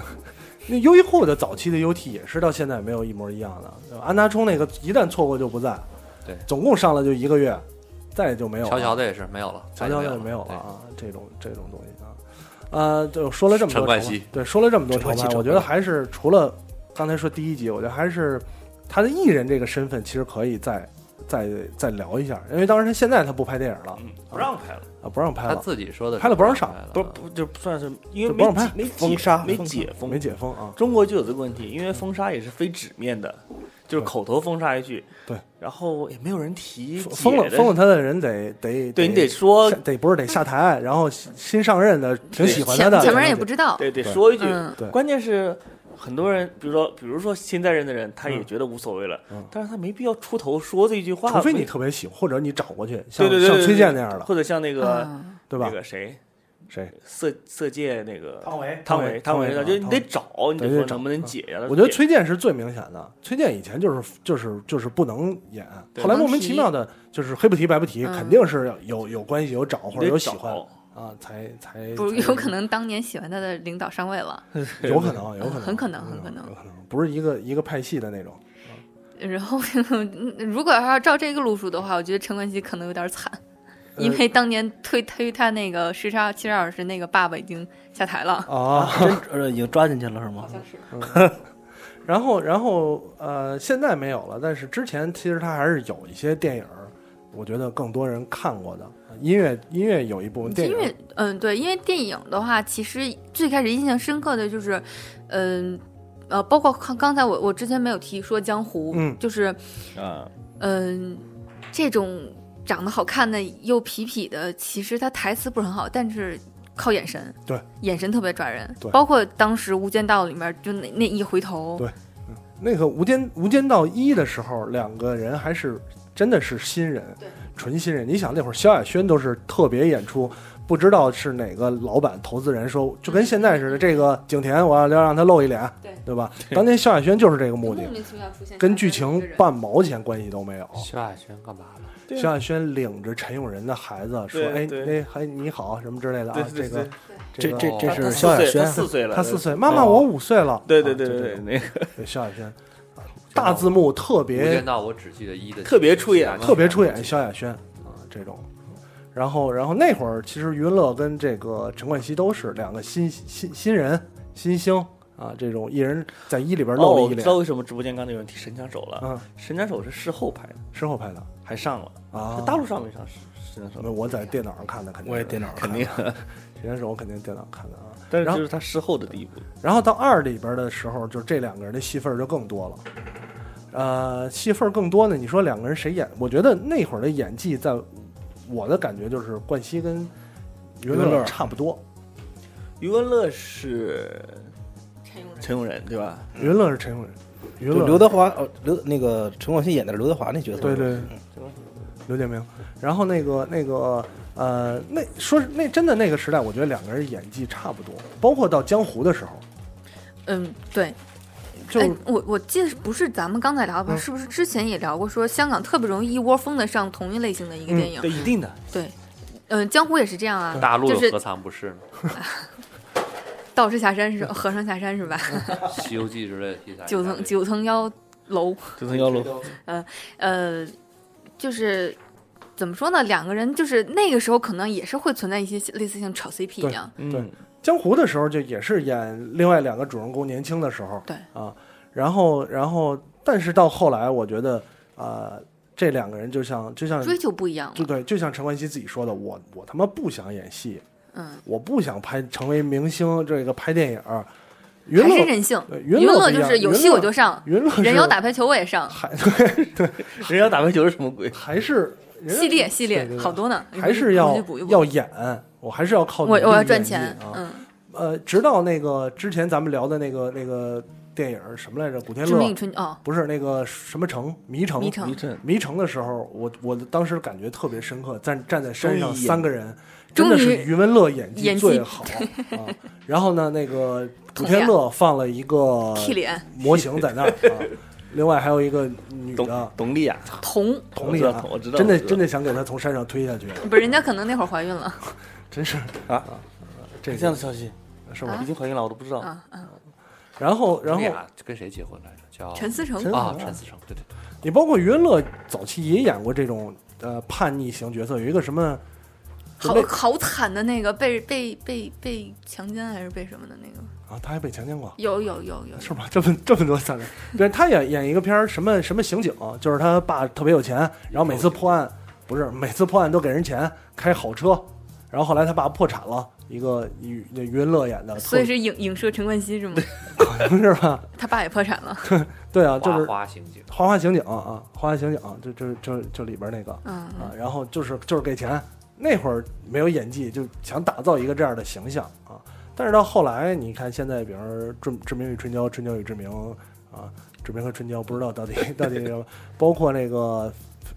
Speaker 1: 那优衣库的早期的 UT 也是到现在没有一模一样的。对吧安达充那个一旦错过就不在，
Speaker 4: 对，
Speaker 1: 总共上了就一个月，再也就没有了。啊
Speaker 4: 乔乔的也是没有了，
Speaker 1: 乔乔
Speaker 4: 的
Speaker 1: 的没有了啊，这种这种东西啊，呃，就说了这么多
Speaker 4: 陈冠
Speaker 1: 潮
Speaker 4: 希
Speaker 1: 牌对，说了这么多
Speaker 6: 陈
Speaker 1: 潮
Speaker 6: 冠希
Speaker 1: 牌，我
Speaker 6: 陈
Speaker 1: 觉得还是除了刚才说第一集，我觉得还是他的艺人这个身份，其实可以再再再聊一下，因为当然他现在他不拍电影了，
Speaker 3: 嗯不让拍了，
Speaker 1: 啊，不让拍
Speaker 4: 他
Speaker 1: 了，
Speaker 4: 自己说的是
Speaker 1: 拍了不让上
Speaker 4: 拍了
Speaker 3: 不是不就不算是因
Speaker 1: 就
Speaker 3: 为
Speaker 1: 不让
Speaker 3: 没解没
Speaker 1: 拍
Speaker 6: 封
Speaker 3: 解
Speaker 6: 杀
Speaker 3: 没
Speaker 6: 封杀
Speaker 3: 解封
Speaker 1: 没解封啊，
Speaker 3: 中国就有这个问题，因为封杀也是非纸面的，就是口头封杀一句，
Speaker 1: 对，
Speaker 3: 然后也没有人提解
Speaker 1: 封了
Speaker 3: 的
Speaker 1: 封了他的人得得
Speaker 3: 对你得说
Speaker 1: 下，得不是得下台，然后新新上任的挺喜欢他
Speaker 7: 前
Speaker 1: 的，
Speaker 7: 前面人也不知道，
Speaker 3: 对得
Speaker 1: 对
Speaker 3: 说一句，
Speaker 7: 嗯，
Speaker 1: 对
Speaker 3: 关键是很多人，比如说比如说现在认的人，他也
Speaker 1: 嗯
Speaker 3: 觉得无所谓了，
Speaker 1: 嗯
Speaker 3: 但是他没必要出头说这一句话，
Speaker 1: 除非
Speaker 3: 为
Speaker 1: 你特别喜欢，或者你找过去，像
Speaker 3: 对对对
Speaker 1: 像
Speaker 3: 对
Speaker 1: 崔
Speaker 3: 对
Speaker 1: 健那样的，
Speaker 3: 或者像那个、
Speaker 7: 嗯
Speaker 1: 对吧
Speaker 3: 那？个谁
Speaker 1: 谁？
Speaker 3: 色色戒那个
Speaker 1: 维
Speaker 3: 汤
Speaker 1: 唯，
Speaker 3: 唯，
Speaker 1: 汤
Speaker 3: 汤
Speaker 1: 唯
Speaker 3: 唯
Speaker 1: 啊
Speaker 3: 的，就是你得
Speaker 1: 汤唯
Speaker 3: 找，你
Speaker 1: 对
Speaker 3: 得
Speaker 1: 得
Speaker 3: 说
Speaker 1: 找嗯
Speaker 3: 能不能解呀？
Speaker 1: 我觉得
Speaker 3: 解
Speaker 1: 崔健是最明显的，崔健以前就是就是就是不能演，
Speaker 3: 对
Speaker 1: 后来莫名其妙的，就是黑不提白不提，
Speaker 7: 嗯
Speaker 1: 肯定是有有关系、有找或者有喜欢
Speaker 3: 你得
Speaker 1: 啊，才才
Speaker 7: 不
Speaker 1: 才
Speaker 7: 有可能当年喜欢他的领导上位了，
Speaker 1: 有可能有可能
Speaker 7: 嗯很可能
Speaker 1: 有
Speaker 7: 很可能
Speaker 1: 有可能不是一个一个派系的那种。
Speaker 7: 然后 如果要照这个路数的话，我觉得陈冠希可能有点惨，
Speaker 1: 呃
Speaker 7: 因为当年推推他那个时差七十二小时那个爸爸已经下台了，
Speaker 1: 啊，
Speaker 6: 真呃已经抓进去了是吗？
Speaker 1: 然后然后呃，现在没有了，但是之前其实他还是有一些电影儿，我觉得更多人看过的音乐音乐有一部分哦电
Speaker 7: 因
Speaker 1: 影儿
Speaker 7: 为嗯对，因为电影的话，其实最开始印象深刻的就是，嗯呃，包括刚刚才我我之前没有提说江湖，
Speaker 1: 嗯
Speaker 7: 就是
Speaker 3: 啊，
Speaker 7: 嗯，这种长得好看的又痞痞的，其实他台词不是很好，但是靠眼神，
Speaker 1: 对，
Speaker 7: 眼神特别抓人。
Speaker 1: 对
Speaker 7: 包括当时《无间道》里面就那那一回头
Speaker 1: 对，嗯那个《无间无间道一》的时候，两个人还是真的是新人，纯新人。你想那会儿萧亚轩都是特别演出，不知道是哪个老板投资人说，就跟现在似的，这个景甜我要要让他露一脸，
Speaker 7: 对
Speaker 1: 对吧？当年萧亚轩就是这个目的，
Speaker 7: 名其妙出现
Speaker 1: 跟剧情半毛钱关系都没有。
Speaker 4: 萧亚轩干嘛了？
Speaker 3: 对啊
Speaker 1: 萧亚轩领着陈永仁的孩子说：“
Speaker 3: 对
Speaker 1: 哎，
Speaker 3: 对
Speaker 1: 哎，还你好什么之类的
Speaker 3: 对
Speaker 1: 啊，
Speaker 3: 对
Speaker 1: 这个
Speaker 3: 对
Speaker 6: 这
Speaker 1: 个
Speaker 6: 这这
Speaker 4: 哦
Speaker 6: 是萧亚
Speaker 3: 他
Speaker 6: 轩，
Speaker 3: 四岁了，
Speaker 1: 他四岁，妈妈我五岁了。”
Speaker 3: 对对对
Speaker 1: 啊
Speaker 3: 对
Speaker 1: 就
Speaker 3: 对，
Speaker 1: 这种
Speaker 3: 那个
Speaker 1: 对萧亚轩，啊大字幕特
Speaker 4: 无
Speaker 1: 别
Speaker 4: 间道我只记得一的
Speaker 3: 特别出演嘛
Speaker 1: 特别出演萧亚轩啊这种。然后，然后那会儿其实余文乐跟这个陈冠希都是两个新新新人新星啊，这种一人在一里边
Speaker 3: 哦，
Speaker 1: 露了
Speaker 3: 我
Speaker 1: 一
Speaker 3: 知
Speaker 1: 脸，
Speaker 3: 道为什么直播间刚才有人提《神枪手》了，
Speaker 1: 嗯，
Speaker 3: 《神枪手》是事后拍的，
Speaker 1: 身后拍的
Speaker 3: 还上了，
Speaker 1: 啊
Speaker 3: 在。大陆上没上《神枪手》，
Speaker 1: 我在电脑上看的，肯定
Speaker 6: 我也
Speaker 1: 是
Speaker 6: 电脑上
Speaker 1: 肯
Speaker 6: 看
Speaker 1: 定，这是我肯定电脑上看的啊。
Speaker 3: 但是
Speaker 1: 然后
Speaker 3: 就是他事后的第一部，
Speaker 1: 然后到二里边的时候，就这两个人的戏份儿就更多了。呃，戏份儿更多呢，你说两个人谁演？我觉得那会儿的演技，在我的感觉就是冠希跟余文
Speaker 6: 余文
Speaker 1: 乐
Speaker 6: 乐
Speaker 1: 差不多，
Speaker 3: 余文乐是
Speaker 7: 陈永仁
Speaker 3: 陈永仁对吧？
Speaker 1: 余文乐是陈永仁，余文
Speaker 6: 就嗯
Speaker 1: 乐
Speaker 6: 刘德华哦，刘那个陈冠希演的是刘德华那角色，
Speaker 1: 对对，
Speaker 6: 嗯
Speaker 1: 刘建明。然后那个那个呃，那说是那真的那个时代，我觉得两个人演技差不多，包括到江湖的时候，
Speaker 7: 嗯，对，
Speaker 1: 就
Speaker 7: 哎，我我记得不是咱们刚才聊吧，
Speaker 1: 嗯
Speaker 7: 是不是之前也聊过说香港特别容易一窝蜂的上同一类型的
Speaker 1: 嗯
Speaker 7: 一个电影？
Speaker 3: 对，一定的，
Speaker 7: 对，嗯，江湖也是这样啊，
Speaker 4: 大陆
Speaker 7: 就
Speaker 4: 又
Speaker 7: 是
Speaker 4: 何尝不是呢？
Speaker 7: 道士下山是和尚下山是吧？
Speaker 4: 《西游记》之类的题材，
Speaker 7: 九层九层妖楼。
Speaker 3: 九层妖楼，
Speaker 7: 呃，就是怎么说呢？两个人就是那个时候可能也是会存在一些类似像炒 CP 一样，
Speaker 1: 对
Speaker 3: 嗯，
Speaker 1: 江湖的时候就也是演另外两个主人公年轻的时候，
Speaker 7: 对
Speaker 1: 啊，然后然后但是到后来，我觉得啊、呃这两个人就像就像
Speaker 7: 追求不一样
Speaker 1: 就
Speaker 7: 了。
Speaker 1: 对，就像陈冠希自己说的，我我他妈不想演戏，
Speaker 7: 嗯，
Speaker 1: 我不想拍成为明星，这个拍电影儿，娱
Speaker 7: 还是
Speaker 1: 乐。
Speaker 7: 任性。
Speaker 1: 对
Speaker 7: 娱
Speaker 1: 娱乐不一
Speaker 7: 就
Speaker 1: 样
Speaker 7: 是有
Speaker 1: 娱
Speaker 7: 戏
Speaker 1: 乐
Speaker 7: 我就上，
Speaker 1: 娱乐
Speaker 7: 人
Speaker 1: 是
Speaker 7: 妖打排球我也上，
Speaker 1: 还对对，
Speaker 3: 人妖打排球是什么鬼？
Speaker 1: 还 是人家
Speaker 7: 系列系列
Speaker 1: 对对对
Speaker 7: 好多呢，你
Speaker 1: 还
Speaker 7: 回去
Speaker 1: 是要
Speaker 7: 回去补一补。
Speaker 1: 要演，我还是要靠
Speaker 7: 我
Speaker 1: 努力
Speaker 7: 我要
Speaker 1: 演
Speaker 7: 赚
Speaker 1: 技
Speaker 7: 钱，
Speaker 1: 啊。
Speaker 7: 嗯，
Speaker 1: 呃，直到那个之前咱们聊的那个那个电影什么来着？古天
Speaker 7: 致
Speaker 1: 乐
Speaker 7: 命春哦，
Speaker 1: 不是那个什么城，迷城，
Speaker 7: 迷城迷
Speaker 10: 城
Speaker 1: 迷城的时候，我我当时感觉特别深刻，站站在山上
Speaker 10: 终于演
Speaker 1: 三个人，
Speaker 7: 终
Speaker 1: 真
Speaker 7: 于
Speaker 1: 的是余文乐演技
Speaker 7: 演技
Speaker 1: 最 好啊。然后呢，那个古天乐放了一个
Speaker 7: 屁脸
Speaker 1: 模型在那儿啊，另外还有一个女的
Speaker 3: 董丽雅，
Speaker 7: 童
Speaker 1: 佟啊丽
Speaker 3: 我知
Speaker 1: 娅
Speaker 3: 道，我知道
Speaker 1: 真的
Speaker 3: 我知道
Speaker 1: 真的想给她从山上推下去，
Speaker 7: 不是人家可能那会儿怀孕了
Speaker 1: 真是
Speaker 3: 啊，
Speaker 1: 这
Speaker 3: 这样的消息
Speaker 1: 是吧
Speaker 3: 已经怀孕了，我都不知道。
Speaker 7: 啊啊，
Speaker 1: 哦然后然后
Speaker 4: 俩跟谁结婚来着？叫
Speaker 7: 陈思诚
Speaker 1: 陈思
Speaker 4: 啊，
Speaker 1: 诚
Speaker 4: 陈思诚，对对对，
Speaker 1: 你包括余文乐早期也演过这种呃叛逆型角色，有一个什么。准
Speaker 7: 好
Speaker 1: 备
Speaker 7: 好惨的那个被被被被强奸还是被什么的那个，
Speaker 1: 啊，他还被强奸过，
Speaker 7: 有有有有，
Speaker 1: 是吧？这么这么多惨人，对，他演演一个片儿，什么什么刑警，就是他爸特别有钱，然后每次破案不是每次破案都给人钱，开好车，然后后来他爸破产了，一个余那余文乐演的，
Speaker 7: 所以是影影射陈冠希是吗？
Speaker 1: 特别 是吧？
Speaker 7: 他爸也破产了，
Speaker 1: 对啊，就是
Speaker 4: 花花刑警，
Speaker 1: 花花刑警啊，花花刑警，就就就就里边那个
Speaker 7: 嗯，
Speaker 1: 啊，然后就是就是给钱，那会儿没有演技，就想打造一个这样的形象啊。但是到后来，你看现在，比如说《志志明与春娇》《春娇与志明》啊，《志明和春娇》，不知道到底到底什么，包括那个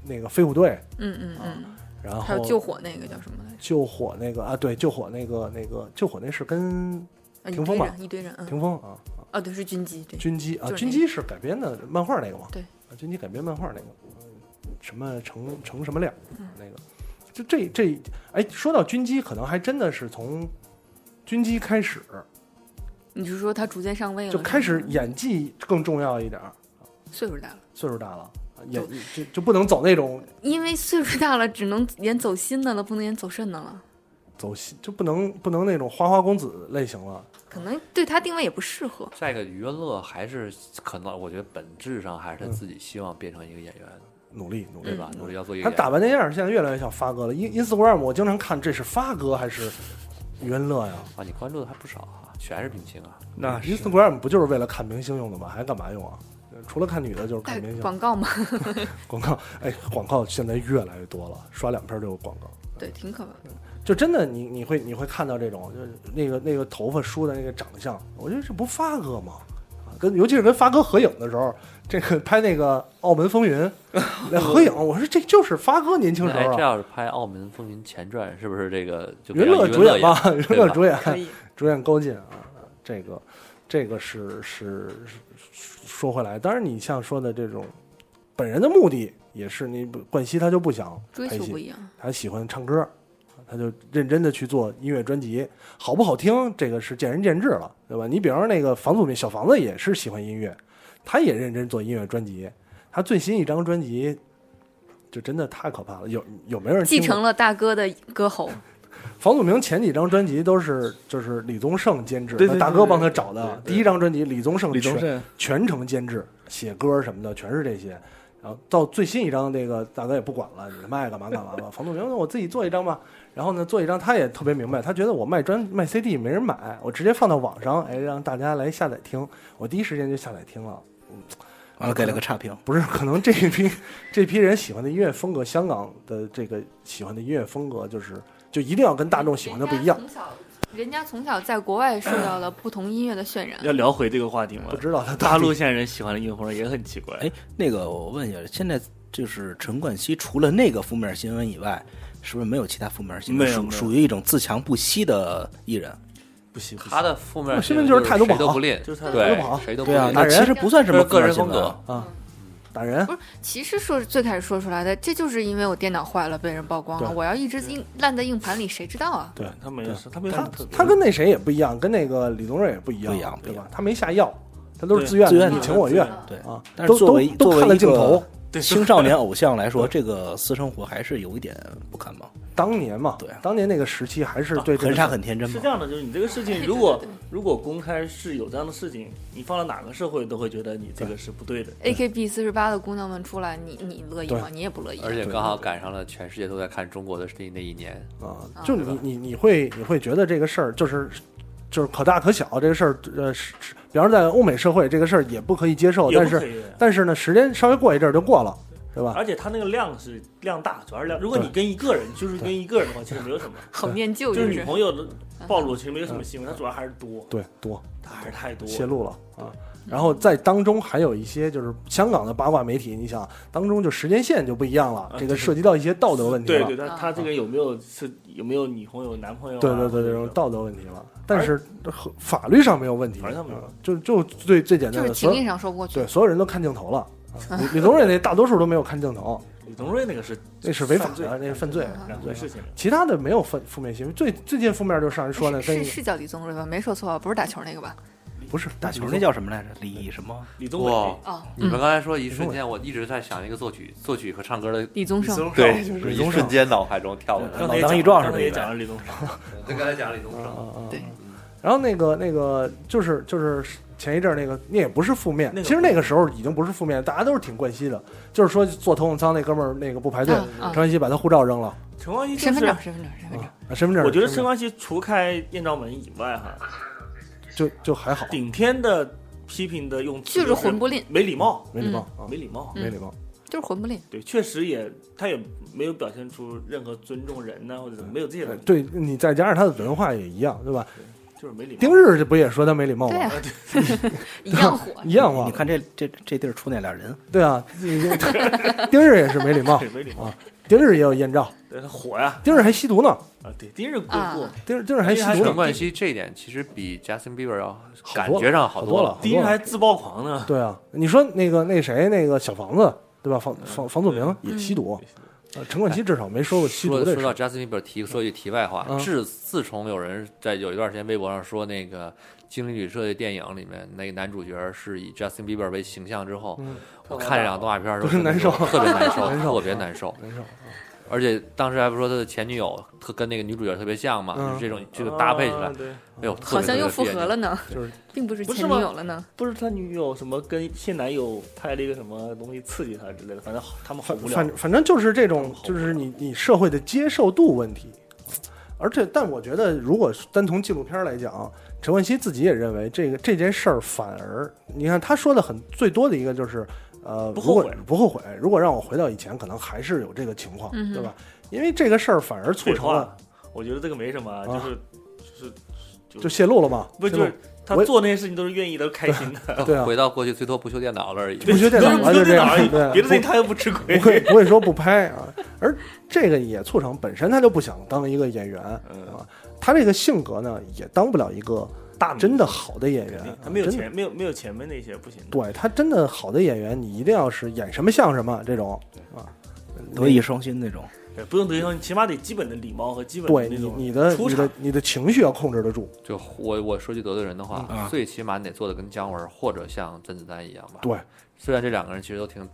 Speaker 1: 那个飞虎队，
Speaker 7: 嗯嗯嗯，
Speaker 1: 啊然
Speaker 7: 还有救
Speaker 1: 后
Speaker 7: 火那个叫什么来着？
Speaker 1: 救火那个啊，对，救火那个那个救火那是跟
Speaker 7: 啊一
Speaker 1: 霆
Speaker 7: 堆
Speaker 1: 锋吧
Speaker 7: 人一堆人，嗯，
Speaker 1: 霆锋啊，
Speaker 7: 哦对，是军机对，
Speaker 1: 军机啊，
Speaker 7: 就是
Speaker 1: 军
Speaker 7: 那个
Speaker 1: 机是改编的漫画那个嘛？
Speaker 7: 对
Speaker 1: 啊，军机改编漫画那个，呃什么成成什么亮、
Speaker 7: 嗯
Speaker 1: 那个，就这这哎，说到军机，可能还真的是从军机开始，
Speaker 7: 你是说他逐渐上位了？
Speaker 1: 就开
Speaker 7: 是
Speaker 1: 始
Speaker 7: 吗
Speaker 1: 演技更重要一点儿，
Speaker 7: 岁数大了，
Speaker 1: 岁数大了，啊演就就不能走那种
Speaker 7: 因为岁数大了只能演走心的了，不能演走肾的了，
Speaker 1: 走心，就不能不能那种花花公子类型了。
Speaker 7: 可能对他定位也不适合。
Speaker 4: 再一个，余文乐还是可能，我觉得本质上还是他自己希望变成一个演员，
Speaker 1: 努力努
Speaker 4: 对
Speaker 7: 嗯
Speaker 1: 力，
Speaker 4: 吧？努力要做一个
Speaker 1: 嗯他
Speaker 4: 演员。
Speaker 1: 打扮那样儿，现在越来越像发哥了。In Instagram 我经常看，这是发哥还是余文乐呀？
Speaker 4: 啊，你关注的还不少啊，全是明星啊。
Speaker 3: 那是
Speaker 1: Instagram 不就是为了看明星用的吗？还干嘛用啊？除了看女的，就是看
Speaker 7: 带
Speaker 1: 明星。
Speaker 7: 哎广告嘛，
Speaker 1: 广告，哎，广告现在越来越多了，刷两篇就有广告。
Speaker 7: 对，挺可怕的。
Speaker 1: 就真的你你会你会看到这种，就是那个那个头发梳的那个长相，我觉得这不发哥吗？啊，跟尤其是跟发哥合影的时候，这个拍那个《澳门风云》那合影，我说这就是发哥年轻时
Speaker 4: 哎，
Speaker 1: 候
Speaker 4: 这
Speaker 1: 啊，
Speaker 4: 要是拍《澳门风云前传》，是不是这个就
Speaker 1: 娱
Speaker 4: 给让
Speaker 1: 乐
Speaker 4: 余
Speaker 1: 主演
Speaker 4: 演
Speaker 1: 吧，娱
Speaker 4: 对
Speaker 1: 乐
Speaker 4: 吧
Speaker 1: 主演
Speaker 7: 可以
Speaker 1: 主演高进啊，这个这个是是是说回来，当然你像说的这种本人的目的也是，你不冠希他就不想
Speaker 7: 追
Speaker 1: 拍
Speaker 7: 求不
Speaker 1: 戏，
Speaker 7: 一样，
Speaker 1: 他喜欢唱歌，他就认真的去做音乐专辑，好不好听这个是见仁见智了，对吧？你比方说那个房祖名小房子也是喜欢音乐，他也认真做音乐专辑，他最新一张专辑。就真的太可怕了，有有没有人
Speaker 7: 继
Speaker 1: 听过
Speaker 7: 承了大哥的歌喉。
Speaker 1: 房祖名前几张专辑都是就是李宗盛监制，
Speaker 3: 对对对
Speaker 1: 大哥帮他找的。
Speaker 3: 对对
Speaker 1: 第一张专辑李宗盛
Speaker 3: 李宗
Speaker 1: 全
Speaker 3: 盛
Speaker 1: 全程监制，写歌什么的全是这些。然后到最新一张那个大哥也不管了，你他妈爱干嘛干嘛吧。房祖名那我自己做一张吧。然后呢，做一张他也特别明白，他觉得我卖专卖 CD 没人买，我直接放到网上，哎，让大家来下载听。我第一时间就下载听了。
Speaker 6: 完了给了个差评。
Speaker 1: 不是，可能这一批这批人喜欢的音乐风格，香港的这个喜欢的音乐风格，就是就一定要跟大众喜欢的不一样。
Speaker 7: 人家从小，人家从小在国外受到了不同音乐的渲染。
Speaker 3: 要聊回这个话题吗
Speaker 1: 不？知道他
Speaker 3: 大
Speaker 1: 到底
Speaker 3: 陆现在人喜欢的音乐风格也很奇怪。
Speaker 6: 哎，那个我问一下，现在就是陈冠希除了那个负面新闻以外，是不是没有其他负面新闻？
Speaker 3: 没有
Speaker 6: 属
Speaker 3: 没有
Speaker 6: 属于一种自强不息的艺人。
Speaker 3: 不行，不行
Speaker 4: 他的负面
Speaker 1: 新
Speaker 4: 新
Speaker 1: 闻
Speaker 4: 闻
Speaker 1: 就是态度
Speaker 4: 谁
Speaker 1: 不
Speaker 4: 都
Speaker 1: 好
Speaker 4: 不吝，
Speaker 3: 就是态度
Speaker 4: 对
Speaker 1: 不好
Speaker 4: 谁都不
Speaker 6: 对啊，
Speaker 4: 吝
Speaker 6: 那
Speaker 1: 打人
Speaker 6: 其实不算什么
Speaker 4: 这是个人
Speaker 6: 负面新闻啊
Speaker 4: 风
Speaker 1: 啊，打人
Speaker 7: 不是，其实说最开始说出来的，这就是因为我电脑坏了，被人曝光了。
Speaker 1: 对
Speaker 7: 我要一直硬烂在硬盘里，谁知道啊？
Speaker 1: 对
Speaker 3: 他没事，他没有什
Speaker 1: 他
Speaker 3: 么特别
Speaker 1: 他跟那谁也不一样，跟那个李宗瑞也不一样，
Speaker 6: 不一样
Speaker 1: 对
Speaker 6: 不一
Speaker 1: 吧
Speaker 6: 样？
Speaker 1: 他没下药，他都是自愿
Speaker 6: 自愿
Speaker 1: 你
Speaker 6: 的
Speaker 1: 情我愿
Speaker 6: 对
Speaker 1: 啊。
Speaker 6: 但
Speaker 1: 都
Speaker 6: 是作为
Speaker 1: 都都
Speaker 6: 作
Speaker 1: 看
Speaker 6: 为
Speaker 1: 了
Speaker 6: 一
Speaker 1: 镜头
Speaker 6: 个，
Speaker 3: 对
Speaker 6: 青少年偶像来说，这个私生活还是有一点不堪吧？
Speaker 1: 当年嘛，
Speaker 6: 对啊啊
Speaker 1: 当年那个时期还是对这个
Speaker 6: 很傻很天真
Speaker 3: 是
Speaker 6: 嘛
Speaker 3: 这。样的，就是你这个事情，如果如果公开是有这样的事情，你放到哪个社会都会觉得你这个是不对的。
Speaker 7: A K B 四十八的姑娘们出来，你你乐意吗？
Speaker 1: 对
Speaker 7: 你也不乐意。啊
Speaker 4: 而且刚好赶上了全世界都在看中国的那那一年，
Speaker 1: 啊，就你你你会你会觉得这个事儿就是就是可大可小，这个事儿呃，是是比方说在欧美社会这个事儿也不可以接受，哎
Speaker 3: 也
Speaker 1: 哦但
Speaker 3: 不
Speaker 1: 是啊
Speaker 3: 可以
Speaker 1: 但是呢，时间稍微过一阵儿就过了。对吧？
Speaker 3: 而且它那个量是量大，主要是量。如果你跟一个人，就是跟一个人的话，其实没有 什么。
Speaker 7: 很念旧嗯
Speaker 3: 就是
Speaker 7: 就是
Speaker 3: 女朋友的暴露，其实没有什么新闻，它主要还是多，
Speaker 1: 对，多
Speaker 3: 它还是太多。
Speaker 7: 嗯
Speaker 1: 泄露了啊。然后在当中还有一些就是香港的八卦媒体，你想当中就时间线就不一样了，这个涉及到一些道德问题
Speaker 3: 对
Speaker 1: 了，
Speaker 3: 对，他他这个有没有是有没有女朋友、男朋友啊？
Speaker 1: 对对对，这种道德问题了。但是和法律上没有问题，啊
Speaker 3: 法律上没有问题
Speaker 1: 就就最最简单
Speaker 7: 就是
Speaker 1: 的，
Speaker 7: 情
Speaker 1: 呃所有
Speaker 7: 义上说不过去
Speaker 1: 对。所有人都看镜头了。 啊李李宗瑞那大多数都没有看镜头，
Speaker 3: 李宗瑞那个是
Speaker 1: 那是违法
Speaker 3: 犯罪
Speaker 1: 的，那是犯罪。啊
Speaker 3: 两回事情。
Speaker 1: 其他的没有负负面新闻，最最近负面就是上人说那跟
Speaker 7: 是是叫李宗瑞吧？没说错吧，啊不是打球那个吧？
Speaker 1: 不是
Speaker 6: 打球那叫什么来着？李什么？
Speaker 3: 李宗伟
Speaker 4: 哇
Speaker 7: 哦，
Speaker 4: 你们刚才说一瞬间，我一直在想一个作曲、作曲和唱歌的，
Speaker 7: 李宗盛，
Speaker 4: 对，
Speaker 1: 就
Speaker 4: 就
Speaker 1: 是
Speaker 4: 是
Speaker 1: 李
Speaker 4: 一
Speaker 1: 宗
Speaker 4: 瞬
Speaker 1: 盛
Speaker 4: 间脑海中跳过来。
Speaker 3: 刚才也
Speaker 6: 老当益
Speaker 3: 讲
Speaker 6: 壮
Speaker 3: 了
Speaker 6: 是
Speaker 3: 刚才
Speaker 6: 这
Speaker 3: 也
Speaker 6: 个
Speaker 3: 讲了李宗盛，
Speaker 4: 对，刚才讲李宗
Speaker 1: 啊
Speaker 4: 盛，
Speaker 1: 啊啊！
Speaker 7: 对
Speaker 1: 然后那个那个就是就是前一阵儿那个那也不是负面
Speaker 3: 那，个
Speaker 1: 其实那个时候已经不是负面，大家都是挺关心的。就是说坐头等舱那哥们儿那个不排队
Speaker 7: 啊，啊
Speaker 1: 陈冠希把他护照扔了，
Speaker 3: 陈冠希就
Speaker 7: 身份
Speaker 3: 是
Speaker 7: 证，，身份证，身份证。
Speaker 1: 啊身份证。
Speaker 3: 我觉得
Speaker 1: 身
Speaker 3: 陈
Speaker 1: 份
Speaker 3: 冠希除开艳照门以外哈，
Speaker 1: 证就就还好，
Speaker 3: 顶天的批评的用词
Speaker 7: 就是混不吝，嗯
Speaker 3: 没礼貌，
Speaker 1: 没礼貌啊，
Speaker 3: 嗯没礼貌。
Speaker 1: 没礼貌。
Speaker 7: 就是混不吝。
Speaker 3: 对，确实也他也没有表现出任何尊重人呐、或者怎么没有这些东西，
Speaker 1: 呃对你再加上他的文化也一样，哎对吧？
Speaker 3: 就是没礼貌。
Speaker 1: 丁日这不也说他没礼貌
Speaker 7: 对
Speaker 1: 吗
Speaker 7: 啊？，一 样火。
Speaker 1: 一样嘛
Speaker 6: 你，看这这这地儿出那俩人，
Speaker 1: 对啊， 你丁日也是没礼貌
Speaker 3: 对，没礼貌
Speaker 1: 啊，丁日也有艳照，
Speaker 3: 对他火呀
Speaker 1: 丁日还吸毒呢，
Speaker 3: 啊！对，丁日过
Speaker 7: 啊
Speaker 3: 过，
Speaker 1: 丁日丁
Speaker 3: 哎
Speaker 1: 日还吸毒
Speaker 4: 陈
Speaker 1: 呢，
Speaker 4: 冠希这一点其实比 Justin Bieber 要
Speaker 1: 好
Speaker 4: 感
Speaker 1: 多了
Speaker 4: 觉上好
Speaker 1: 好多
Speaker 4: 多
Speaker 1: 了，。
Speaker 3: 丁日还自爆狂呢。
Speaker 1: 对啊，你说那个那谁那个小房子对吧？
Speaker 3: 嗯
Speaker 1: 房房房祖名嗯也吸毒，呃，陈冠希至少没说过吸毒
Speaker 4: 说
Speaker 1: 这
Speaker 4: 说
Speaker 1: 事
Speaker 4: 到
Speaker 1: 儿。
Speaker 4: Justin Bieber 提说一句题外话
Speaker 1: 嗯，
Speaker 4: 自自从有人在有一段时间微博上说那个《精灵旅社》的电影里面那个男主角是以 Justin Bieber 为形象之后，我看这两个动画片儿的时候
Speaker 1: 嗯难受
Speaker 4: 特别难受，
Speaker 1: 难受嗯
Speaker 4: 特别难受。
Speaker 1: 没事儿，
Speaker 4: 而且当时还不是说他的前女友特跟那个女主角特别像嘛，
Speaker 1: 嗯
Speaker 4: 就是这种这个搭配起来
Speaker 3: 啊，对，
Speaker 4: 哎呦，
Speaker 7: 好像又复合了呢，
Speaker 1: 就是
Speaker 7: 并不是
Speaker 3: 不是
Speaker 7: 前女
Speaker 3: 吗
Speaker 7: 友了呢。
Speaker 3: 不是他女友什么跟现男友拍了一个什么东西刺激他之类的，反正好他们好
Speaker 1: 反
Speaker 3: 无聊
Speaker 1: 反。正反正就是这种，
Speaker 3: 好
Speaker 1: 就是你你社会的接受度问题。而且，但我觉得，如果单从纪录片来讲，陈冠希自己也认为这个这件事儿反而，你看他说的很最多的一个就是，呃，
Speaker 3: 不
Speaker 1: 如果
Speaker 3: 后悔
Speaker 1: 不后悔，如果让我回到以前，可能还是有这个情况，
Speaker 7: 嗯哼
Speaker 1: 对吧？因为这个事儿反而促
Speaker 3: 废
Speaker 1: 成了
Speaker 3: 话，，我觉得这个没什么啊，
Speaker 1: 啊
Speaker 3: 就是就是
Speaker 1: 就泄露了嘛，
Speaker 3: 不
Speaker 1: 泄
Speaker 3: 就
Speaker 1: 露
Speaker 3: 是他
Speaker 1: 我
Speaker 3: 做那些事情都是愿意的，都是开心的，
Speaker 1: 对啊
Speaker 4: 回到过去最多不修电脑了而已。
Speaker 1: 不学电脑了，
Speaker 3: 都
Speaker 1: 就是这
Speaker 3: 电脑
Speaker 1: 样
Speaker 3: 而已，
Speaker 1: 对，
Speaker 3: 别的事情他又不吃亏
Speaker 1: 不。会不会说不拍啊。而这个也促成本身他就不想当一个演员
Speaker 3: 嗯
Speaker 1: 啊，他这个性格呢也当不了一个
Speaker 3: 大明
Speaker 1: 真的好的演
Speaker 3: 肯
Speaker 1: 员啊
Speaker 3: 定，他没有
Speaker 1: 真的。
Speaker 3: 前没有没有前面那些不行的。
Speaker 1: 对他真的好的演员，你一定要是演什么像什么这种啊，
Speaker 6: 德艺双馨那种。
Speaker 3: 对，不用德行，起码得基本的礼貌和基本的
Speaker 1: 对
Speaker 3: 那
Speaker 1: 你
Speaker 3: 种
Speaker 1: 你的
Speaker 3: 出
Speaker 1: 你
Speaker 3: 场
Speaker 1: 的。你的情绪要控制得住，
Speaker 4: 就我我说句得罪人的话，
Speaker 6: 嗯啊
Speaker 4: 最起码你得做的跟姜文或者像甄子丹一样吧。
Speaker 1: 对，
Speaker 4: 虽然这两个人其实都挺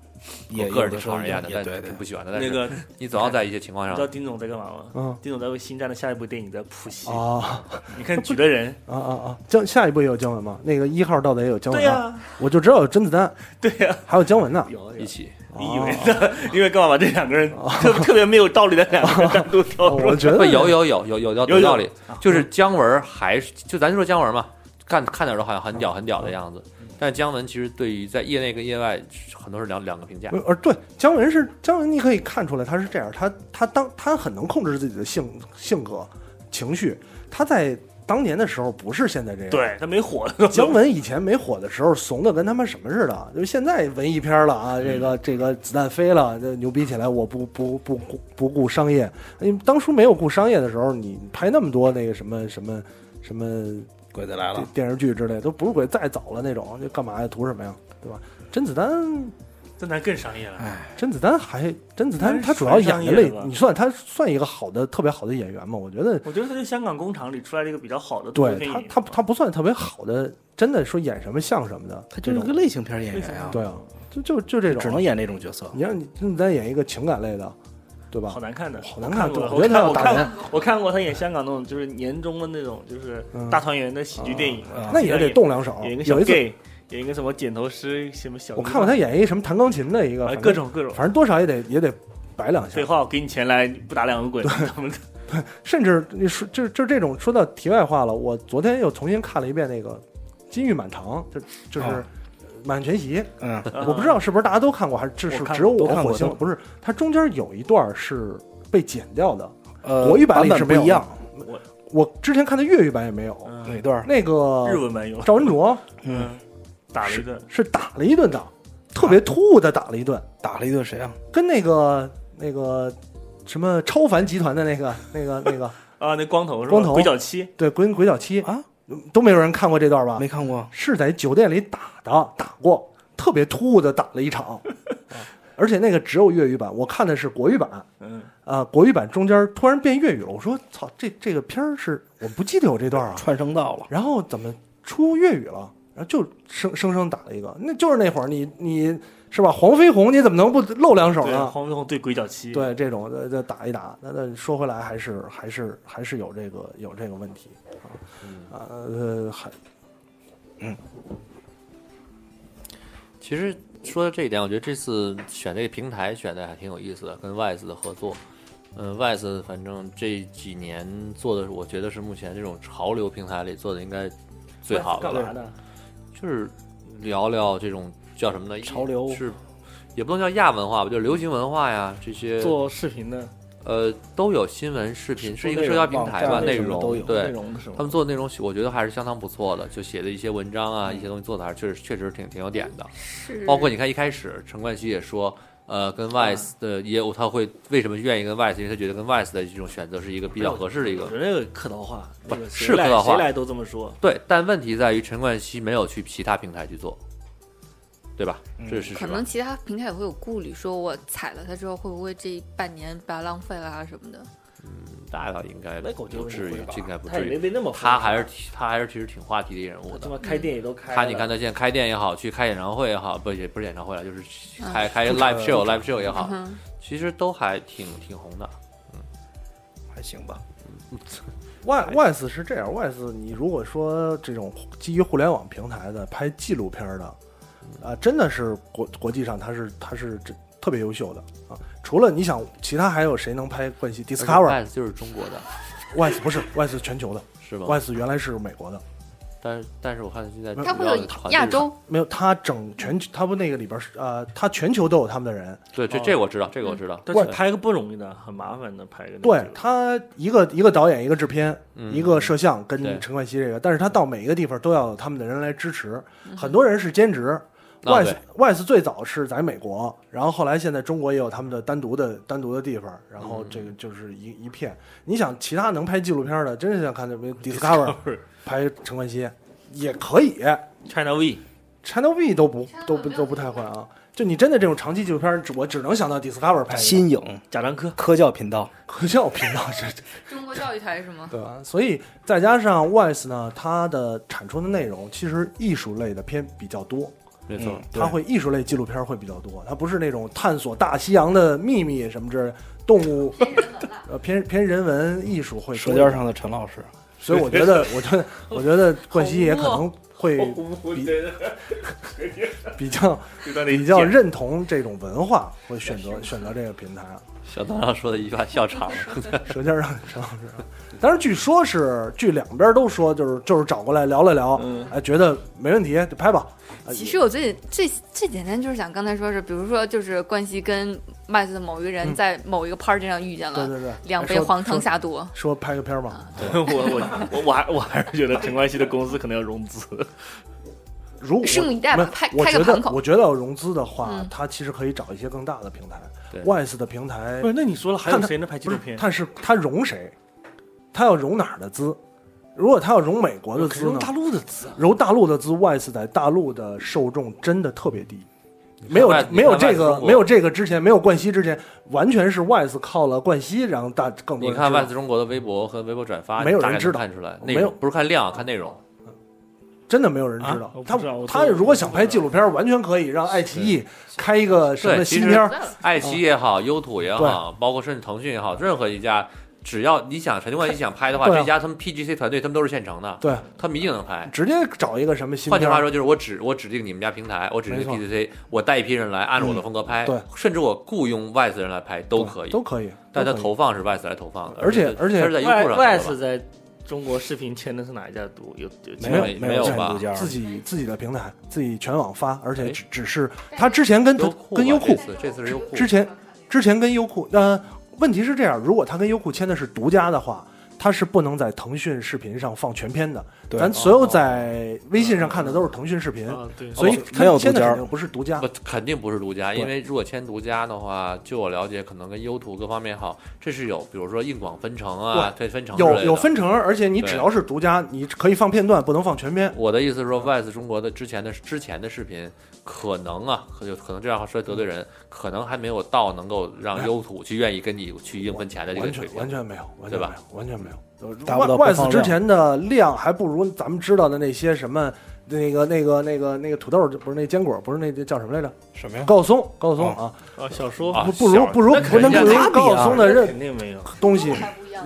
Speaker 6: 也
Speaker 4: 我个人
Speaker 6: 有
Speaker 4: 挺
Speaker 6: 的时候
Speaker 4: 讨人厌的
Speaker 6: 也，
Speaker 4: 但
Speaker 6: 对
Speaker 4: 是
Speaker 6: 对
Speaker 4: 挺不喜欢的。但
Speaker 3: 那
Speaker 4: 是
Speaker 3: 个，
Speaker 4: 你总要在一些情况
Speaker 3: 你知道
Speaker 4: 上，
Speaker 3: 丁总在干嘛吗？
Speaker 1: 嗯
Speaker 3: 丁总在为《星战》的下一部电影在谱戏。
Speaker 1: 啊
Speaker 3: 你看《举的 人
Speaker 1: 啊啊啊！姜下一步也有姜文吗？那个一号到底也有》，姜
Speaker 3: 对
Speaker 1: 文
Speaker 3: 呀、
Speaker 1: 吗？我就知道有甄子丹，
Speaker 3: 对呀、
Speaker 1: 还有姜 文呢。
Speaker 3: 有有
Speaker 4: 一。起
Speaker 1: 哦
Speaker 3: 你以为呢？因为干嘛把这两个人特特别没有道理的两个人单 独挑出
Speaker 1: 哦我
Speaker 3: 来？
Speaker 1: 觉
Speaker 4: 不
Speaker 1: 得
Speaker 4: 有有有有有道
Speaker 3: 有有啊
Speaker 4: 道理，就是姜文还是就咱就说姜文嘛，看看点儿都好像很屌很屌的样子，
Speaker 3: 嗯
Speaker 4: 但是姜文其实对于在业内跟业外很多是两两个评价。
Speaker 1: 呃，对，姜文是姜文，你可以看出来他是这样，他他当他很能控制自己的性性格、情绪。他在当年的时候不是现在这样。，
Speaker 3: 对他没火的时候，
Speaker 1: 姜文以前没火的时候，怂的跟他妈什么似的，就是现在文艺片了啊，这个这个子弹飞了，这牛逼起来，我不不不不不顾商业。你当初没有顾商业的时候，你拍那么多那个什么什么什么
Speaker 6: 鬼子来了
Speaker 1: 电，电视剧之类，都不是鬼再早了那种，就干嘛呀？图什么呀？对吧？甄子丹
Speaker 3: 这咱更商业了。
Speaker 1: 甄子丹还甄子丹，
Speaker 3: 他是
Speaker 1: 他主要演
Speaker 3: 商
Speaker 1: 的
Speaker 3: 业的
Speaker 1: 类
Speaker 3: 吧，
Speaker 1: 你算他算一个好的特别好的演员吗？我觉得，
Speaker 3: 我觉得他就香港工厂里出来了一个比较好的动作
Speaker 1: 对
Speaker 3: 电
Speaker 1: 他
Speaker 3: 影
Speaker 1: 他他不算特别好的，真的说演什么像什么的，
Speaker 6: 他就
Speaker 1: 这
Speaker 6: 是
Speaker 1: 种
Speaker 6: 个类型片演员啊，
Speaker 1: 对啊，就就就这种，
Speaker 6: 只能演这种角色。
Speaker 1: 你让你甄子丹演一个情感类的，对吧
Speaker 3: 好？难看的，
Speaker 1: 好难看，
Speaker 3: 我看
Speaker 1: 我
Speaker 3: 过
Speaker 1: 觉得他要
Speaker 3: 我看
Speaker 1: 打
Speaker 3: 过
Speaker 1: 人，
Speaker 3: 我看过他演香港那种就是年终的那种就是
Speaker 1: 嗯
Speaker 3: 大团圆的喜剧电影，
Speaker 6: 啊
Speaker 1: 那也得动两手。
Speaker 3: 演一个
Speaker 1: 有
Speaker 3: 小
Speaker 1: 一次
Speaker 3: gay，演一个什么剪头师，什么小，
Speaker 1: 我看过他演一什么弹钢琴的一个，
Speaker 3: 哎
Speaker 1: 反正
Speaker 3: 各，种各种。
Speaker 1: 反正多少也得也得摆两下
Speaker 3: 废。话，我给你钱来，你不打两个滚，他们
Speaker 1: 甚至你说就就这种说到题外话了，我昨天又重新看了一遍那个《金玉满堂》，就就是、
Speaker 6: 啊
Speaker 1: 满汉全席》，
Speaker 6: 嗯
Speaker 1: 我不知道是不是大家都看过，还是只是
Speaker 6: 我看
Speaker 1: 只有
Speaker 6: 都
Speaker 1: 我
Speaker 6: 看过
Speaker 1: 火星
Speaker 6: 都
Speaker 1: 了？不是，它中间有一段是被剪掉的，
Speaker 6: 呃，
Speaker 1: 国语版
Speaker 6: 版
Speaker 1: 里
Speaker 6: 本
Speaker 1: 是
Speaker 6: 不
Speaker 1: 没有
Speaker 6: 一
Speaker 1: 的
Speaker 6: 样，嗯
Speaker 3: 我
Speaker 1: 我之前看的粤语版也没有，
Speaker 6: 哪段儿？
Speaker 1: 那个
Speaker 3: 嗯日文版有，
Speaker 1: 赵文卓
Speaker 6: 嗯，
Speaker 3: 打了一顿，
Speaker 1: 是打了一顿的，特
Speaker 6: 啊
Speaker 1: 别突兀的打了一顿，
Speaker 6: 打了一顿谁啊？
Speaker 1: 跟那个那个什么超凡集团的那个那个那个
Speaker 3: 啊，那光头是吧？
Speaker 1: 光头
Speaker 3: 鬼脚七，
Speaker 1: 对鬼鬼脚七
Speaker 6: 啊，
Speaker 1: 都没有人看过这段吧？
Speaker 6: 没看过，
Speaker 1: 是在酒店里打的，打过，特别突兀的打了一场， 啊而且那个只有粤语版，我看的是国语版。
Speaker 3: 嗯，
Speaker 1: 啊，国语版中间突然变粤语了，我说操，这这个片儿是我不记得有这段啊，
Speaker 6: 串声道了。
Speaker 1: 然后怎么出粤语了？然后就生生生打了一个，那就是那会儿你你是吧？黄飞鸿你怎么能不露两手
Speaker 3: 对，
Speaker 1: 呢？
Speaker 3: 黄飞鸿对鬼脚七，，
Speaker 1: 对，这种呃再打一打。那那说回来，还是还是还是有这个有这个问题
Speaker 3: 嗯
Speaker 1: 啊，呃，还
Speaker 4: 其实说到这一点，我觉得这次选这个平台选的还挺有意思的，跟 Wise 的合作。嗯，Wise 反正这几年做的，我觉得是目前这种潮流平台里做的应该最好的
Speaker 3: 干
Speaker 4: 了。
Speaker 3: 嘛呢？
Speaker 4: 就是聊聊这种叫什么呢？
Speaker 6: 潮流
Speaker 4: 是，也不能叫亚文化吧，就是流行文化呀这些。
Speaker 3: 做视频的
Speaker 4: 呃，都有新闻、视频，是一个
Speaker 6: 内
Speaker 4: 社
Speaker 6: 容
Speaker 4: 交平
Speaker 6: 网
Speaker 4: 台
Speaker 6: 站
Speaker 4: 吧，
Speaker 6: 内
Speaker 4: 内
Speaker 6: 容
Speaker 4: 容
Speaker 6: 都有
Speaker 4: 对
Speaker 3: 内，容的时候，
Speaker 4: 他们做的内容，我觉得还是相当不错的，就写的一些文章啊，
Speaker 6: 嗯
Speaker 4: 一些东西做的还是确实确实挺挺有点的。
Speaker 5: 是
Speaker 4: 包括你看一开始陈冠希也说，呃，跟
Speaker 6: 啊
Speaker 4: Vice 的也有他会为什么愿意跟 Vice，因为他觉得跟 Vice 的这种选择是一个比较合适的一
Speaker 3: 我
Speaker 4: 个。
Speaker 3: 觉得这个客套话，
Speaker 4: 不
Speaker 3: 这个
Speaker 4: 是
Speaker 3: 谁来
Speaker 4: 客套话
Speaker 3: 谁来都这么说。
Speaker 4: 对，但问题在于陈冠希没有去其他平台去做，对吧？这是事
Speaker 7: 可
Speaker 4: 实
Speaker 7: 能
Speaker 4: 吧。
Speaker 7: 其他平台也会有顾虑，说我踩了它之后会不会这半年白浪费了啊什么的。
Speaker 4: 大到应该
Speaker 3: 那个我觉得
Speaker 4: 不至
Speaker 3: 不会
Speaker 4: 于
Speaker 3: 吧，
Speaker 4: 这应该不
Speaker 3: 他也
Speaker 4: 至
Speaker 3: 没
Speaker 4: 于。
Speaker 3: 被那么疯
Speaker 4: 他
Speaker 3: 狂，
Speaker 4: 还是他还是其实挺话题的一人物
Speaker 3: 他
Speaker 4: 的
Speaker 3: 妈。开店也都开了，
Speaker 4: 他你看他现在开店也好，去开演唱会也好，不也不是演唱会了，就是
Speaker 7: 嗯
Speaker 4: 开开 live show live show 也好，
Speaker 7: 嗯，
Speaker 4: 其实都还挺挺红的。
Speaker 6: 还行吧。
Speaker 1: 外外嗯斯是这样，外斯你如果说这种基于互联网平台的拍纪录片儿的，啊，真的是国国际上它是它是这特别优秀的啊。除了你想，其他还有谁能拍冠希？Discover
Speaker 4: 而且 Vice 就是中国的，
Speaker 1: 外斯不是外斯全球的，
Speaker 4: 是吗？
Speaker 1: 外斯原来是美国的，
Speaker 4: 但是但是我看现在
Speaker 7: 它会
Speaker 4: 主要的团
Speaker 7: 有
Speaker 4: 队
Speaker 7: 亚
Speaker 4: 是
Speaker 7: 洲，
Speaker 1: 没有它整全他不那个里边是呃，它全球都有他们的人，
Speaker 4: 对这这我知道，这
Speaker 7: 嗯
Speaker 4: 个我知道。
Speaker 3: 但是拍个不容易的，很麻烦的，拍个那个
Speaker 1: 对他一个一个导演，一个制片，
Speaker 4: 嗯
Speaker 1: 一个摄像，
Speaker 4: 对
Speaker 1: 跟陈冠希这个，但是他到每一个地方都要有他们的人来支持，很多人是兼职。
Speaker 4: 嗯啊
Speaker 1: Wise
Speaker 4: 对
Speaker 1: Wise 最早是在美国，然后后来现在中国也有他们的单独的单独的地方，然后
Speaker 4: 嗯
Speaker 1: 这个就是一一片。你想，其他能拍纪录片的，真是想看 那什么 Discover 拍陈冠希也可以
Speaker 3: ，China V，
Speaker 1: ，Channel V 都不都不都不太会啊。就你真的这种长期纪录片，只我只能想到 Discover 拍的
Speaker 6: 新影
Speaker 3: 贾樟柯，
Speaker 6: 科教频道，
Speaker 1: 科教频道是
Speaker 7: 中国教育台是吗？
Speaker 1: 对吧？啊所以再加上 Wise 呢，它的产出的内容其实艺术类的片比较多，
Speaker 4: 没
Speaker 6: 嗯
Speaker 4: 错，
Speaker 1: 它会艺术类纪录片会比较多，它不是那种探索大西洋的秘密什么之类的，动物呃偏偏人文艺术会
Speaker 6: 《
Speaker 1: 多
Speaker 6: 舌
Speaker 1: 一
Speaker 6: 尖
Speaker 1: 点。
Speaker 6: 上的陈老师》
Speaker 1: 所以我 觉得，我觉得，我觉得冠希也可能会比比较 比较认同这种文化，会选择选择这个平台啊。
Speaker 4: 小唐上说的一句话笑场了。
Speaker 1: 《舌尖上的陈老师》啊，当然据说是据两边都说，就是就是找过来聊了聊，哎，觉得没问题就拍吧。啊
Speaker 7: 其实我最最最简单就是想刚才说是，比如说就是冠希跟麦子的某一个人在某一个 party 上遇见
Speaker 1: 嗯对
Speaker 7: 了，
Speaker 1: 对对，
Speaker 7: 两杯
Speaker 1: 说
Speaker 7: 黄汤
Speaker 1: 说
Speaker 7: 下嗯肚，
Speaker 1: 说拍个片儿嘛。
Speaker 3: 我我我我还我还是觉得陈冠希的公司可能要融资，
Speaker 1: 如果
Speaker 7: 拭目以待吧
Speaker 1: 没有
Speaker 7: 拍
Speaker 1: 我
Speaker 7: 开个
Speaker 1: 觉
Speaker 7: 盘
Speaker 1: 得
Speaker 7: 口
Speaker 1: 我觉得要融资的话
Speaker 7: 嗯，
Speaker 1: 它其实可以找一些更大的平台
Speaker 4: 对
Speaker 1: ，Wise 的平台
Speaker 3: 不是？那你说了还有
Speaker 1: 看他
Speaker 3: 谁能拍纪
Speaker 1: 不
Speaker 3: 录
Speaker 1: 是
Speaker 3: 片？
Speaker 1: 它是它融谁，它要融哪儿的资？如果它要融美国
Speaker 4: 哦
Speaker 1: 的
Speaker 3: 肯
Speaker 1: 资
Speaker 3: 定
Speaker 1: 呢？
Speaker 3: 大陆的资啊，
Speaker 1: 揉大陆的资，Wise 在大陆的受众真的特别低，没有
Speaker 4: 外
Speaker 1: 没有
Speaker 4: 你看
Speaker 1: 这
Speaker 4: Wise
Speaker 1: 个
Speaker 4: 中国
Speaker 1: 没有这个之前没有冠希之前，完全是 Wise 靠了冠希，然后大更
Speaker 4: 你
Speaker 1: 多人
Speaker 4: 看
Speaker 1: 知道
Speaker 4: Vice 中国的微博和微博转发，
Speaker 1: 没有人
Speaker 4: 大概能
Speaker 1: 知道
Speaker 4: 看出来，
Speaker 1: 没
Speaker 4: 内
Speaker 1: 有
Speaker 4: 容不是看量啊，看内容。
Speaker 1: 真的没有人知道
Speaker 3: 啊我不
Speaker 1: 他
Speaker 3: 知道我
Speaker 1: 他
Speaker 3: 都
Speaker 1: 如果想拍纪录片，完全可以让爱奇艺开一个什么
Speaker 4: 对其实
Speaker 1: 新片儿，
Speaker 4: 爱奇艺也
Speaker 1: 嗯
Speaker 4: 好，优土也好，包括甚至腾讯也好，任何一家，只要你想陈冠希想拍的话，
Speaker 1: 对啊
Speaker 4: 这家他们 PGC 团队他们都是现成的，
Speaker 1: 对，
Speaker 4: 他们一定能拍。
Speaker 1: 直接找一个什么新
Speaker 4: 换句
Speaker 1: 片
Speaker 4: 话
Speaker 1: 儿，
Speaker 4: 说，就是我指我指定你们家平台，我指定
Speaker 1: 没错嗯
Speaker 4: PGC，我带一批人来，按照我的风格拍，
Speaker 1: 对
Speaker 4: 甚至我雇佣外资人来拍都可以，
Speaker 1: 都可以，
Speaker 4: 但它
Speaker 1: 都可以
Speaker 4: 投放是外资来投放的，
Speaker 1: 而且而且
Speaker 4: 它是在优
Speaker 3: 外
Speaker 4: 酷上投
Speaker 3: 外
Speaker 4: 的
Speaker 3: 是
Speaker 4: 吧，
Speaker 3: 在中国视频签的是哪一家独有有
Speaker 1: 没有
Speaker 4: 没有
Speaker 1: 自己
Speaker 4: 吧
Speaker 1: 独家自己自己的平台，自己全网发，而且
Speaker 4: 哎
Speaker 1: 只只是他之前跟
Speaker 4: 优酷吧
Speaker 1: 跟优
Speaker 4: 这
Speaker 1: 酷
Speaker 4: 次这次是优酷
Speaker 1: 之前之前跟优酷，呃，问题是这样，如果他跟优酷签的是独家的话，他是不能在腾讯视频上放全片的。
Speaker 4: 哦
Speaker 6: 对
Speaker 1: 咱所有在微信上看的都是腾讯视频，
Speaker 3: 啊对
Speaker 1: 所以
Speaker 6: 哦
Speaker 1: 他
Speaker 6: 没有
Speaker 1: 签的
Speaker 6: 独家
Speaker 1: 肯定不是独家
Speaker 4: 不。肯定不是独家，
Speaker 1: 对
Speaker 4: 因为如果签独家的话，据我了解，可能跟优图各方面好，这是有，比如说硬广分成啊，对分成之类
Speaker 1: 有
Speaker 4: 的
Speaker 1: 有。分成，而且你
Speaker 4: 对
Speaker 1: 只要是独家，你可以放片段，不能放全片。
Speaker 4: 我的意思是说，VICE 中国的之前的之前的视频，可能啊，可有可能这样说得罪人，可能还没有到能够
Speaker 6: 哎
Speaker 4: 让优图去愿意跟你去硬分钱的这个
Speaker 1: 完
Speaker 4: 水
Speaker 1: 全
Speaker 4: 平，
Speaker 1: 完全没有，完
Speaker 4: 对
Speaker 1: 全没
Speaker 4: 吧
Speaker 1: 有，完全没有。
Speaker 6: 达不到播
Speaker 1: 外
Speaker 6: 放量
Speaker 1: 之前的量还不如咱们知道的那些什么那个那个那个那个土豆，不是那坚果，不是那那叫什么来着？
Speaker 6: 什么呀？
Speaker 1: 高松，高松啊，
Speaker 3: 啊小说
Speaker 4: 啊
Speaker 1: 不不如
Speaker 4: 小
Speaker 1: 不如
Speaker 3: 那
Speaker 1: 不
Speaker 3: 肯定
Speaker 1: 能不如
Speaker 3: 啊那
Speaker 1: 高松的任
Speaker 3: 肯定没有，
Speaker 1: 东西，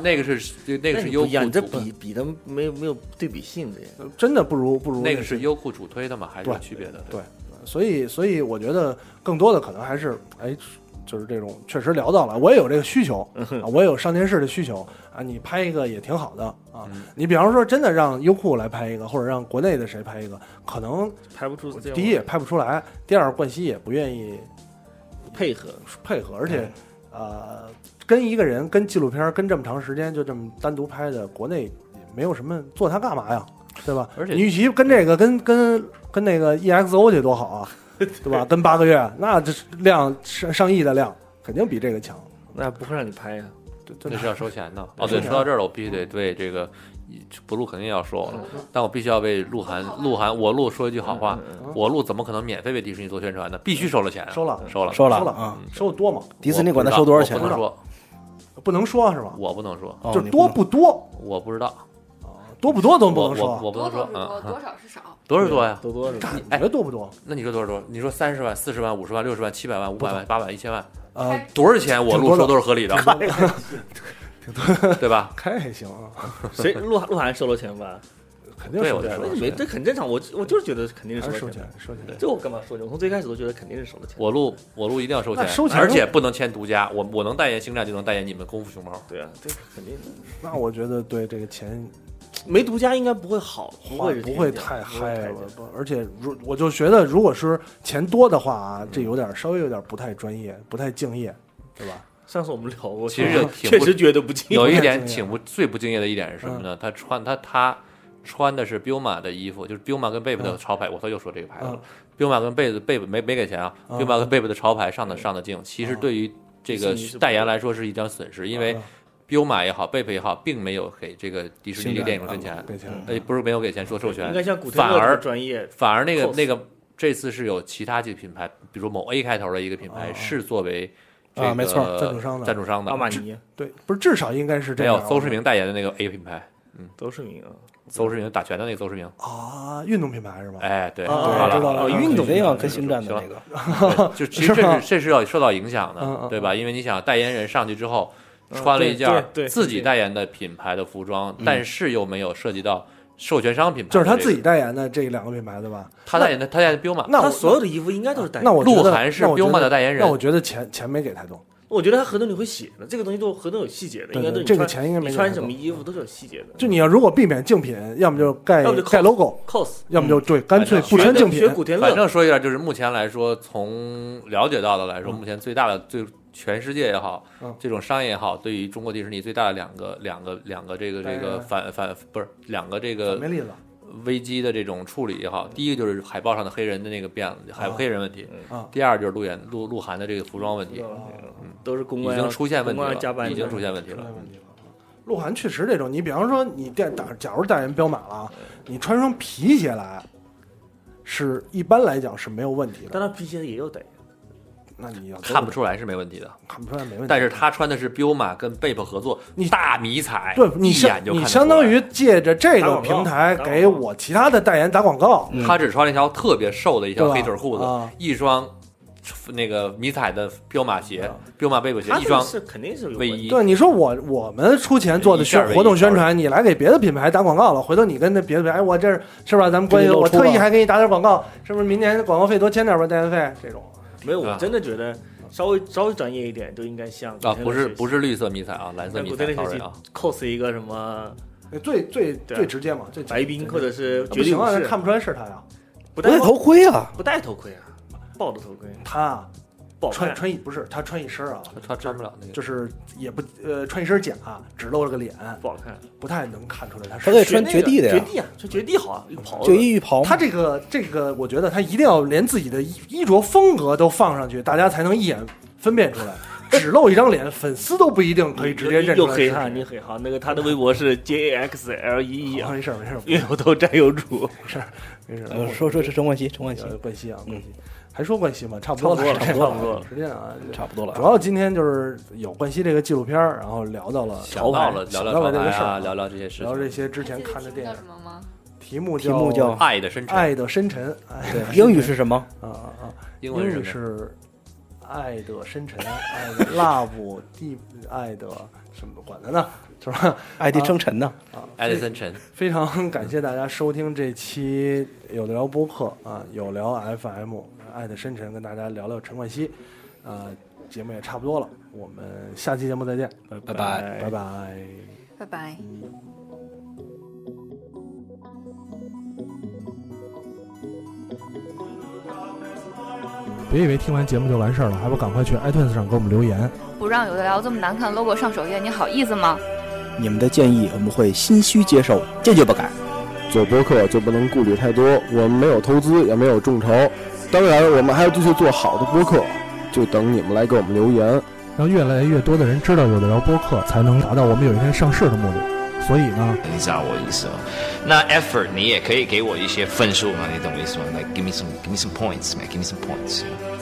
Speaker 4: 那个是那
Speaker 3: 那
Speaker 4: 个是
Speaker 3: 你
Speaker 4: 优
Speaker 3: 不
Speaker 4: 酷
Speaker 3: 一样，你这
Speaker 4: 主
Speaker 3: 比比的没有没有对比性的呀。
Speaker 1: 真的不如不如
Speaker 4: 那个是
Speaker 1: 优。
Speaker 4: 优酷主推的嘛，还是有
Speaker 1: 对
Speaker 4: 区别的？
Speaker 1: 对所以所以我觉得更多的可能还是哎，就是这种确实聊到了，我也有这个需求，
Speaker 3: 嗯
Speaker 1: 啊、我也有上电视的需求啊，你拍一个也挺好的啊。
Speaker 4: 嗯
Speaker 1: 你比方说真的让优酷来拍一个，或者让国内的谁拍一个，可能
Speaker 3: 拍不出这样
Speaker 1: 第一也拍不出来，第二冠希也不愿意
Speaker 3: 配合，
Speaker 1: 配合，而且、呃，跟一个人跟纪录片跟这么长时间就这么单独拍的，国内也没有什么做它干嘛呀，对吧？
Speaker 4: 而且
Speaker 1: 你与其跟这个跟跟跟那个 EXO 去多好 啊，对吧？跟八个月那这是量上上亿的量，肯定比这个强。
Speaker 3: 那不会让你拍呀。
Speaker 1: 对对
Speaker 4: 那是要收钱的。
Speaker 1: 对
Speaker 4: 哦，
Speaker 1: 收
Speaker 4: 对，
Speaker 1: 钱
Speaker 4: 说
Speaker 3: 啊
Speaker 4: 到这儿了，我
Speaker 6: 嗯
Speaker 4: 必须得对这个不录肯定要说我了，但我必须要为鹿晗，鹿晗，我鹿说一句好话，
Speaker 6: 嗯
Speaker 4: 我鹿怎么可能免费为迪士尼做宣传呢？必须收了钱，啊
Speaker 1: 收了
Speaker 4: 收了，
Speaker 6: 收了
Speaker 1: 收了
Speaker 6: 啊！
Speaker 1: 收的多吗？
Speaker 6: 迪士尼管他收多少钱
Speaker 4: 我？不能说，
Speaker 1: 不能说是吧？
Speaker 4: 我不能说，
Speaker 6: 哦
Speaker 1: 就
Speaker 6: 你
Speaker 1: 多
Speaker 6: 能
Speaker 1: 不多，
Speaker 4: 我不知道，
Speaker 1: 多不多都不
Speaker 4: 我我
Speaker 1: 能说。啊嗯
Speaker 4: 我不能说，嗯，
Speaker 7: 多少是少，
Speaker 4: 多少多呀？哎
Speaker 3: 多多是吧？
Speaker 1: 感觉多不多？
Speaker 4: 那你说多少多？你说三十万、四十万、五十万、六十万、七百万、五百万、八百万、一千万，
Speaker 1: 呃，
Speaker 4: 多少钱我
Speaker 1: 挺
Speaker 4: 鹿
Speaker 1: 多的
Speaker 4: 说都是合理的， 对吧？
Speaker 1: 开还行啊，
Speaker 3: 谁鹿鹿晗收了钱吧？
Speaker 1: 肯定
Speaker 4: 对
Speaker 1: 收
Speaker 4: 我就
Speaker 1: 钱
Speaker 4: 说
Speaker 3: 那没，这很正常。我我就是觉得肯定
Speaker 1: 还
Speaker 3: 是
Speaker 1: 是
Speaker 3: 收
Speaker 1: 收
Speaker 3: 了钱
Speaker 1: 钱
Speaker 3: 的。，
Speaker 1: 收钱。
Speaker 3: 这我干嘛收钱？我从最开始都觉得肯定是收了钱。
Speaker 4: 我录我录一定要收
Speaker 1: 那
Speaker 4: 钱，
Speaker 1: 收钱
Speaker 4: 而且不能签独家，我我能代言星战就能代言你们功夫熊猫。
Speaker 3: 对啊，这个肯定的。
Speaker 1: 那我觉得对这个钱
Speaker 3: 没独家应该不会好，不
Speaker 1: 话
Speaker 3: 会
Speaker 1: 不
Speaker 3: 会
Speaker 1: 会太嗨
Speaker 3: 嗨
Speaker 1: 了吧？而且如我就觉得，如果是钱多的话啊，
Speaker 3: 嗯
Speaker 1: 这有点稍微有点不太专业，不太敬业，对吧？
Speaker 3: 上次我们聊过，
Speaker 4: 其实也挺
Speaker 3: 确
Speaker 4: 不
Speaker 3: 实觉得不敬
Speaker 4: 有一
Speaker 3: 业。
Speaker 4: 点挺不最不敬业的一点是什么呢？他穿他他穿的是 Buma 的衣服，就是 Buma 跟 Bape 的潮牌。我操，又说这个牌子了。Buma 跟 Bape Bape 没没给钱啊
Speaker 1: 嗯
Speaker 4: ，Buma 跟 Bape 的潮牌上的上的镜，其实对于这
Speaker 3: 迪士
Speaker 4: 个
Speaker 3: 尼是不
Speaker 4: 代言来说是一张损失，因为
Speaker 1: 嗯啊
Speaker 4: Buma 也好，Bape 也好，并没有给这个迪士尼这个电
Speaker 1: 啊
Speaker 4: 影挣钱，
Speaker 1: 给钱，
Speaker 4: 哎，不是没有给钱说授
Speaker 3: 应
Speaker 4: 权
Speaker 3: 该，像古天
Speaker 4: 反
Speaker 3: 乐这么
Speaker 4: 而
Speaker 3: 专业，
Speaker 4: 反而那个
Speaker 3: Cos
Speaker 4: 那个这次是有其他几个品牌，比如某 A 开头的一个品牌
Speaker 1: 哦
Speaker 4: 是作为这
Speaker 6: 啊没错
Speaker 4: 个
Speaker 1: 赞助商的
Speaker 4: 赞助商的
Speaker 3: 阿玛尼、
Speaker 1: 对，不是至少应该是这
Speaker 4: 没
Speaker 1: 样
Speaker 4: 有
Speaker 1: 啊。
Speaker 4: 邹市明代言的那个 A 品牌，
Speaker 3: 都是名啊额。
Speaker 4: 邹市明打拳的那个邹市明，
Speaker 1: 啊，运动品牌是吧？
Speaker 4: 哎，对，
Speaker 1: 啊
Speaker 4: 好
Speaker 1: 知道
Speaker 4: 了，
Speaker 1: 了，
Speaker 3: 哦运动
Speaker 6: 这个跟星战的那个
Speaker 4: 对就其实
Speaker 1: 是
Speaker 4: 这
Speaker 1: 吧
Speaker 4: 是这是要受到影响
Speaker 1: 嗯嗯
Speaker 4: 的，对吧？因为你想，代言人上去之后，穿了一件
Speaker 3: 对对对
Speaker 4: 自己代言的品牌的服装，但是又没有涉及到授权商品牌，
Speaker 1: 嗯就是他自己，代言的这两个品牌对吧？
Speaker 4: 他代言的，他代言的 Buma，
Speaker 1: 那我啊
Speaker 3: 他所有的衣服应该都是代言。
Speaker 1: 那我觉得
Speaker 4: 鹿晗是
Speaker 1: 那我觉得
Speaker 4: Buma 的代言人
Speaker 1: 那我觉得钱钱没给太多，
Speaker 3: 我觉得他合同里会写的，这个东西都合同有细节的，
Speaker 1: 对
Speaker 3: 应该都
Speaker 1: 对
Speaker 3: 你
Speaker 1: 这个
Speaker 3: 穿
Speaker 1: 钱应该没
Speaker 3: 你
Speaker 1: 给
Speaker 3: 穿
Speaker 1: 太
Speaker 3: 什
Speaker 1: 多
Speaker 3: 么衣服都是有细节的。
Speaker 1: 就你要如果避免竞品，要么就盖
Speaker 3: 要么就嗯
Speaker 1: 盖 logo，
Speaker 3: cos
Speaker 1: 要么就对干脆
Speaker 4: 反正
Speaker 1: 不穿竞
Speaker 3: 学
Speaker 1: 品。
Speaker 3: 古天
Speaker 4: 反
Speaker 3: 乐，
Speaker 4: 正说一下，就是目前来说，从了解到的来说，目前最大的最全世界也好
Speaker 1: 嗯，
Speaker 4: 这种商业也好，对于中国迪士尼最大的两个两个两个这个这
Speaker 1: 代言
Speaker 4: 个
Speaker 1: 人
Speaker 4: 反反不是两个这个
Speaker 1: 没例子，
Speaker 4: 危机的这种处理也好，第一个就是海报上的黑人的那个变海
Speaker 1: 嗯啊
Speaker 4: 黑人问题
Speaker 1: 啊，
Speaker 4: 第二就是陆演陆陆晗的这个服装问题，
Speaker 1: 嗯
Speaker 3: 都是公
Speaker 4: 嗯已
Speaker 3: 关啊
Speaker 4: 经出现问
Speaker 3: 公关
Speaker 4: 题
Speaker 3: 要加
Speaker 4: 了，
Speaker 3: 班
Speaker 4: 已经出
Speaker 3: 现。
Speaker 4: 现问题了。
Speaker 1: 嗯鹿晗确实这种，你比方说你代打，假如代言彪马了啊，你穿双皮鞋来，是一般来讲是没有问题
Speaker 3: 但
Speaker 1: 的。
Speaker 3: 他皮鞋也有代言，
Speaker 1: 那你要
Speaker 4: 看不出来是没问题的，
Speaker 1: 看不出来没问题。
Speaker 4: 但是他穿的是 Buma 跟 Bape 合作，
Speaker 1: 你
Speaker 4: 大迷彩，
Speaker 1: 对你
Speaker 4: 一眼
Speaker 1: 相
Speaker 4: 就看
Speaker 1: 你
Speaker 4: 得
Speaker 1: 相
Speaker 4: 出
Speaker 1: 当
Speaker 4: 来
Speaker 1: 于借着这
Speaker 3: 打
Speaker 1: 个
Speaker 3: 广告
Speaker 1: 平台
Speaker 3: 打广告
Speaker 1: 给我其他的代言打广告，
Speaker 4: 他只穿了一条特别瘦嗯的一条
Speaker 1: 对吧
Speaker 4: 黑腿裤子
Speaker 1: 啊，
Speaker 4: 一双那个迷彩的彪马鞋、
Speaker 1: 啊
Speaker 4: 彪马贝布鞋
Speaker 3: 他，
Speaker 4: 一
Speaker 3: 这个
Speaker 4: 双
Speaker 3: 是肯定是有
Speaker 4: 卫
Speaker 3: 问题
Speaker 4: 衣。
Speaker 1: 对，你说我我们出钱做的宣
Speaker 4: 一件儿
Speaker 1: 活动宣
Speaker 4: 一件
Speaker 1: 传，你来给别的品牌打广告了，回头你跟那别的品牌，哎，我这是是吧？咱们关
Speaker 6: 给
Speaker 1: 系，
Speaker 6: 你露
Speaker 1: 我
Speaker 6: 出
Speaker 1: 特意
Speaker 6: 了
Speaker 1: 还给你打点广告，是不是？明年广告费多签点吧，代言费这种。
Speaker 3: 没有，我
Speaker 4: 啊
Speaker 3: 真的觉得稍微稍微专业一点都应该像
Speaker 4: 啊，不是不
Speaker 3: 是
Speaker 4: 是绿色迷彩啊，蓝色
Speaker 3: 像
Speaker 4: 迷
Speaker 3: 古
Speaker 4: 彩
Speaker 3: 天乐学
Speaker 4: ，sorry
Speaker 3: 习
Speaker 4: 啊，
Speaker 3: cos 一个什么
Speaker 1: 那最最
Speaker 3: 对啊
Speaker 1: 最直接嘛，最
Speaker 3: 白冰或者呃是
Speaker 1: 不
Speaker 3: 绝地
Speaker 1: 行
Speaker 3: 武
Speaker 1: 啊，
Speaker 3: 士，
Speaker 1: 看不出来是他呀，
Speaker 3: 不戴
Speaker 6: 头盔啊，
Speaker 3: 不戴头盔啊，抱着头盔，
Speaker 1: 他啊
Speaker 3: 不好看
Speaker 1: 穿穿一不是他穿一身啊，
Speaker 4: 他穿不了那个，
Speaker 1: 就是也不呃穿一身甲，只露了个脸，
Speaker 3: 不好看。
Speaker 1: 不太能看出来他是。
Speaker 6: 他可以穿绝地的呀
Speaker 3: 绝地啊，穿绝地好啊，一个袍
Speaker 6: 就
Speaker 3: 子。
Speaker 6: 一浴袍嘛，
Speaker 1: 他这个这个，我觉得他一定要连自己的衣衣着风格都放上去，大家才能一眼分辨出 来。只露一张脸，粉丝都不一定可以直接认出
Speaker 3: 又
Speaker 1: 来
Speaker 3: 黑
Speaker 1: 是
Speaker 3: 哈，
Speaker 1: 谁。
Speaker 3: 你黑哈，那个他的微博是 J A X L E E
Speaker 1: 啊
Speaker 3: 啊，
Speaker 1: 没事儿没事儿
Speaker 3: 月有头占有主，
Speaker 1: 没事儿，
Speaker 6: 呃说说是陈冠希，陈冠希
Speaker 1: 呃冠希啊，冠希，还说冠希吗？差不多
Speaker 3: 嗯差不多
Speaker 1: 了，
Speaker 3: 了差
Speaker 1: 差
Speaker 3: 不多了
Speaker 1: 时间啊，
Speaker 6: 差不多了
Speaker 1: 主
Speaker 6: 啊。
Speaker 1: 要今天就是有冠希这个纪录片儿，然后聊到了
Speaker 4: 聊到了聊
Speaker 1: 聊
Speaker 4: 聊潮
Speaker 1: 到了这
Speaker 4: 牌
Speaker 1: 个事
Speaker 4: 啊，
Speaker 1: 儿，
Speaker 4: 聊聊这些事
Speaker 1: 聊这
Speaker 4: 情，
Speaker 1: 些之
Speaker 7: 还
Speaker 1: 前
Speaker 7: 记得
Speaker 1: 看的
Speaker 7: 题目
Speaker 1: 电
Speaker 7: 叫
Speaker 1: 影
Speaker 7: 什，么吗？
Speaker 1: 题目
Speaker 6: 题目
Speaker 1: 叫
Speaker 6: 叫
Speaker 1: 《
Speaker 4: 爱的深沉，
Speaker 1: 爱的深沉》，爱的
Speaker 6: 对，英语是什么？
Speaker 1: 啊啊啊，
Speaker 4: 英
Speaker 1: 英
Speaker 4: 文
Speaker 1: 语
Speaker 4: 是什么
Speaker 1: 是爱的深沉，爱的 love deep，爱的什么管它呢，是吧？
Speaker 6: 爱迪生辰呢？
Speaker 1: 啊，
Speaker 4: 爱的深沉，
Speaker 1: 非常感谢大家收听这期有的聊播客啊，有聊 FM，爱的深沉跟大家聊聊陈冠希，啊、节目也差不多了，我们下期节目再见，
Speaker 6: 拜拜
Speaker 1: 拜拜。
Speaker 7: 拜拜。
Speaker 1: 别以为听完节目就完事儿了，还不赶快去 iTunes 上给我们留言。
Speaker 5: 不让有的聊这么难看 logo 上首页，你好意思吗？
Speaker 6: 你们的建议我们会心虚接受，坚决不改。
Speaker 10: 做播客就不能顾虑太多，我们没有投资，也没有众筹，当然我们还要继续做好的播客，就等你们来给我们留言。
Speaker 1: 让越来越多的人知道有的聊播客，才能达到我们有一天上市的目的。所以呢，
Speaker 11: 你知道我意思吗？那 effort 你也可以给我一些分数嘛，你懂我意思吗？Like give me some give me some points, man, give me some points. you know?